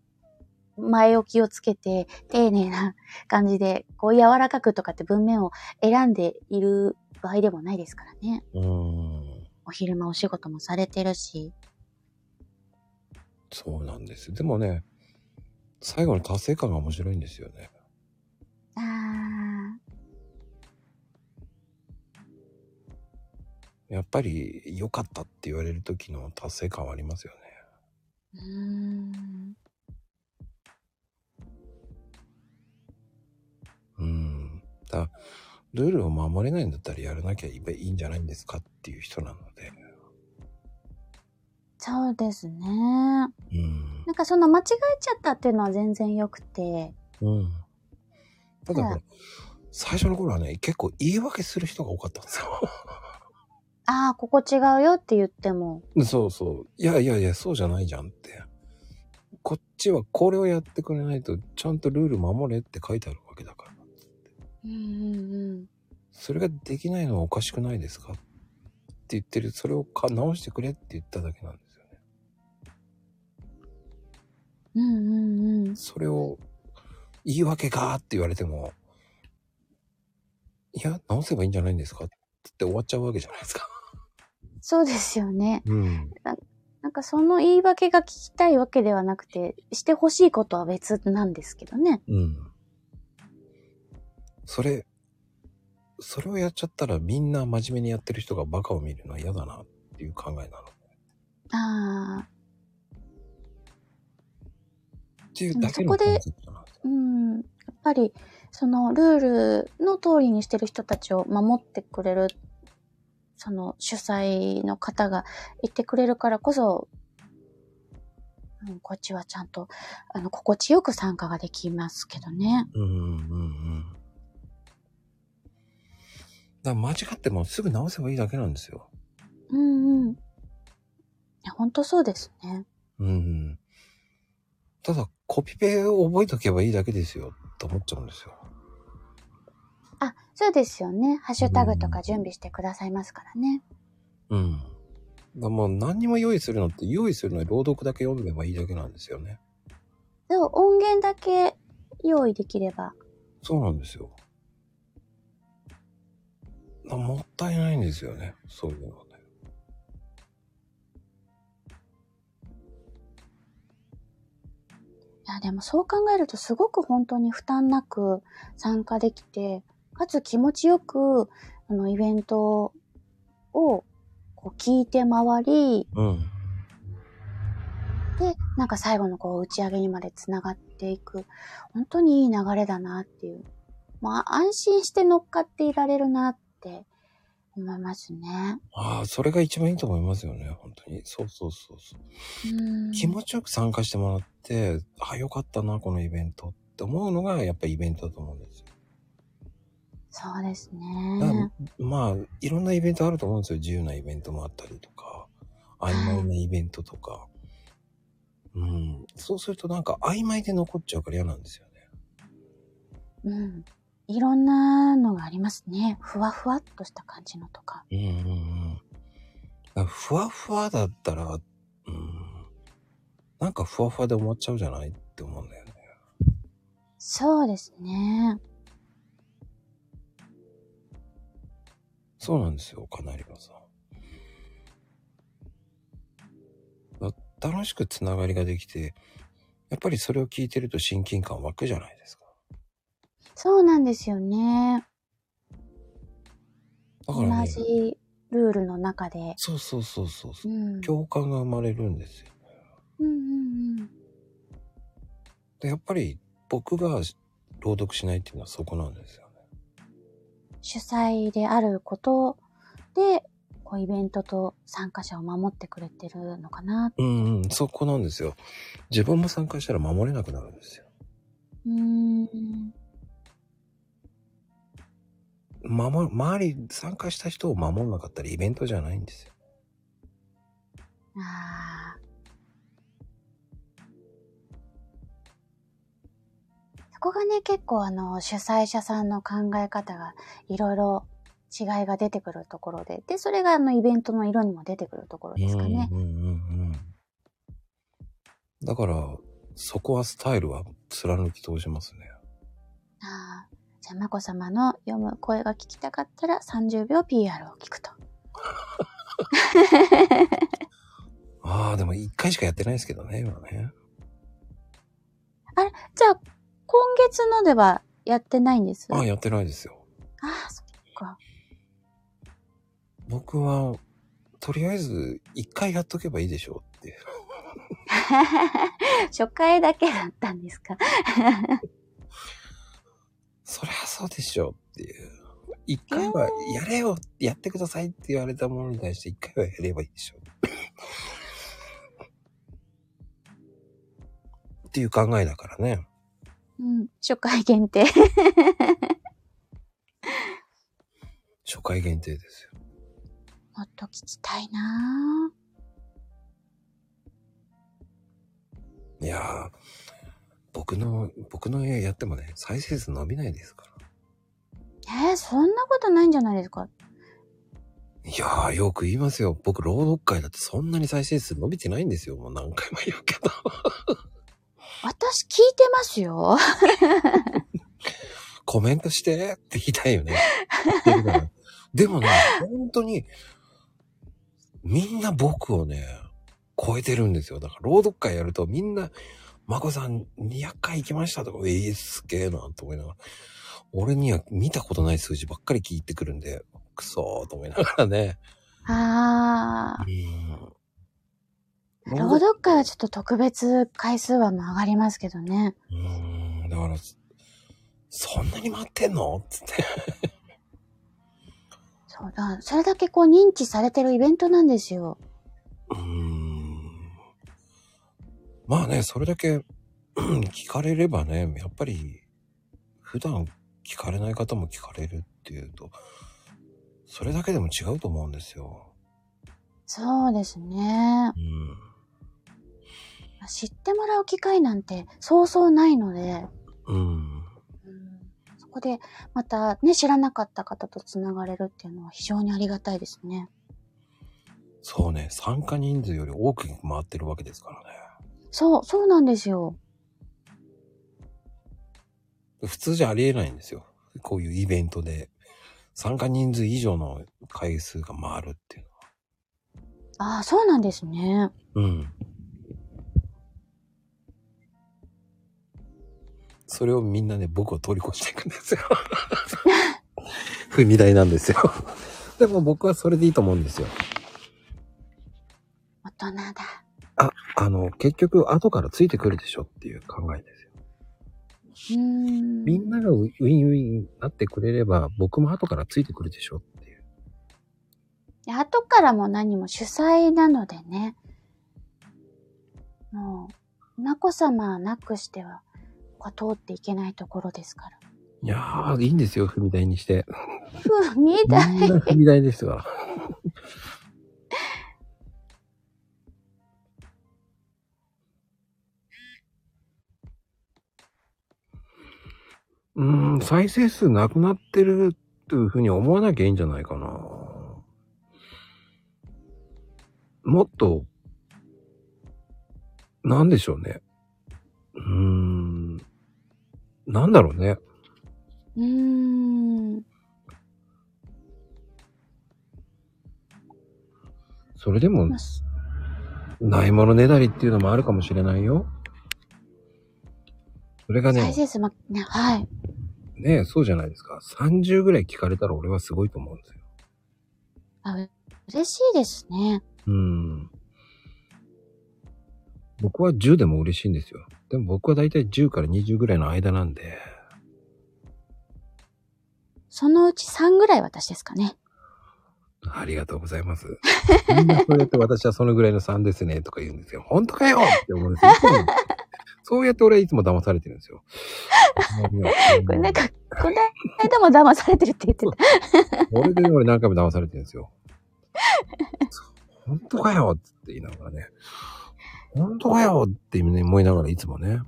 前置きをつけて、丁寧な 感じで、こう柔らかくとかって文面を選んでいる場合でもないですからね。
うーん。
お昼間お仕事もされてるし。
そうなんです。でもね、最後の達成感が面白いんですよね。
あー、
やっぱり良かったって言われる時の達成感はありますよね。
うーん。
うん。だルールを守れないんだったらやらなきゃいいんじゃないんですかっていう人なので。
そうですね。な
うん。
んかその間違えちゃったっていうのは全然良くて。
うん。ただ、
う
ね、最初の頃はね、結構言い訳する人が多かったんですよ。
ああ、ここ違うよって言っても。
そうそう。いやいやいや、そうじゃないじゃんって。こっちはこれをやってくれないと、ちゃんとルール守れって書いてあるわけだから。
うんうんうん。
それができないのはおかしくないですかって言ってる、それをか直してくれって言っただけなんですよね。
うんうんうん。
それを、言い訳がーって言われても、いや、直せばいいんじゃないんですかって言って終わっちゃうわけじゃないですか。
そうですよね。
うん。
なんかその言い訳が聞きたいわけではなくて、してほしいことは別なんですけどね。
うん。それ、それをやっちゃったらみんな真面目にやってる人がバカを見るのは嫌だなっていう考えなの。
ああ、
っていうだけの
そこで
コンセプトなんですよ
うん。やっぱり、そのルールの通りにしてる人たちを守ってくれる、その主催の方がいてくれるからこそ、うん、こっちはちゃんと、あの、心地よく参加ができますけどね。
うんうんうんうん。だから間違ってもすぐ直せばいいだけなんですよ。
うんうん。いや、ほんとそうですね。
うんうん。ただ、コピペを覚えとけばいいだけですよ、と思っちゃうんですよ。
あ、そうですよね。ハッシュタグとか準備してくださいますからね。
うん。だからもう何にも用意するのって、用意するのに朗読だけ読めばいいだけなんですよね。
そう、音源だけ用意できれば。
そうなんですよ。あもったいないんですよね。そういうのはね。
いや、でもそう考えるとすごく本当に負担なく参加できて、かつ気持ちよく、あの、イベントをこう聞いて回り、
うん。
で、なんか最後のこう打ち上げにまで繋がっていく。本当にいい流れだなっていう。まあ、安心して乗っかっていられるなって思いますね。
ああ、それが一番いいと思いますよね。本当に。そうそうそうそう。
うん
気持ちよく参加してもらって、あ、よかったな、このイベントって思うのが、やっぱりイベントだと思うんですよ。
そうです
だから
ね。
まあ、いろんなイベントあると思うんですよ。自由なイベントもあったりとか、曖昧なイベントとか。うん。そうするとなんか曖昧で残っちゃうから嫌なんですよね。
うん。いろんなのがありますね。ふわふわっとした感じのとか。
うんうんうん。だふわふわだったら、うん。なんかふわふわで終わっちゃうじゃないって思うんだよね。
そうですね。
そうなんですよ、カナリバさん。だ楽しくつながりができて、やっぱりそれを聞いてると親近感湧くじゃないですか。
そうなんですよね。
だか
同
らね、
じルールの中で。
そうそうそうそう
う
そう、
ん。うん
共感が生まれるんですよ。
うんうん。
で、やっぱり僕が朗読しないっていうのはそこなんですよね。
主催であることで、こうイベントと参加者を守ってくれてるのかな。
うんうん、そこなんですよ。自分も参加したら守れなくなるんですよ。
うーん。
守る、周り、参加した人を守んなかったらイベントじゃないんですよ。
ああ。そこがね、結構あの、主催者さんの考え方がいろいろ違いが出てくるところで、で、それがあの、イベントの色にも出てくるところですかね。
うんうんうんうん。だから、そこはスタイルは貫き通しますね。
ああ。じゃあ、まこ様の読む声が聞きたかったら30秒 PR を聞くと。
ああ、でも一回しかやってないですけどね、今ね。
じゃあ、今月のではやってないんです
ああ、やってないですよ。
ああ、そっか。
僕は、とりあえず、一回やっとけばいいでしょうって。
初回だけだったんですか。
そりゃそうでしょうっていう。一回は、やれよ、やってくださいって言われたものに対して、一回はやればいいでしょう。っていう考えだからね。
うん、初回限定。
初回限定ですよ。
もっと聞きたいなぁ
いやー、僕の、僕の絵やってもね、再生数伸びないですか
えー、そんなことないんじゃないですか。
ら。いやー、よく言いますよ。僕、朗読会だってそんなに再生数伸びてないんですよ。もう何回も言うけど。
私聞いてま すよ。
コメントしてって言いたいよね。言ってるからでもね、本当に、みんな僕をね、超えてるんですよ。だから、朗読会やるとみんな、まこさん200回行きましたとか、ええすげえなと思いながら、俺には見たことない数字ばっかり聞いてくるんで、くそーと思いながらね。
ああ。
うん。
朗読会はちょっと特別回数はもう上がりますけどね。
うん、だから、そんなに待ってんのつって。
そうだ。それだけこう認知されてるイベントなんですよ。
うん。まあね、それだけ、うん聞かれればね、やっぱり、普段聞かれない方も聞かれるっていうと、それだけでも違うと思うんですよ。
そうですね。
うん。
知ってもらう機会なんてそうそうないので、
うん。
うんそこでまたね、知らなかった方と繋がれるっていうのは非常にありがたいですね。
そうね、参加人数より多く回ってるわけですからね。
そう、そうなんですよ。
普通じゃありえないんですよ。こういうイベントで、参加人数以上の回数が回るっていう
ああ、そうなんですね。
のは。うん。それをみんなね、僕を通り越していくん ですよ。踏み台なんですよ。でも僕はそれでいいと思うんですよ。
大人だ。
あ、あの、結局後からついてくるでしょっていう考えですよ。
うーん。
みんながウィンウィンになってくれれば、僕も後からついてくるでしょっていう。
で後からも何も主催なのでね。もう、なこ様なくしては、ここは通っていけないところですから。
いやー、いいんですよ、踏み台にして。
ふ、見え
みんな
た。
踏み台ですから。うーん、再生数なくなってるというふうに思わなきゃいいんじゃないかな。もっと、なんでしょうね。うーん、うーなんだろうね。
うーん。
それでも
ま、あす
ないものねだりっていうのもあるかもしれないよ。それが
再
ね、
生数ま、ね、はい。
ねそうじゃないですか。30ぐらい聞かれたら俺はすごいと思うんですよ。
あう嬉しいですね。
うん。僕は10でも嬉しいんですよ。でも僕はだいたい10から20ぐらいの間なんで、
そのうち3ぐらい私ですかね。
ありがとうございます。みんなそうやって私はそのぐらいの3ですねとか言うんですよ。本当かよって思うんですよ。いつも言うんですよそうやって俺はいつも騙されてるんですよ。
これなんか、この間も騙されてるって言ってた。
これでね俺何回も騙されてるんですよ。本当かよって言いながらね。本当かよって思いながらいつもね。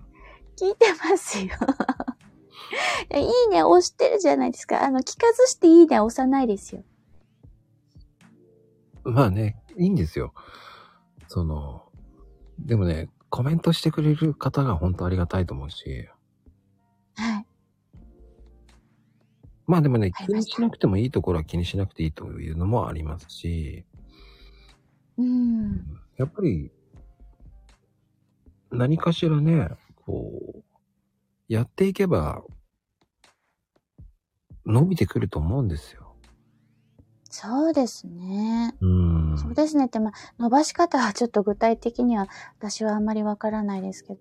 聞いてますよ。 いやいいね押してるじゃないですか。あの、聞かずしていいね押さないですよ。
まあね、いいんですよ。その、でもね、コメントしてくれる方が本当ありがたいと思うし。
はい。
まあでもね、
はい
気にしなくてもいいところは気にしなくていいというのもありますし、
うん。
やっぱり、何かしらね、こう、やっていけば、伸びてくると思うんですよ。
そうですね。
うん。
そうですねって、まあ、伸ばし方はちょっと具体的には私はあんまりわからないですけど。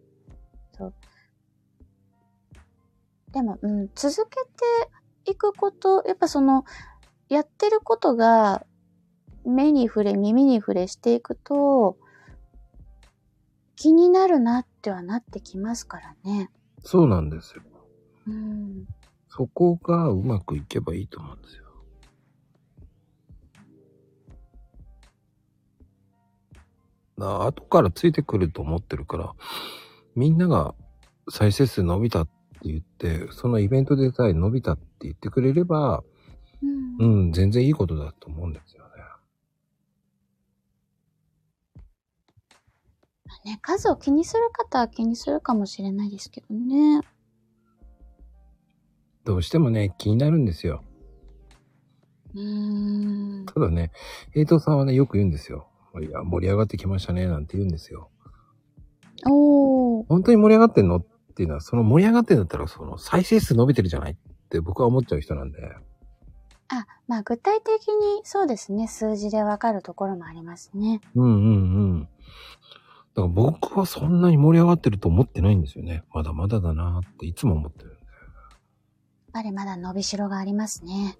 そうでも、うん、続けていくこと、やっぱその、やってることが目に触れ、耳に触れしていくと、気になるなってはなってきますからね。
そうなんですよ。
うん。
そこがうまくいけばいいと思うんですよ。な後からついてくると思ってるから、みんなが再生数伸びたって言って、そのイベントでさえ伸びたって言ってくれれば、
うん
うん、全然いいことだと思うんですよね。
ね、数を気にする方は気にするかもしれないですけどね。
どうしてもね、気になるんですよ。
うん。
ただね、平等さんはね、よく言うんですよ。いや、盛り上がってきましたね、なんて言うんですよ。
おー。
本当に盛り上がってんのっていうのは、その盛り上がってんだったら、その再生数伸びてるじゃないって僕は思っちゃう人なんで。
あ、まあ具体的にそうですね、数字でわかるところもありますね。
うんうんうん。だから僕はそんなに盛り上がってると思ってないんですよね。まだまだだなっていつも思ってる。
やっぱりまだ伸びしろがありますね。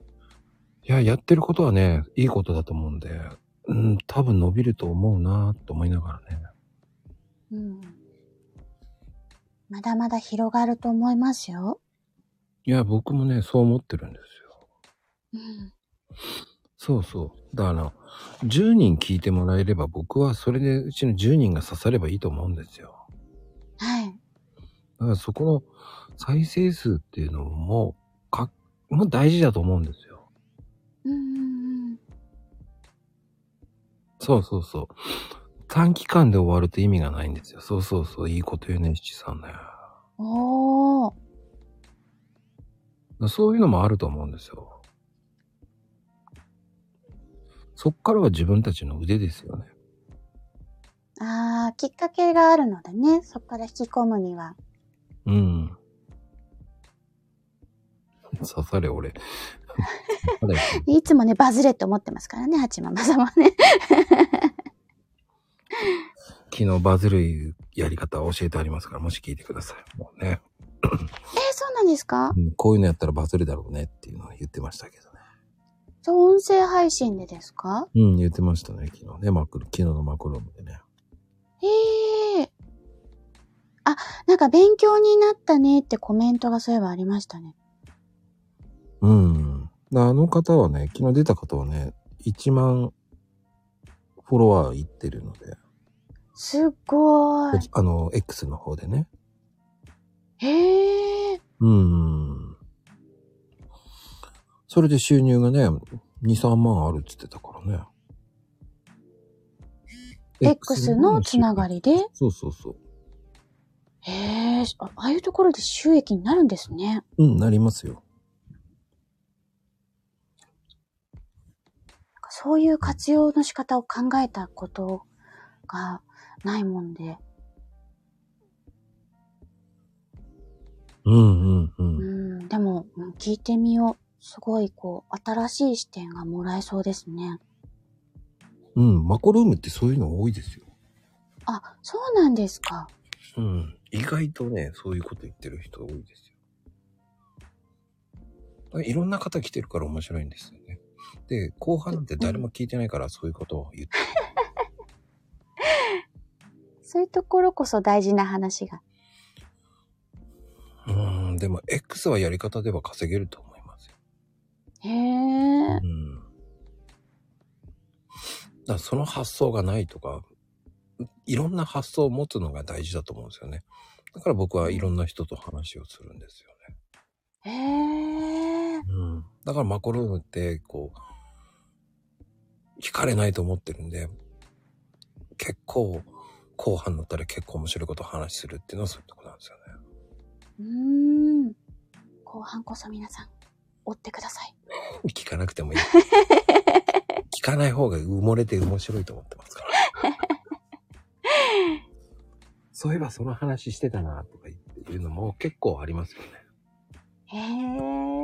いや、やってることはね、いいことだと思うんで、うん、多分伸びると思うなと思いながらね。
うん。まだまだ広がると思いますよ。
いや、僕もね、そう思ってるんですよ。
うん。
そうそう。だから、10人聞いてもらえれば僕はそれでうちの10人が刺さればいいと思うんですよ。
はい。
だからそこの再生数っていうのも、か、もう大事だと思うんですよ。
うんうんうん。
そうそうそう。短期間で終わると意味がないんですよ。そうそうそう。いいこと言うね、七さんね。だか
おー。
らそういうのもあると思うんですよ。そっからは自分たちの腕ですよね。
あー、きっかけがあるのでね、そこから引き込むには。
うん。刺され、俺。まだ言ってる
いつもね、バズれって思ってますからね、八ママさんはね。
昨日バズるやり方を教えてありますから、もし聞いてください。もうね。
えー、そうなんですか
うんこういうのやったらバズるだろうねっていうのは言ってましたけどね。
そう、音声配信でですか
うん、言ってましたね、昨日ね、マクロ、昨日のマクロムでね。
へえ。あ、なんか勉強になったねってコメントがそういえばありましたね。
うん。であの方はね、昨日出た方はね、1万フォロワーいってるので、
すっごい。
あの、X の方でね。
へえ。
うん。それで収入がね、2、3万あるっつってたからね。
X のつなが
り。
りで。へ
そうそうそう。
へえ、あああいうところで収益になるんですね。
うん、なりますよ。
なんかそういう活用の仕方を考えたことがないもんで。
うんうんう。
うんん、でも、うん聞いてみよう。すごい、こう、新しい視点がもらえそうですね。
うん、マコルームってそういうの多いですよ。
あ、そうなんですか。
うん。意外とね、そういうこと言ってる人多いですよ。だからいろんな方来てるから面白いんですよね。で、後半って誰も聞いてないからそういうことを言って。
そういうところこそ大事な話が。
うん、でも X はやり方では稼げると思いますよ。
へえ、
うん。だからその発想がないとか、いろんな発想を持つのが大事だと思うんですよね。だから僕はいろんな人と話をするんですよね。
へえ、
うん。だからマコルームって、こう、惹かれないと思ってるんで、結構、後半になったら結構面白いことを話するっていうのはそういうとこなんですよね。
うーん。後半こそ皆さん、追ってください。
聞かなくても いい。聞かない方が埋もれて面白いと思ってますから。 そういえばその話してたなとか言っていうのも結構ありますよね。
へ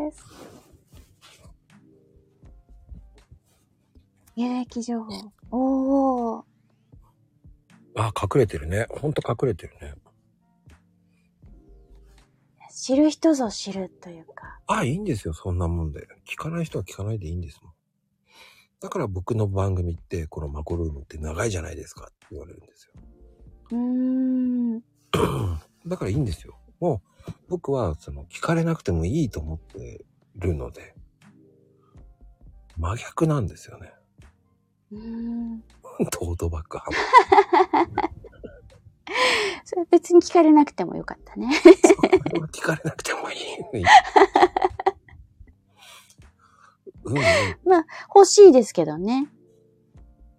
え。有益情報。おお。
あ、隠れてるね。ほんと隠れてるね。
知る人ぞ知るというか。
あ、いいんですよ。そんなもんで。聞かない人は聞かないでいいんですもん。だから僕の番組って、このマコルームって長いじゃないですかって言われるんですよ。
うーん。
だからいいんですよ。もう僕はその聞かれなくてもいいと思ってるので、真逆なんですよね。
うーん。
トートバッグ派
それ別に聞かれなくてもよかったね。
も聞かれなくてもいい。 うん、うん、
欲しいですけどね。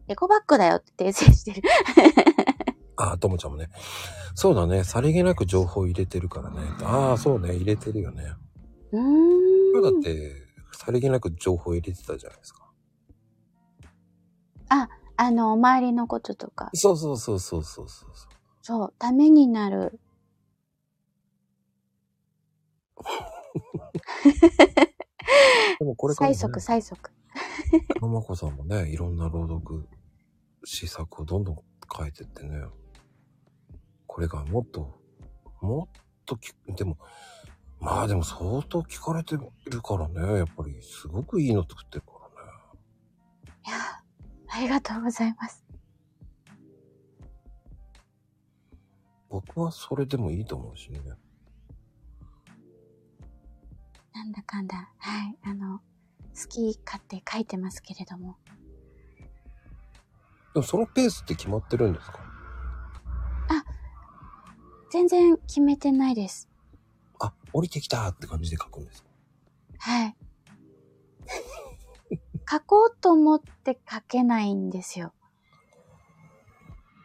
エコバッグだよって訂正してる。
あ、ともちゃんもね。そうだね。さりげなく情報入れてるからね。ああ、そうね。入れてるよね。
う
だっ
ーん。
て、さりげなく情報入れてたじゃないですか。
あの、周りのこととか。
そうそうそうそうそうそうそう。
そう、ためになる。
でもこれから、
最
ね、
速、最速。
ともこさんもね、いろんな朗読、試作をどんどん変えてってね。これがもっと、もっとき、でも、まあでも相当聞かれてるからね。やっぱりすごくいいの作ってるからね。
いやー、ありがとうございます。
僕はそれでもいいと思うしね。
なんだかんだ。はい。あの、好き勝手書いてますけれども。
でもそのペースって決まってるんですか
全然決めてないです。
あ、降りてきたって感じで書くんですか
はい。書こうと思って書けないんですよ。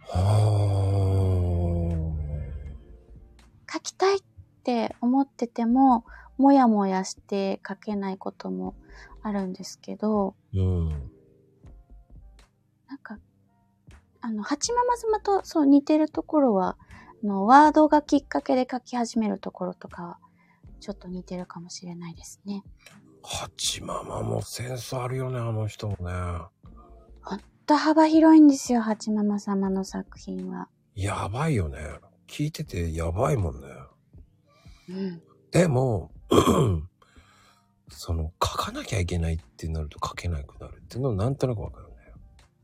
はあ。
書きたいって思ってても、もやもやして書けないこともあるんですけど、
うん。
なんか、あの、八ママ様とそう似てるところは、あの、ワードがきっかけで書き始めるところとかは、ちょっと似てるかもしれないですね。
ハチママもセンスあるよね、あの人もね。
ほんと幅広いんですよ、八ママ様の作品は。
やばいよね。聞いててやばいもんね。
うん。
でも、 その書かなきゃいけないってなると書けなくなるっていうのはなんとなくわかるね。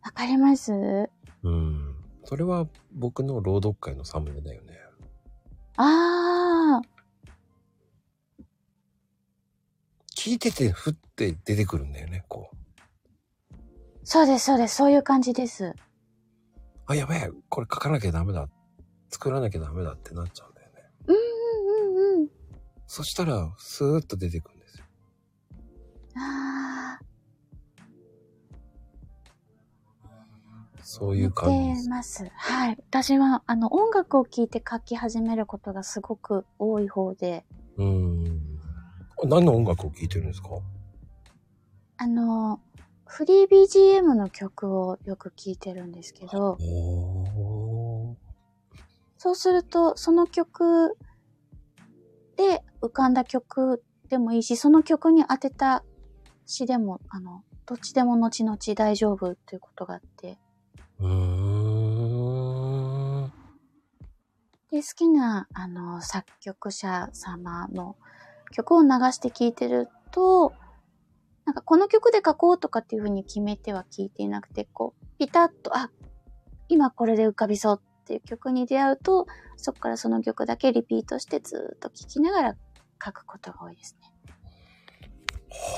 わかります
うん。それは僕の朗読会のサムネだよね。
あー、
聞いててふって出てくるんだよね、こう。
そうです、そうです、そういう感じです。
あ、やべえ、これ書かなきゃダメだ。作らなきゃダメだってなっちゃうんだよね。
うんうんうん。
そしたら、スーッと出てくるんですよ。
あー。
そういう感じで
て
す。
ます。はい。私は、あの、音楽を聴いて書き始めることがすごく多い方で、
うーん。何の音楽を聴いてるんですか
あの、フリー BGM の曲をよく聴いてるんですけど、
おー。
そうすると、その曲で浮かんだ曲でもいいし、その曲に当てた詩でも、あの、どっちでも後々大丈夫ということがあって、
うーん。
で、好きな、あの、作曲者様の曲を流して聴いてると、なんかこの曲で書こうとかっていうふうに決めては聴いていなくて、こう、ピタッと、あ、今これで浮かびそうっていう曲に出会うと、そこからその曲だけリピートしてずっと聴きながら書くことが多いですね。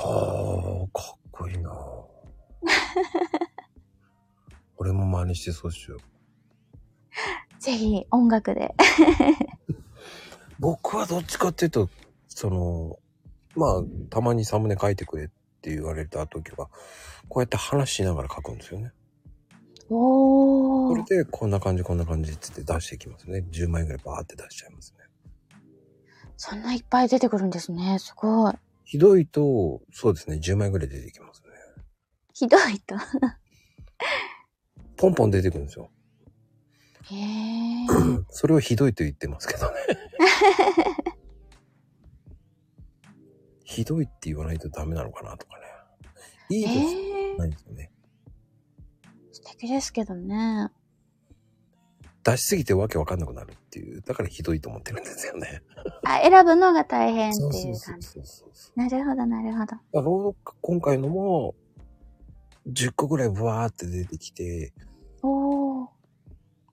はあ、かっこいいな 俺も真似してそうしよう。
ぜひ音楽で。
僕はどっちかっていうと、その、まあ、たまにサムネ書いてくれって言われた時は、こうやって話しながら書くんですよね。
お
こ
ー
れ。で、こんな感じ、こんな感じっつって出していきますね。10枚ぐらいバーって出しちゃいますね。
そんないっぱい出てくるんですね。すごい。
ひどいと、そうですね、10枚ぐらい出てきますね。
ひどいと。
ポンポン出てくるんですよ。
へー。
それをひどいと言ってますけどね。 ひどいって言わないとダメなのかなとかね。いい
え
です。
ー。
ないですよね。
素敵ですけどね。
出しすぎてわけわかんなくなるっていう。だからひどいと思ってるんですよね。
あ、選ぶのが大変ってい
そう
う感じ。
そうそうそうそうそう。
なるほど、なるほ
だ
ど。
から朗読今回のも、10個ぐらいブワーって出てきて、
おー。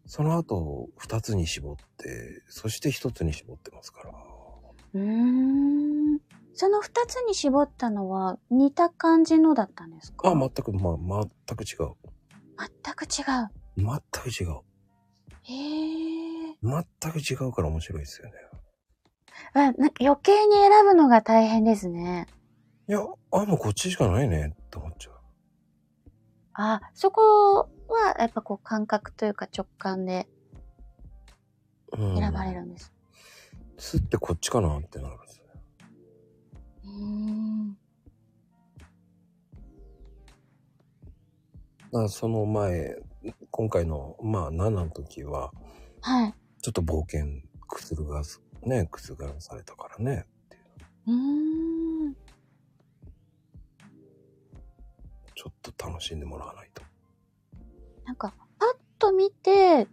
その後2つに絞って、そして1つに絞ってますから。
うーん。その二つに絞ったのは似た感じのだったんですか
あ、全く、まあ、全く違う。
全く違う。
全く違う。
へえ。
全く違うから面白いですよね。
あなんか余計に選ぶのが大変ですね。
いや、あ、もうこっちしかないねって思っちゃう。
あ、そこはやっぱこう感覚というか直感で
うん
選ばれるんです。
すってこっちかなってなるんですよね。
うーん。
だからその前、今回の、まあ、7の時は、
はい。
ちょっと冒険、くするがす、ね、くすがらされたからね。
うーん。
ちょっと楽しんでもらわないと。
なんか、パッと見て、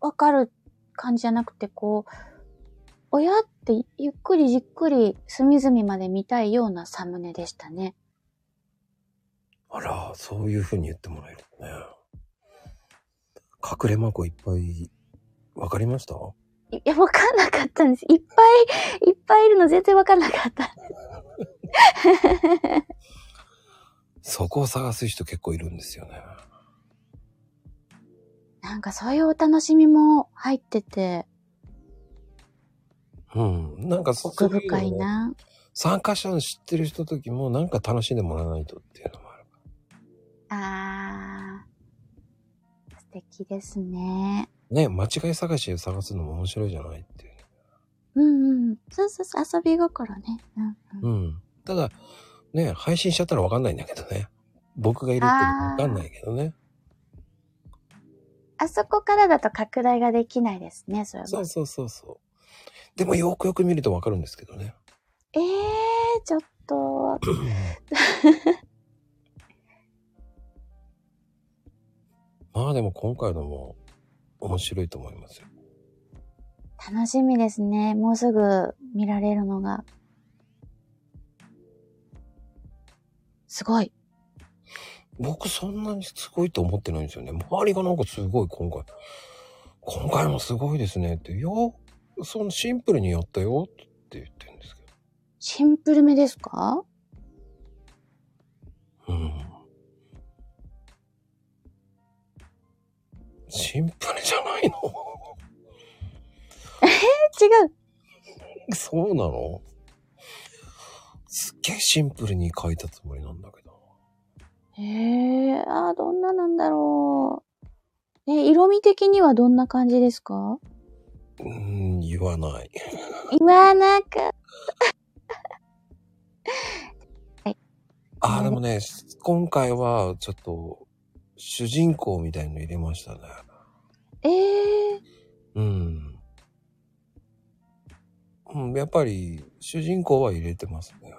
わかる感じじゃなくて、こう、親ってゆっくりじっくり隅々まで見たいようなサムネでしたね。
あら、そういう風に言ってもらえるね。隠れまこいっぱい、わかりました
いいや、わかんなかったんです。いっぱい、いっぱいいるの全然わかんなかった。
そこを探す人結構いるんですよね。
なんかそういうお楽しみも入ってて、
うん。なんかそ
奥
そういうの
深
ね
いな。
参加者の知ってる人の時もなんか楽しんでもらわないとっていうのもある。
あー、素敵ですね。
ね、間違い探しを探すのも面白いじゃないっていうね。
うんうん。そうそうそう、遊び心ね。うんうん。
うん。ただ、ね、配信しちゃったらわかんないんだけどね。僕がいるっていうのもわかんないけどね。
あそこからだと拡大ができないですね、それは。
そうそうそうそう。でもよくよく見るとわかるんですけど ね。
ええー、ちょっと、
まあでも今回のも面白いと思いますよ。
楽しみですね。もうすぐ見られるのが。すごい。
僕そんなにすごいと思ってないんですよね。周りがなんかすごい今回、今回もすごいですねって、よ、そのシンプルにやったよって言ってるんですけ
シンプルめですか
ど。うん。シンプルじゃないの
え、違う。
そうなのすっげえシンプルに書いたつもりなんだけど。
へえ、ああ、どんななんだろう。え、色味的にはどんな感じですか
うーん、言わない。
言わなかっ
あ
う
あ、
ん
でもね、今回はちょっと、主人公みたいの入れましたね。
た。ええ
うん。うん、やっぱり、主人公は入れてますね。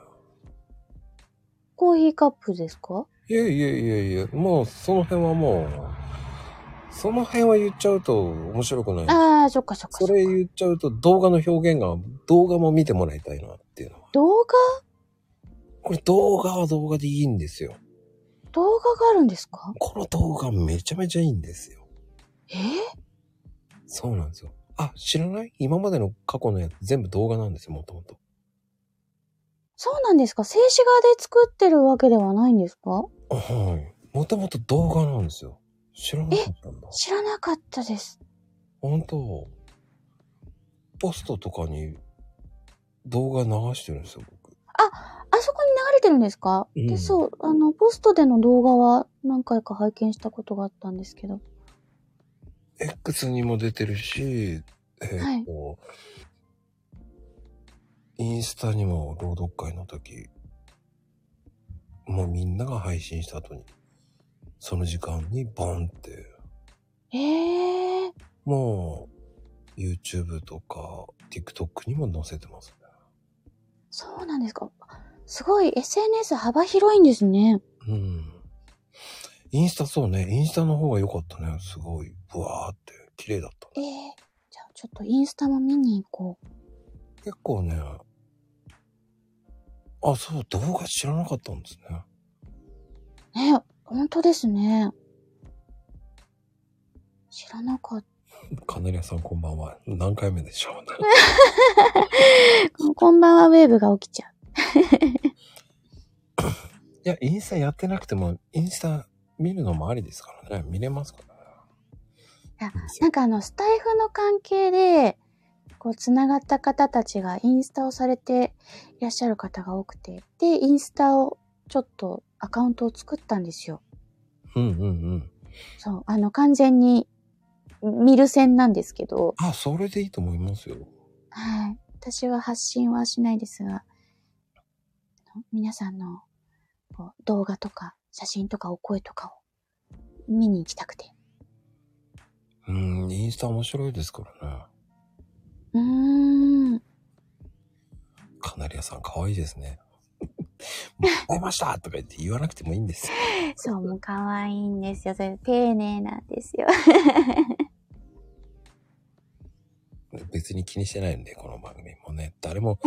コーヒーカップですか
いやいやいやいや、もうその辺はもう、その辺は言っちゃうと面白くない。
ああ、そっかそっか
そ
そっか。
れ言っちゃうと動画の表現が、動画も見てもらいたいなっていうのは。
動画
これ動画は動画でいいんですよ。
動画があるんですか
この動画めちゃめちゃいいんですよ。
え
そうなんですよ。あ、知らない今までの過去のやつ全部動画なんですよ、もともと。
そうなんですか静止画で作ってるわけではないんですか
あはい。もともと動画なんですよ。知らなかったんだ。
知らなかったです。
本当ポストとかに動画流してるんですよ、僕。
あそこに流れてるんですか、
うん
で、そう、あの、ポストでの動画は何回か拝見したことがあったんですけど。
X にも出てるし、えーっと、インスタにも朗読会の時、もうみんなが配信した後に、その時間にボンって、
ええ
もう YouTube とか TikTok にも載せてますね。
そうなんですかすごい SNS 幅広いんですね。
うん。インスタそうね、インスタの方が良かったね。すごい、ブワーって、綺麗だった。
ええじゃあちょっとインスタも見に行こう。
結構ね、あ、そう、動画知らなかったんですね。
ね本当ですね。知らなかっ
カナリアさんこんばんは。何回目でしょうね。
た。こんばんはウェーブが起きちゃう。
いや、インスタやってなくても、インスタ見るのもありですからね。見れますからね。
なんかあの、スタイフの関係で、こう、つながった方たちがインスタをされていらっしゃる方が多くて、で、インスタをちょっとアカウントを作ったんですよ。
うんうんうん。
そう、あの、完全に見る線なんですけど、
あ、それでいいと思いますよ。
はい。私は発信はしないですが、あの皆さんのこう動画とか写真とかお声とかを見に行きたくて。
うん、インスタ面白いですからね。
うーん。
カナリアさん可愛いですね。もらいましたとか言って言わなくてもいいんですよ。
そう、もう可愛いんですよ。それ丁寧なんですよ。
別に気にしてないんで、この番組もね。誰も、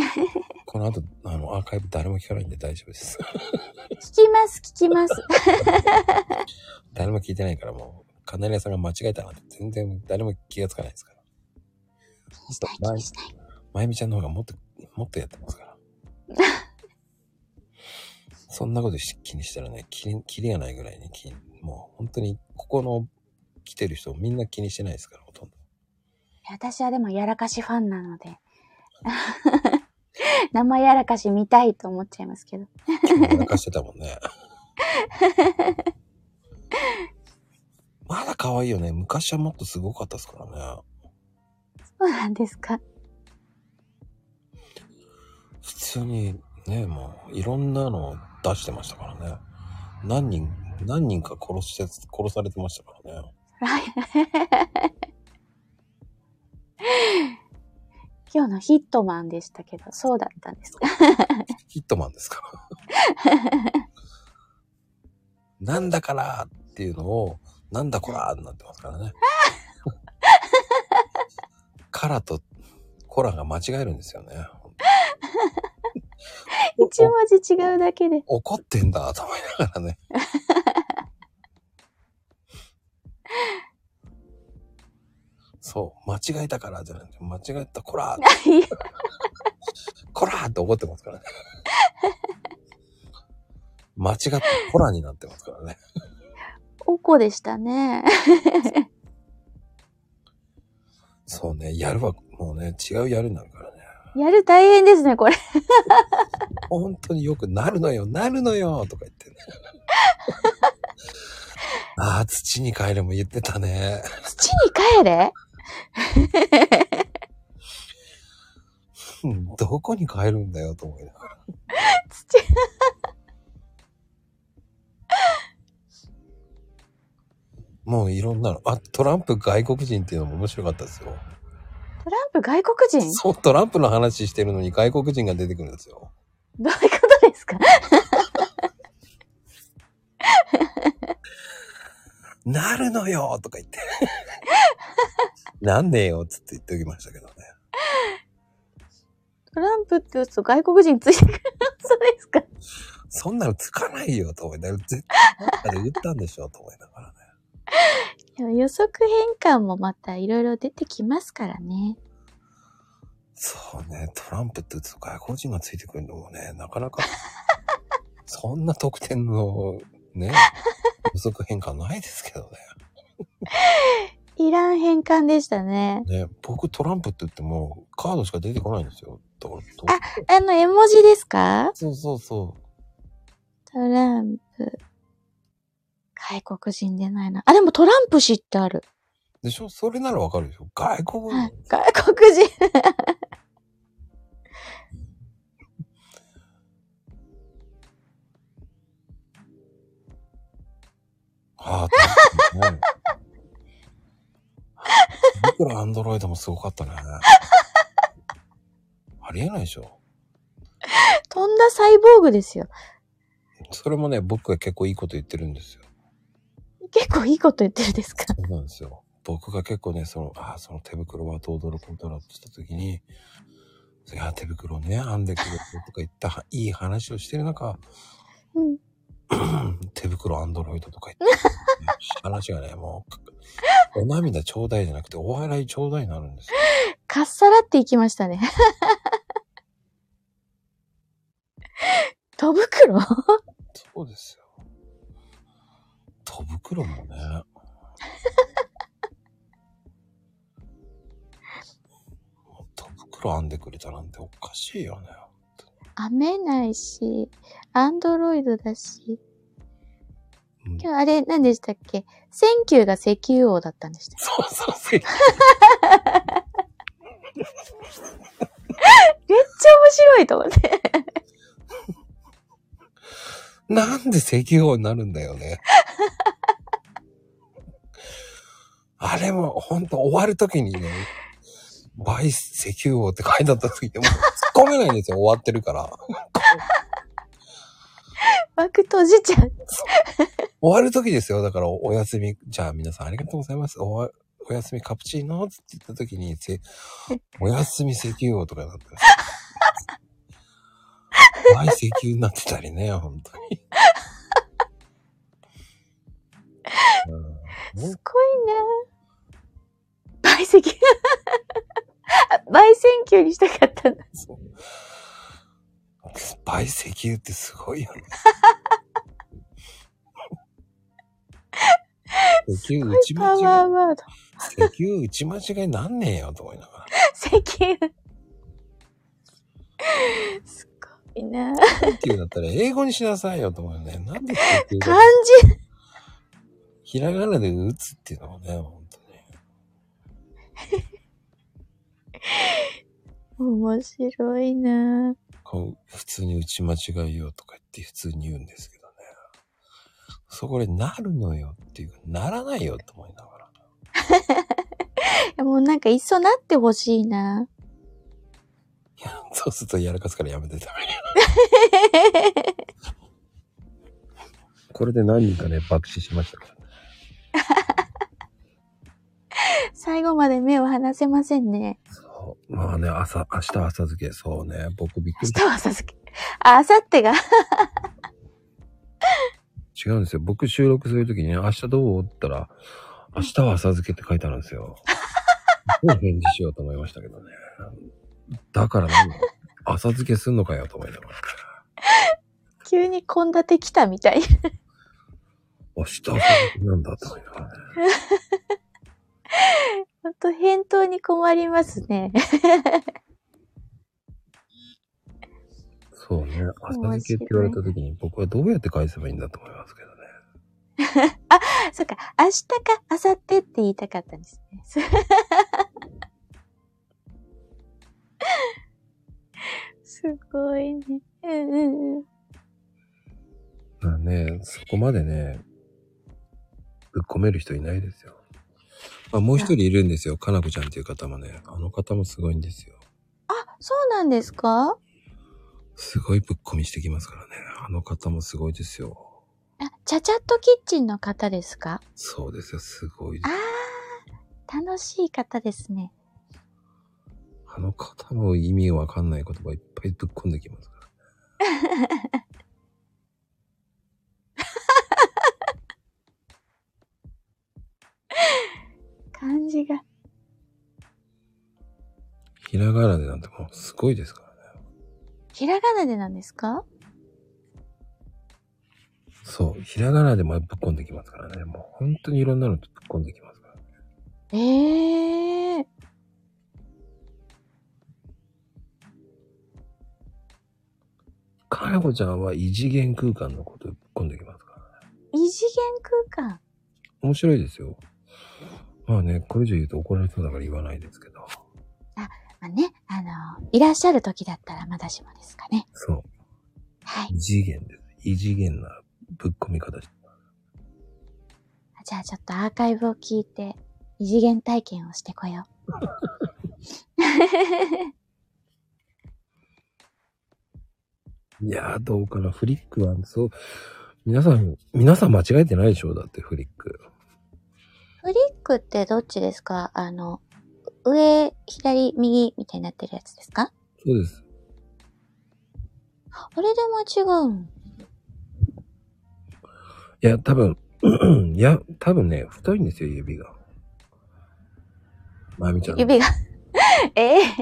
この後、あの、アーカイブ誰も聞かないんで大丈夫です。
聞きます、聞きます。
誰も聞いてないからもう、カナリアさんが間違えたなんて全然誰も気がつかないですから。
気にしない、気にしない。
まゆみちゃんの方がもっと、もっとやってますから。そんなことし気にしたらね、きり、きりがないぐらいに気に、もう本当に、ここの来てる人みんな気にしてないですから、ほとんど。
私はでもやらかしファンなので。 生やらかし見たいと思っちゃいますけど。
今日もかしてたもんね。まだ可愛いよね。昔はもっとすごかったですからね。
そうなんですか。
普通にね、もういろんなのを出してましたからね。何人、何人か殺して、殺されてましたからね。
今日のヒットマンでしたけど、そうだったんです か。
ヒットマンですから。なんだからっていうのを、なんだこらーになってますからね。カラとコラが間違えるんですよね。
一文字違うだけで。
怒ってんだと思いながらね。そう、間違えたからじゃなくて、間違えた、こらー こらーって怒ってますからね。 間違った、こらになってますからね。
おこでしたね。
そうね、やるは、もうね、違うやるになるからね。
やる大変ですね、これ。
本当によくなるのよ、なるのよとか言ってね。ああ、土に帰れも言ってたね。
土に帰れ
うんどこに帰るんだよと思いながら。
土。
もういろんなの。あ、トランプ外国人っていうのも面白かったですよ。
トランプ外国人
そう、トランプの話してるのに外国人が出てくるんですよ。
どういうことですか
なるのよとか言って。なんねえよっつって言っておきましたけどね。
トランプって打つと外国人ついてくる。 そうですか
そんなのつかないよと思いながら、絶対なんかで言ったんでしょと思いながらね。
でも予測変換もまたいろいろ出てきますからね。
そうね、トランプって打つと外国人がついてくるのもね、なかなか、そんな得点のね、予測変化ないですけど
いらん変換でしたね。
ね。ね、僕トランプって言ってもカードしか出てこないんですよ。だからどう
あの、絵文字ですか
そうそうそう。
トランプ。外国人出ないな。あ、でもトランプ氏ってある。
でしょそれならわかるでしょ外国
はい
人。
外国人。
ああ、確かにね。 いくらアンドロイドもすごかったね。 ありえないでしょ。
飛んだサイボーグですよ。
それもね、僕が結構いいこと言ってるんですよ。
結構いいこと言ってるですか
そうなんですよ。僕が結構ね、その、ああ、その手袋はどうどうのこうだろうってした時に、いや、手袋ね、編んでくれてとか言った、いい話をしてる中、
うん。
手袋アンドロイドとか言って、 話がね、もう、お涙ちょうだいじゃなくて、お笑いちょうだいになるんですよ。
かっさらっていきました ね。戸袋
そうですよ。戸袋もね。 戸袋編んでくれたなんておかしいよね。
編めないし、アンドロイドだし。
うん
今日あれ、何でしたっけセンキューが石油王だったんでした。
そうそうそう。
めっちゃ面白いと思 って。
なんで石油王になるんだよね。 あれもほんと終わるときにね、バイ石油王って書いてあったときにもう突っ込めないんですよ、終わってるから。
枠閉じちゃう。
終わる時ですよ。だから、おおやすみ、じゃあ皆さんありがとうございます。おわおやすみカプチーノって言った時に、 せおやすみ石油王とかだったんですよ。はい、石油になってたりね、本当に。うん
すごいな倍石 油。倍センキューにしたかったんだ。
スパイ石油ってすごい よね。石油打ち
パ
間
ワー
違
ワー
い、
ド。
石油打ち間違いなんねえよと思いながら。
石油。 すごいな
っていうだったら英語にしなさいよと思うよね。なんでって
漢字。
ひらがなで打つっていうのもね、本当に。
面白いな
こう、普通に打ち間違いよとか言って普通に言うんですけどね。そこでなるのよっていうか、ならないよと思いながら。
いやもうなんかいっそなってほしいない
や、そうするとやらかすからやめてた。 これで何人かね、爆死しましたからね。
最後まで目を離せませんね。
そう。まあね、朝、明日朝付け、そうね、僕びっくり
明日はさすけ。あ、あさってが。
違うんですよ。僕収録するときに、明日どうって言ったら、明日は浅漬けって書いてあるんですよ。 どう返事しようと思いましたけどね。だから何浅漬けすんのかよと思いながら。
急に献立来たみたい。
明日浅漬けなんだと思いながらね。
ほんと返答に困りますね。
そうね。浅漬けって言われたときに僕はどうやって返せばいいんだと思いますけどね。
そっか、明日か明後日って言いたかったんですね。 すごいね。うんうんうん。
まあね、そこまでね、ぶっ込める人いないですよ。まあ、もう一人いるんですよ。かなこちゃんっていう方もね。あの方もすごいんですよ。
あ、そうなんですか
すごいぶっ込みしてきますからね。あの方もすごいですよ。
あ、ちゃちゃっとキッチンの方ですか
そうですよ。すごいで
あ
す。
ー、楽しい方ですね。
あの方も意味わかんない言葉いっぱいぶっ込んできますから。
感じが。
ひらがなでなんてもうすごいですからね。
ひらがなでなんですか
そう。ひらがなでもぶっ込んできますからね。もう本当にいろんなのぶっ込んできますから。
ええー。
かなこちゃんは異次元空間のことぶっ込んできますからね。
異次元空間。
面白いですよ。まあね、これ以上言うと怒られそうだから言わないですけど。
まあね、あの、いらっしゃる時だったらまだしもですかね。
そう。
はい。
異次元です。異次元なぶっ込み方して。
じゃあちょっとアーカイブを聞いて、異次元体験をしてこよう。
いやー、どうかな。フリックは、そう。皆さん、皆さん間違えてないでしょだってフリック。
フリックってどっちですかあの、上、左、右みたいになってるやつですか
そうです。
あれでも違うん。
いや、多分、 いや、多分ね、太いんですよ、指が。まゆみちゃん。
指が。 ええ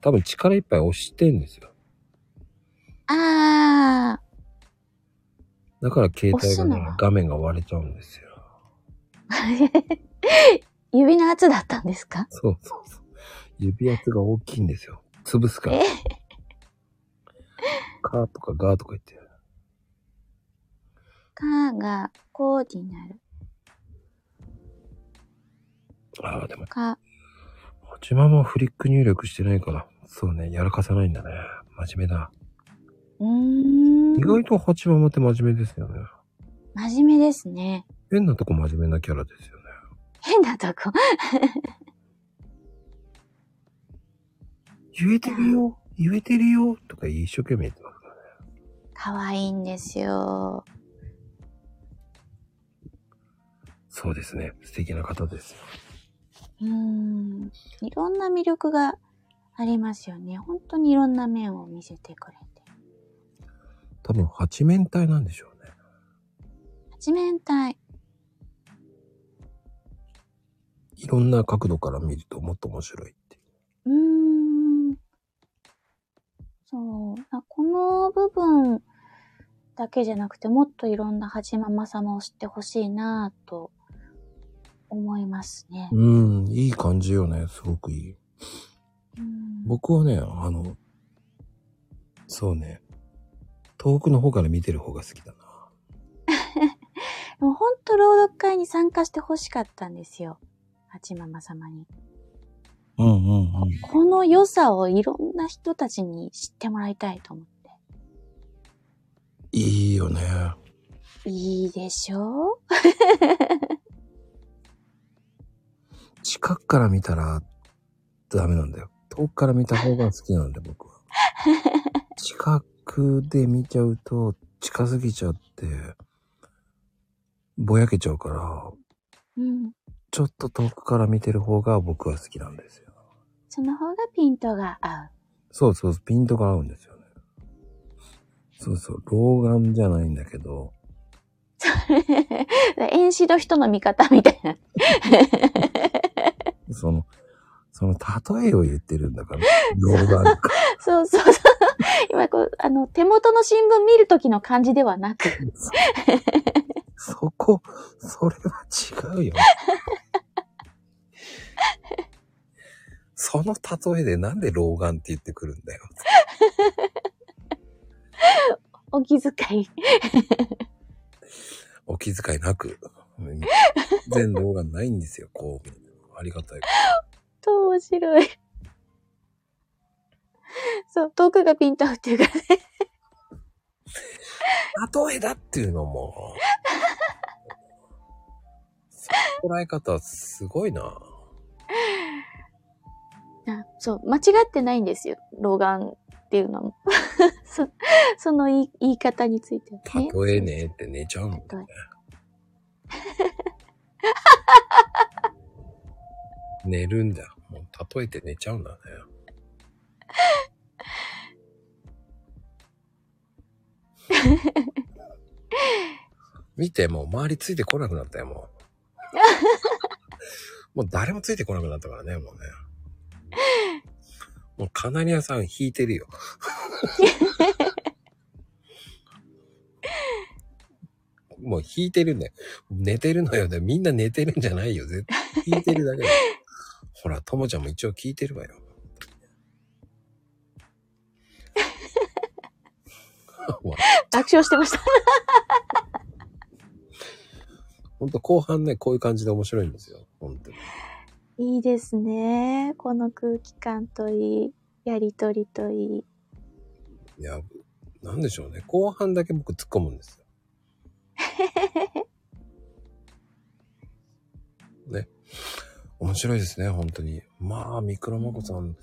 多分力いっぱい押してんですよ。
あ
だから携帯が、
押す
ね
の、
画面が割れちゃうんですよ。
ー。 指の圧だったんですか
そうそうそう。指圧が大きいんですよ。潰すから
え。
カーとかガーとか言って。
かーが、こうになる。
ああ、でも、
か、
こちまもフリック入力してないから。そうね、やらかさないんだね。真面目だ。
うーん。
意外とハチママって真面目ですよね。
真面目ですね。
変なとこ真面目なキャラですよね。
変なとこ。
言えてるよ言えてるよとか一生懸命言ってますからね。
可愛いんですよ。
そうですね。素敵な方ですよ。
うーん。いろんな魅力がありますよね。本当にいろんな面を見せてくれて。
多分、八面体なんでしょうね。
八面体。
いろんな角度から見るともっと面白いっていう。
うーん。そう。あこの部分だけじゃなくて、もっといろんな八ママ様を知ってほしいなぁと思いますね。
うん、いい感じよね。すごくいい。
うん
僕はね、あの、そうね、遠くの方から見てる方が好きだな。
でも本当朗読会に参加してほしかったんですよ。八ママ様に。
うんうんうん。
この良さをいろんな人たちに知ってもらいたいと思って。
いいよね。
いいでしょう
近くから見たらダメなんだよ。遠くから見た方が好きなんだよ、僕は。近くで見ちゃうと、近すぎちゃって、ぼやけちゃうから、
うん。
ちょっと遠くから見てる方が僕は好きなんですよ。
その方がピントが合
そうそう、ピントが合うんですよね。そうそう、老眼じゃないんだけど、
う。 演習の人の見方みたいな。
その、その例えを言ってるんだから、老眼か。
そうそう そう。今こう、あの、手元の新聞見るときの感じではなく。
そこ、それは違うよ。その例えでなんで老眼って言ってくるんだよ。
お気遣い。
お気遣いなく、うん全動画ないんですよ、こう。ありがたい。
と面白い。そう、遠くがピント合うっていうか、
例えだっていうのも。その捉え方すごいな。
あそう、間違ってないんですよ。老眼っていうのも。 そその言い言い方についてはね。
例えねえって寝ちゃうもんね。寝るんだ。もう例えて寝ちゃうんだね。見て、もう周りついてこなくなったよ、もう。もう誰もついてこなくなったからね、もうね。もうカナリアさん引いてるよ。もう引いてるんだよ。寝てるのよ。でみんな寝てるんじゃないよ。絶対引いてるだけだよ。ほら、ともちゃんも一応聞いてるわよ。ほら
爆笑してました。
ほんと後半ね、こういう感じで面白いんですよ。本当に。
いいですね。この空気感といい、やりとりといい。
いや、なんでしょうね。後半だけ僕突っ込むんですよ。ね。面白いですね、本当に。まあ、ミクロマコさん。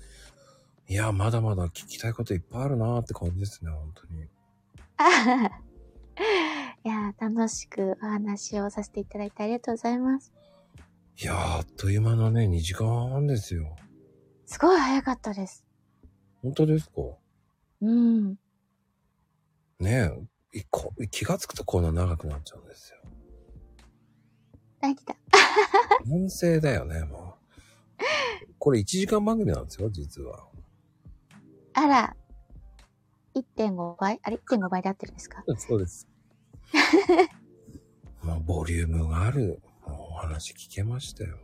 いや、まだまだ聞きたいこといっぱいあるなーって感じですね、本当に。
いやー、楽しくお話をさせていただいてありがとうございます。
いやー、あっという間のね、2時間半ですよ。
すごい早かったです。
本当ですか
うん。
ねえいこ気がつくとこんな長くなっちゃうんですよ。
大きだ。
音声だよね、もう。これ1時間番組なんですよ、実は。
あら、1.5倍あれ ?1.5 倍で合ってるんですか
そうです。 まあ、ボリュームがある、もうお話聞けましたよ。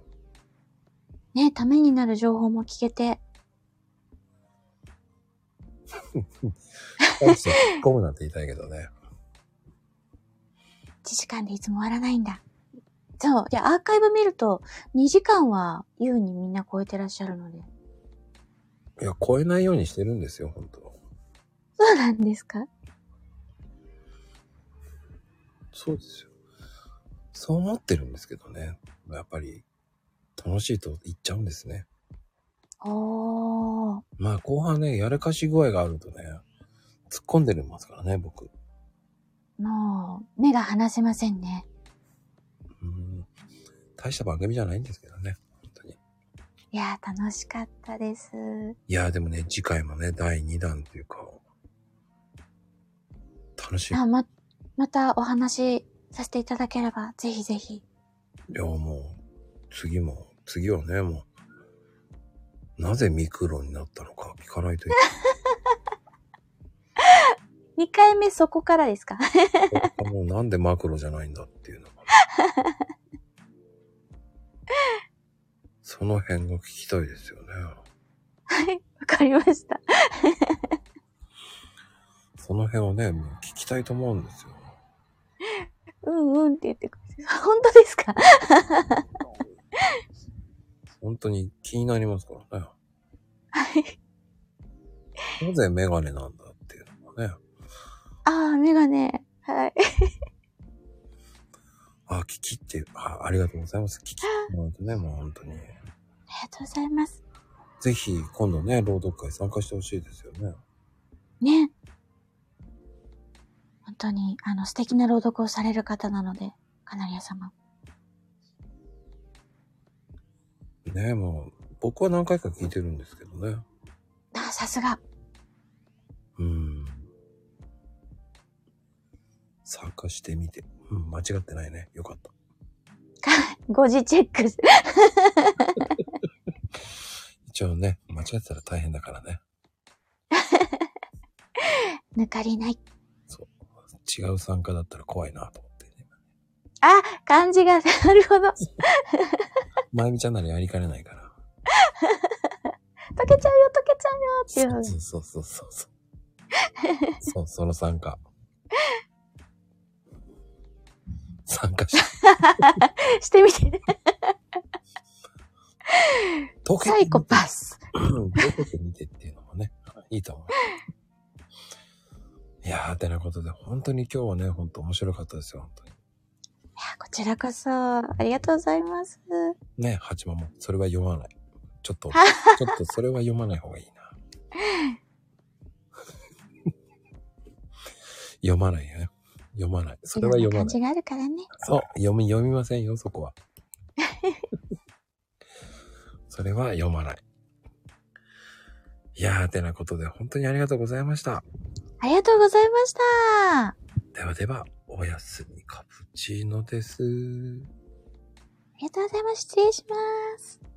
ねためになる情報も聞けて。
大して突っ込むなんて言いたいけどね。
1時間でいつも終わらないんだ。そう。で、アーカイブ見ると、2時間は優にみんな超えてらっしゃるので。
いや、超えないようにしてるんですよ、本当
そうなんですか
そうですよ。そう思ってるんですけどね。やっぱり、楽しいと言っちゃうんですね。
おー。
まあ、後半ね、やらかし具合があるとね、突っ込んでるんますからね、僕。
もう、目が離せませんね。
うん大した番組じゃないんですけどね。本当に。
いやー、楽しかったです。
いやーでもね、次回もね、第2弾というか、楽しい。いや
あ、ま、またお話しさせていただければ、ぜひぜひ。
もう、次も、次はね、もう、なぜミクロになったのか聞かないとい
2回目そこからですか
けない。 もうなんでマクロじゃないんだっていうのが、その辺が聞きたいですよね。
わかりました。
その辺をね、もう聞きたいと思うんですよ。
うんうんって言ってくれて。本当ですか
本当に気になりますからね。
はい。
なぜメガネなんだっていうのがね。
あー、メガネ。はい。
あ、キキって、あありがとうございます。キキってもらうとね、もう本当に。
ありがとうございます。
ぜひ、今度ね、朗読会参加してほしいですよね。
ね。本当に、あの、素敵な朗読をされる方なので、カナリア様。
ね、もう、僕は何回か聞いてるんですけどね。
あー、さすが。
うん。参加してみて。うん、間違ってないね。よかった。
誤字チェック。
一応ね、間違ってたら大変だからね。
抜かりない。
違う参加だったら怖いなと思ってね。
あ、漢字が、なるほど。
まゆみちゃんならやりかねない から。
溶けちゃうよ、溶けちゃうよっていう
そうそうそうそうそう。そう、その参加。参加して。
してみて、
溶け
サイコパス。
うんどこで見てっていうのもね、いいと思います。いやー、てなことで、本当に今日はね、本当面白かったですよ、本当に。
こちらこそ、ありがとうございます。
ね、八幡も、それは読まない。ちょっと、ちょっとそれは読まない方がいいな。 読まないよね。読まない。それは読ま
感
ない。
じがあるからね。
そう、読み、読みませんよ、そこは。 それは読まない。いやー、てなことで、本当にありがとうございました。
ありがとうございました。
ではでは、おやすみカプチーノです。
ありがとうございます。失礼します。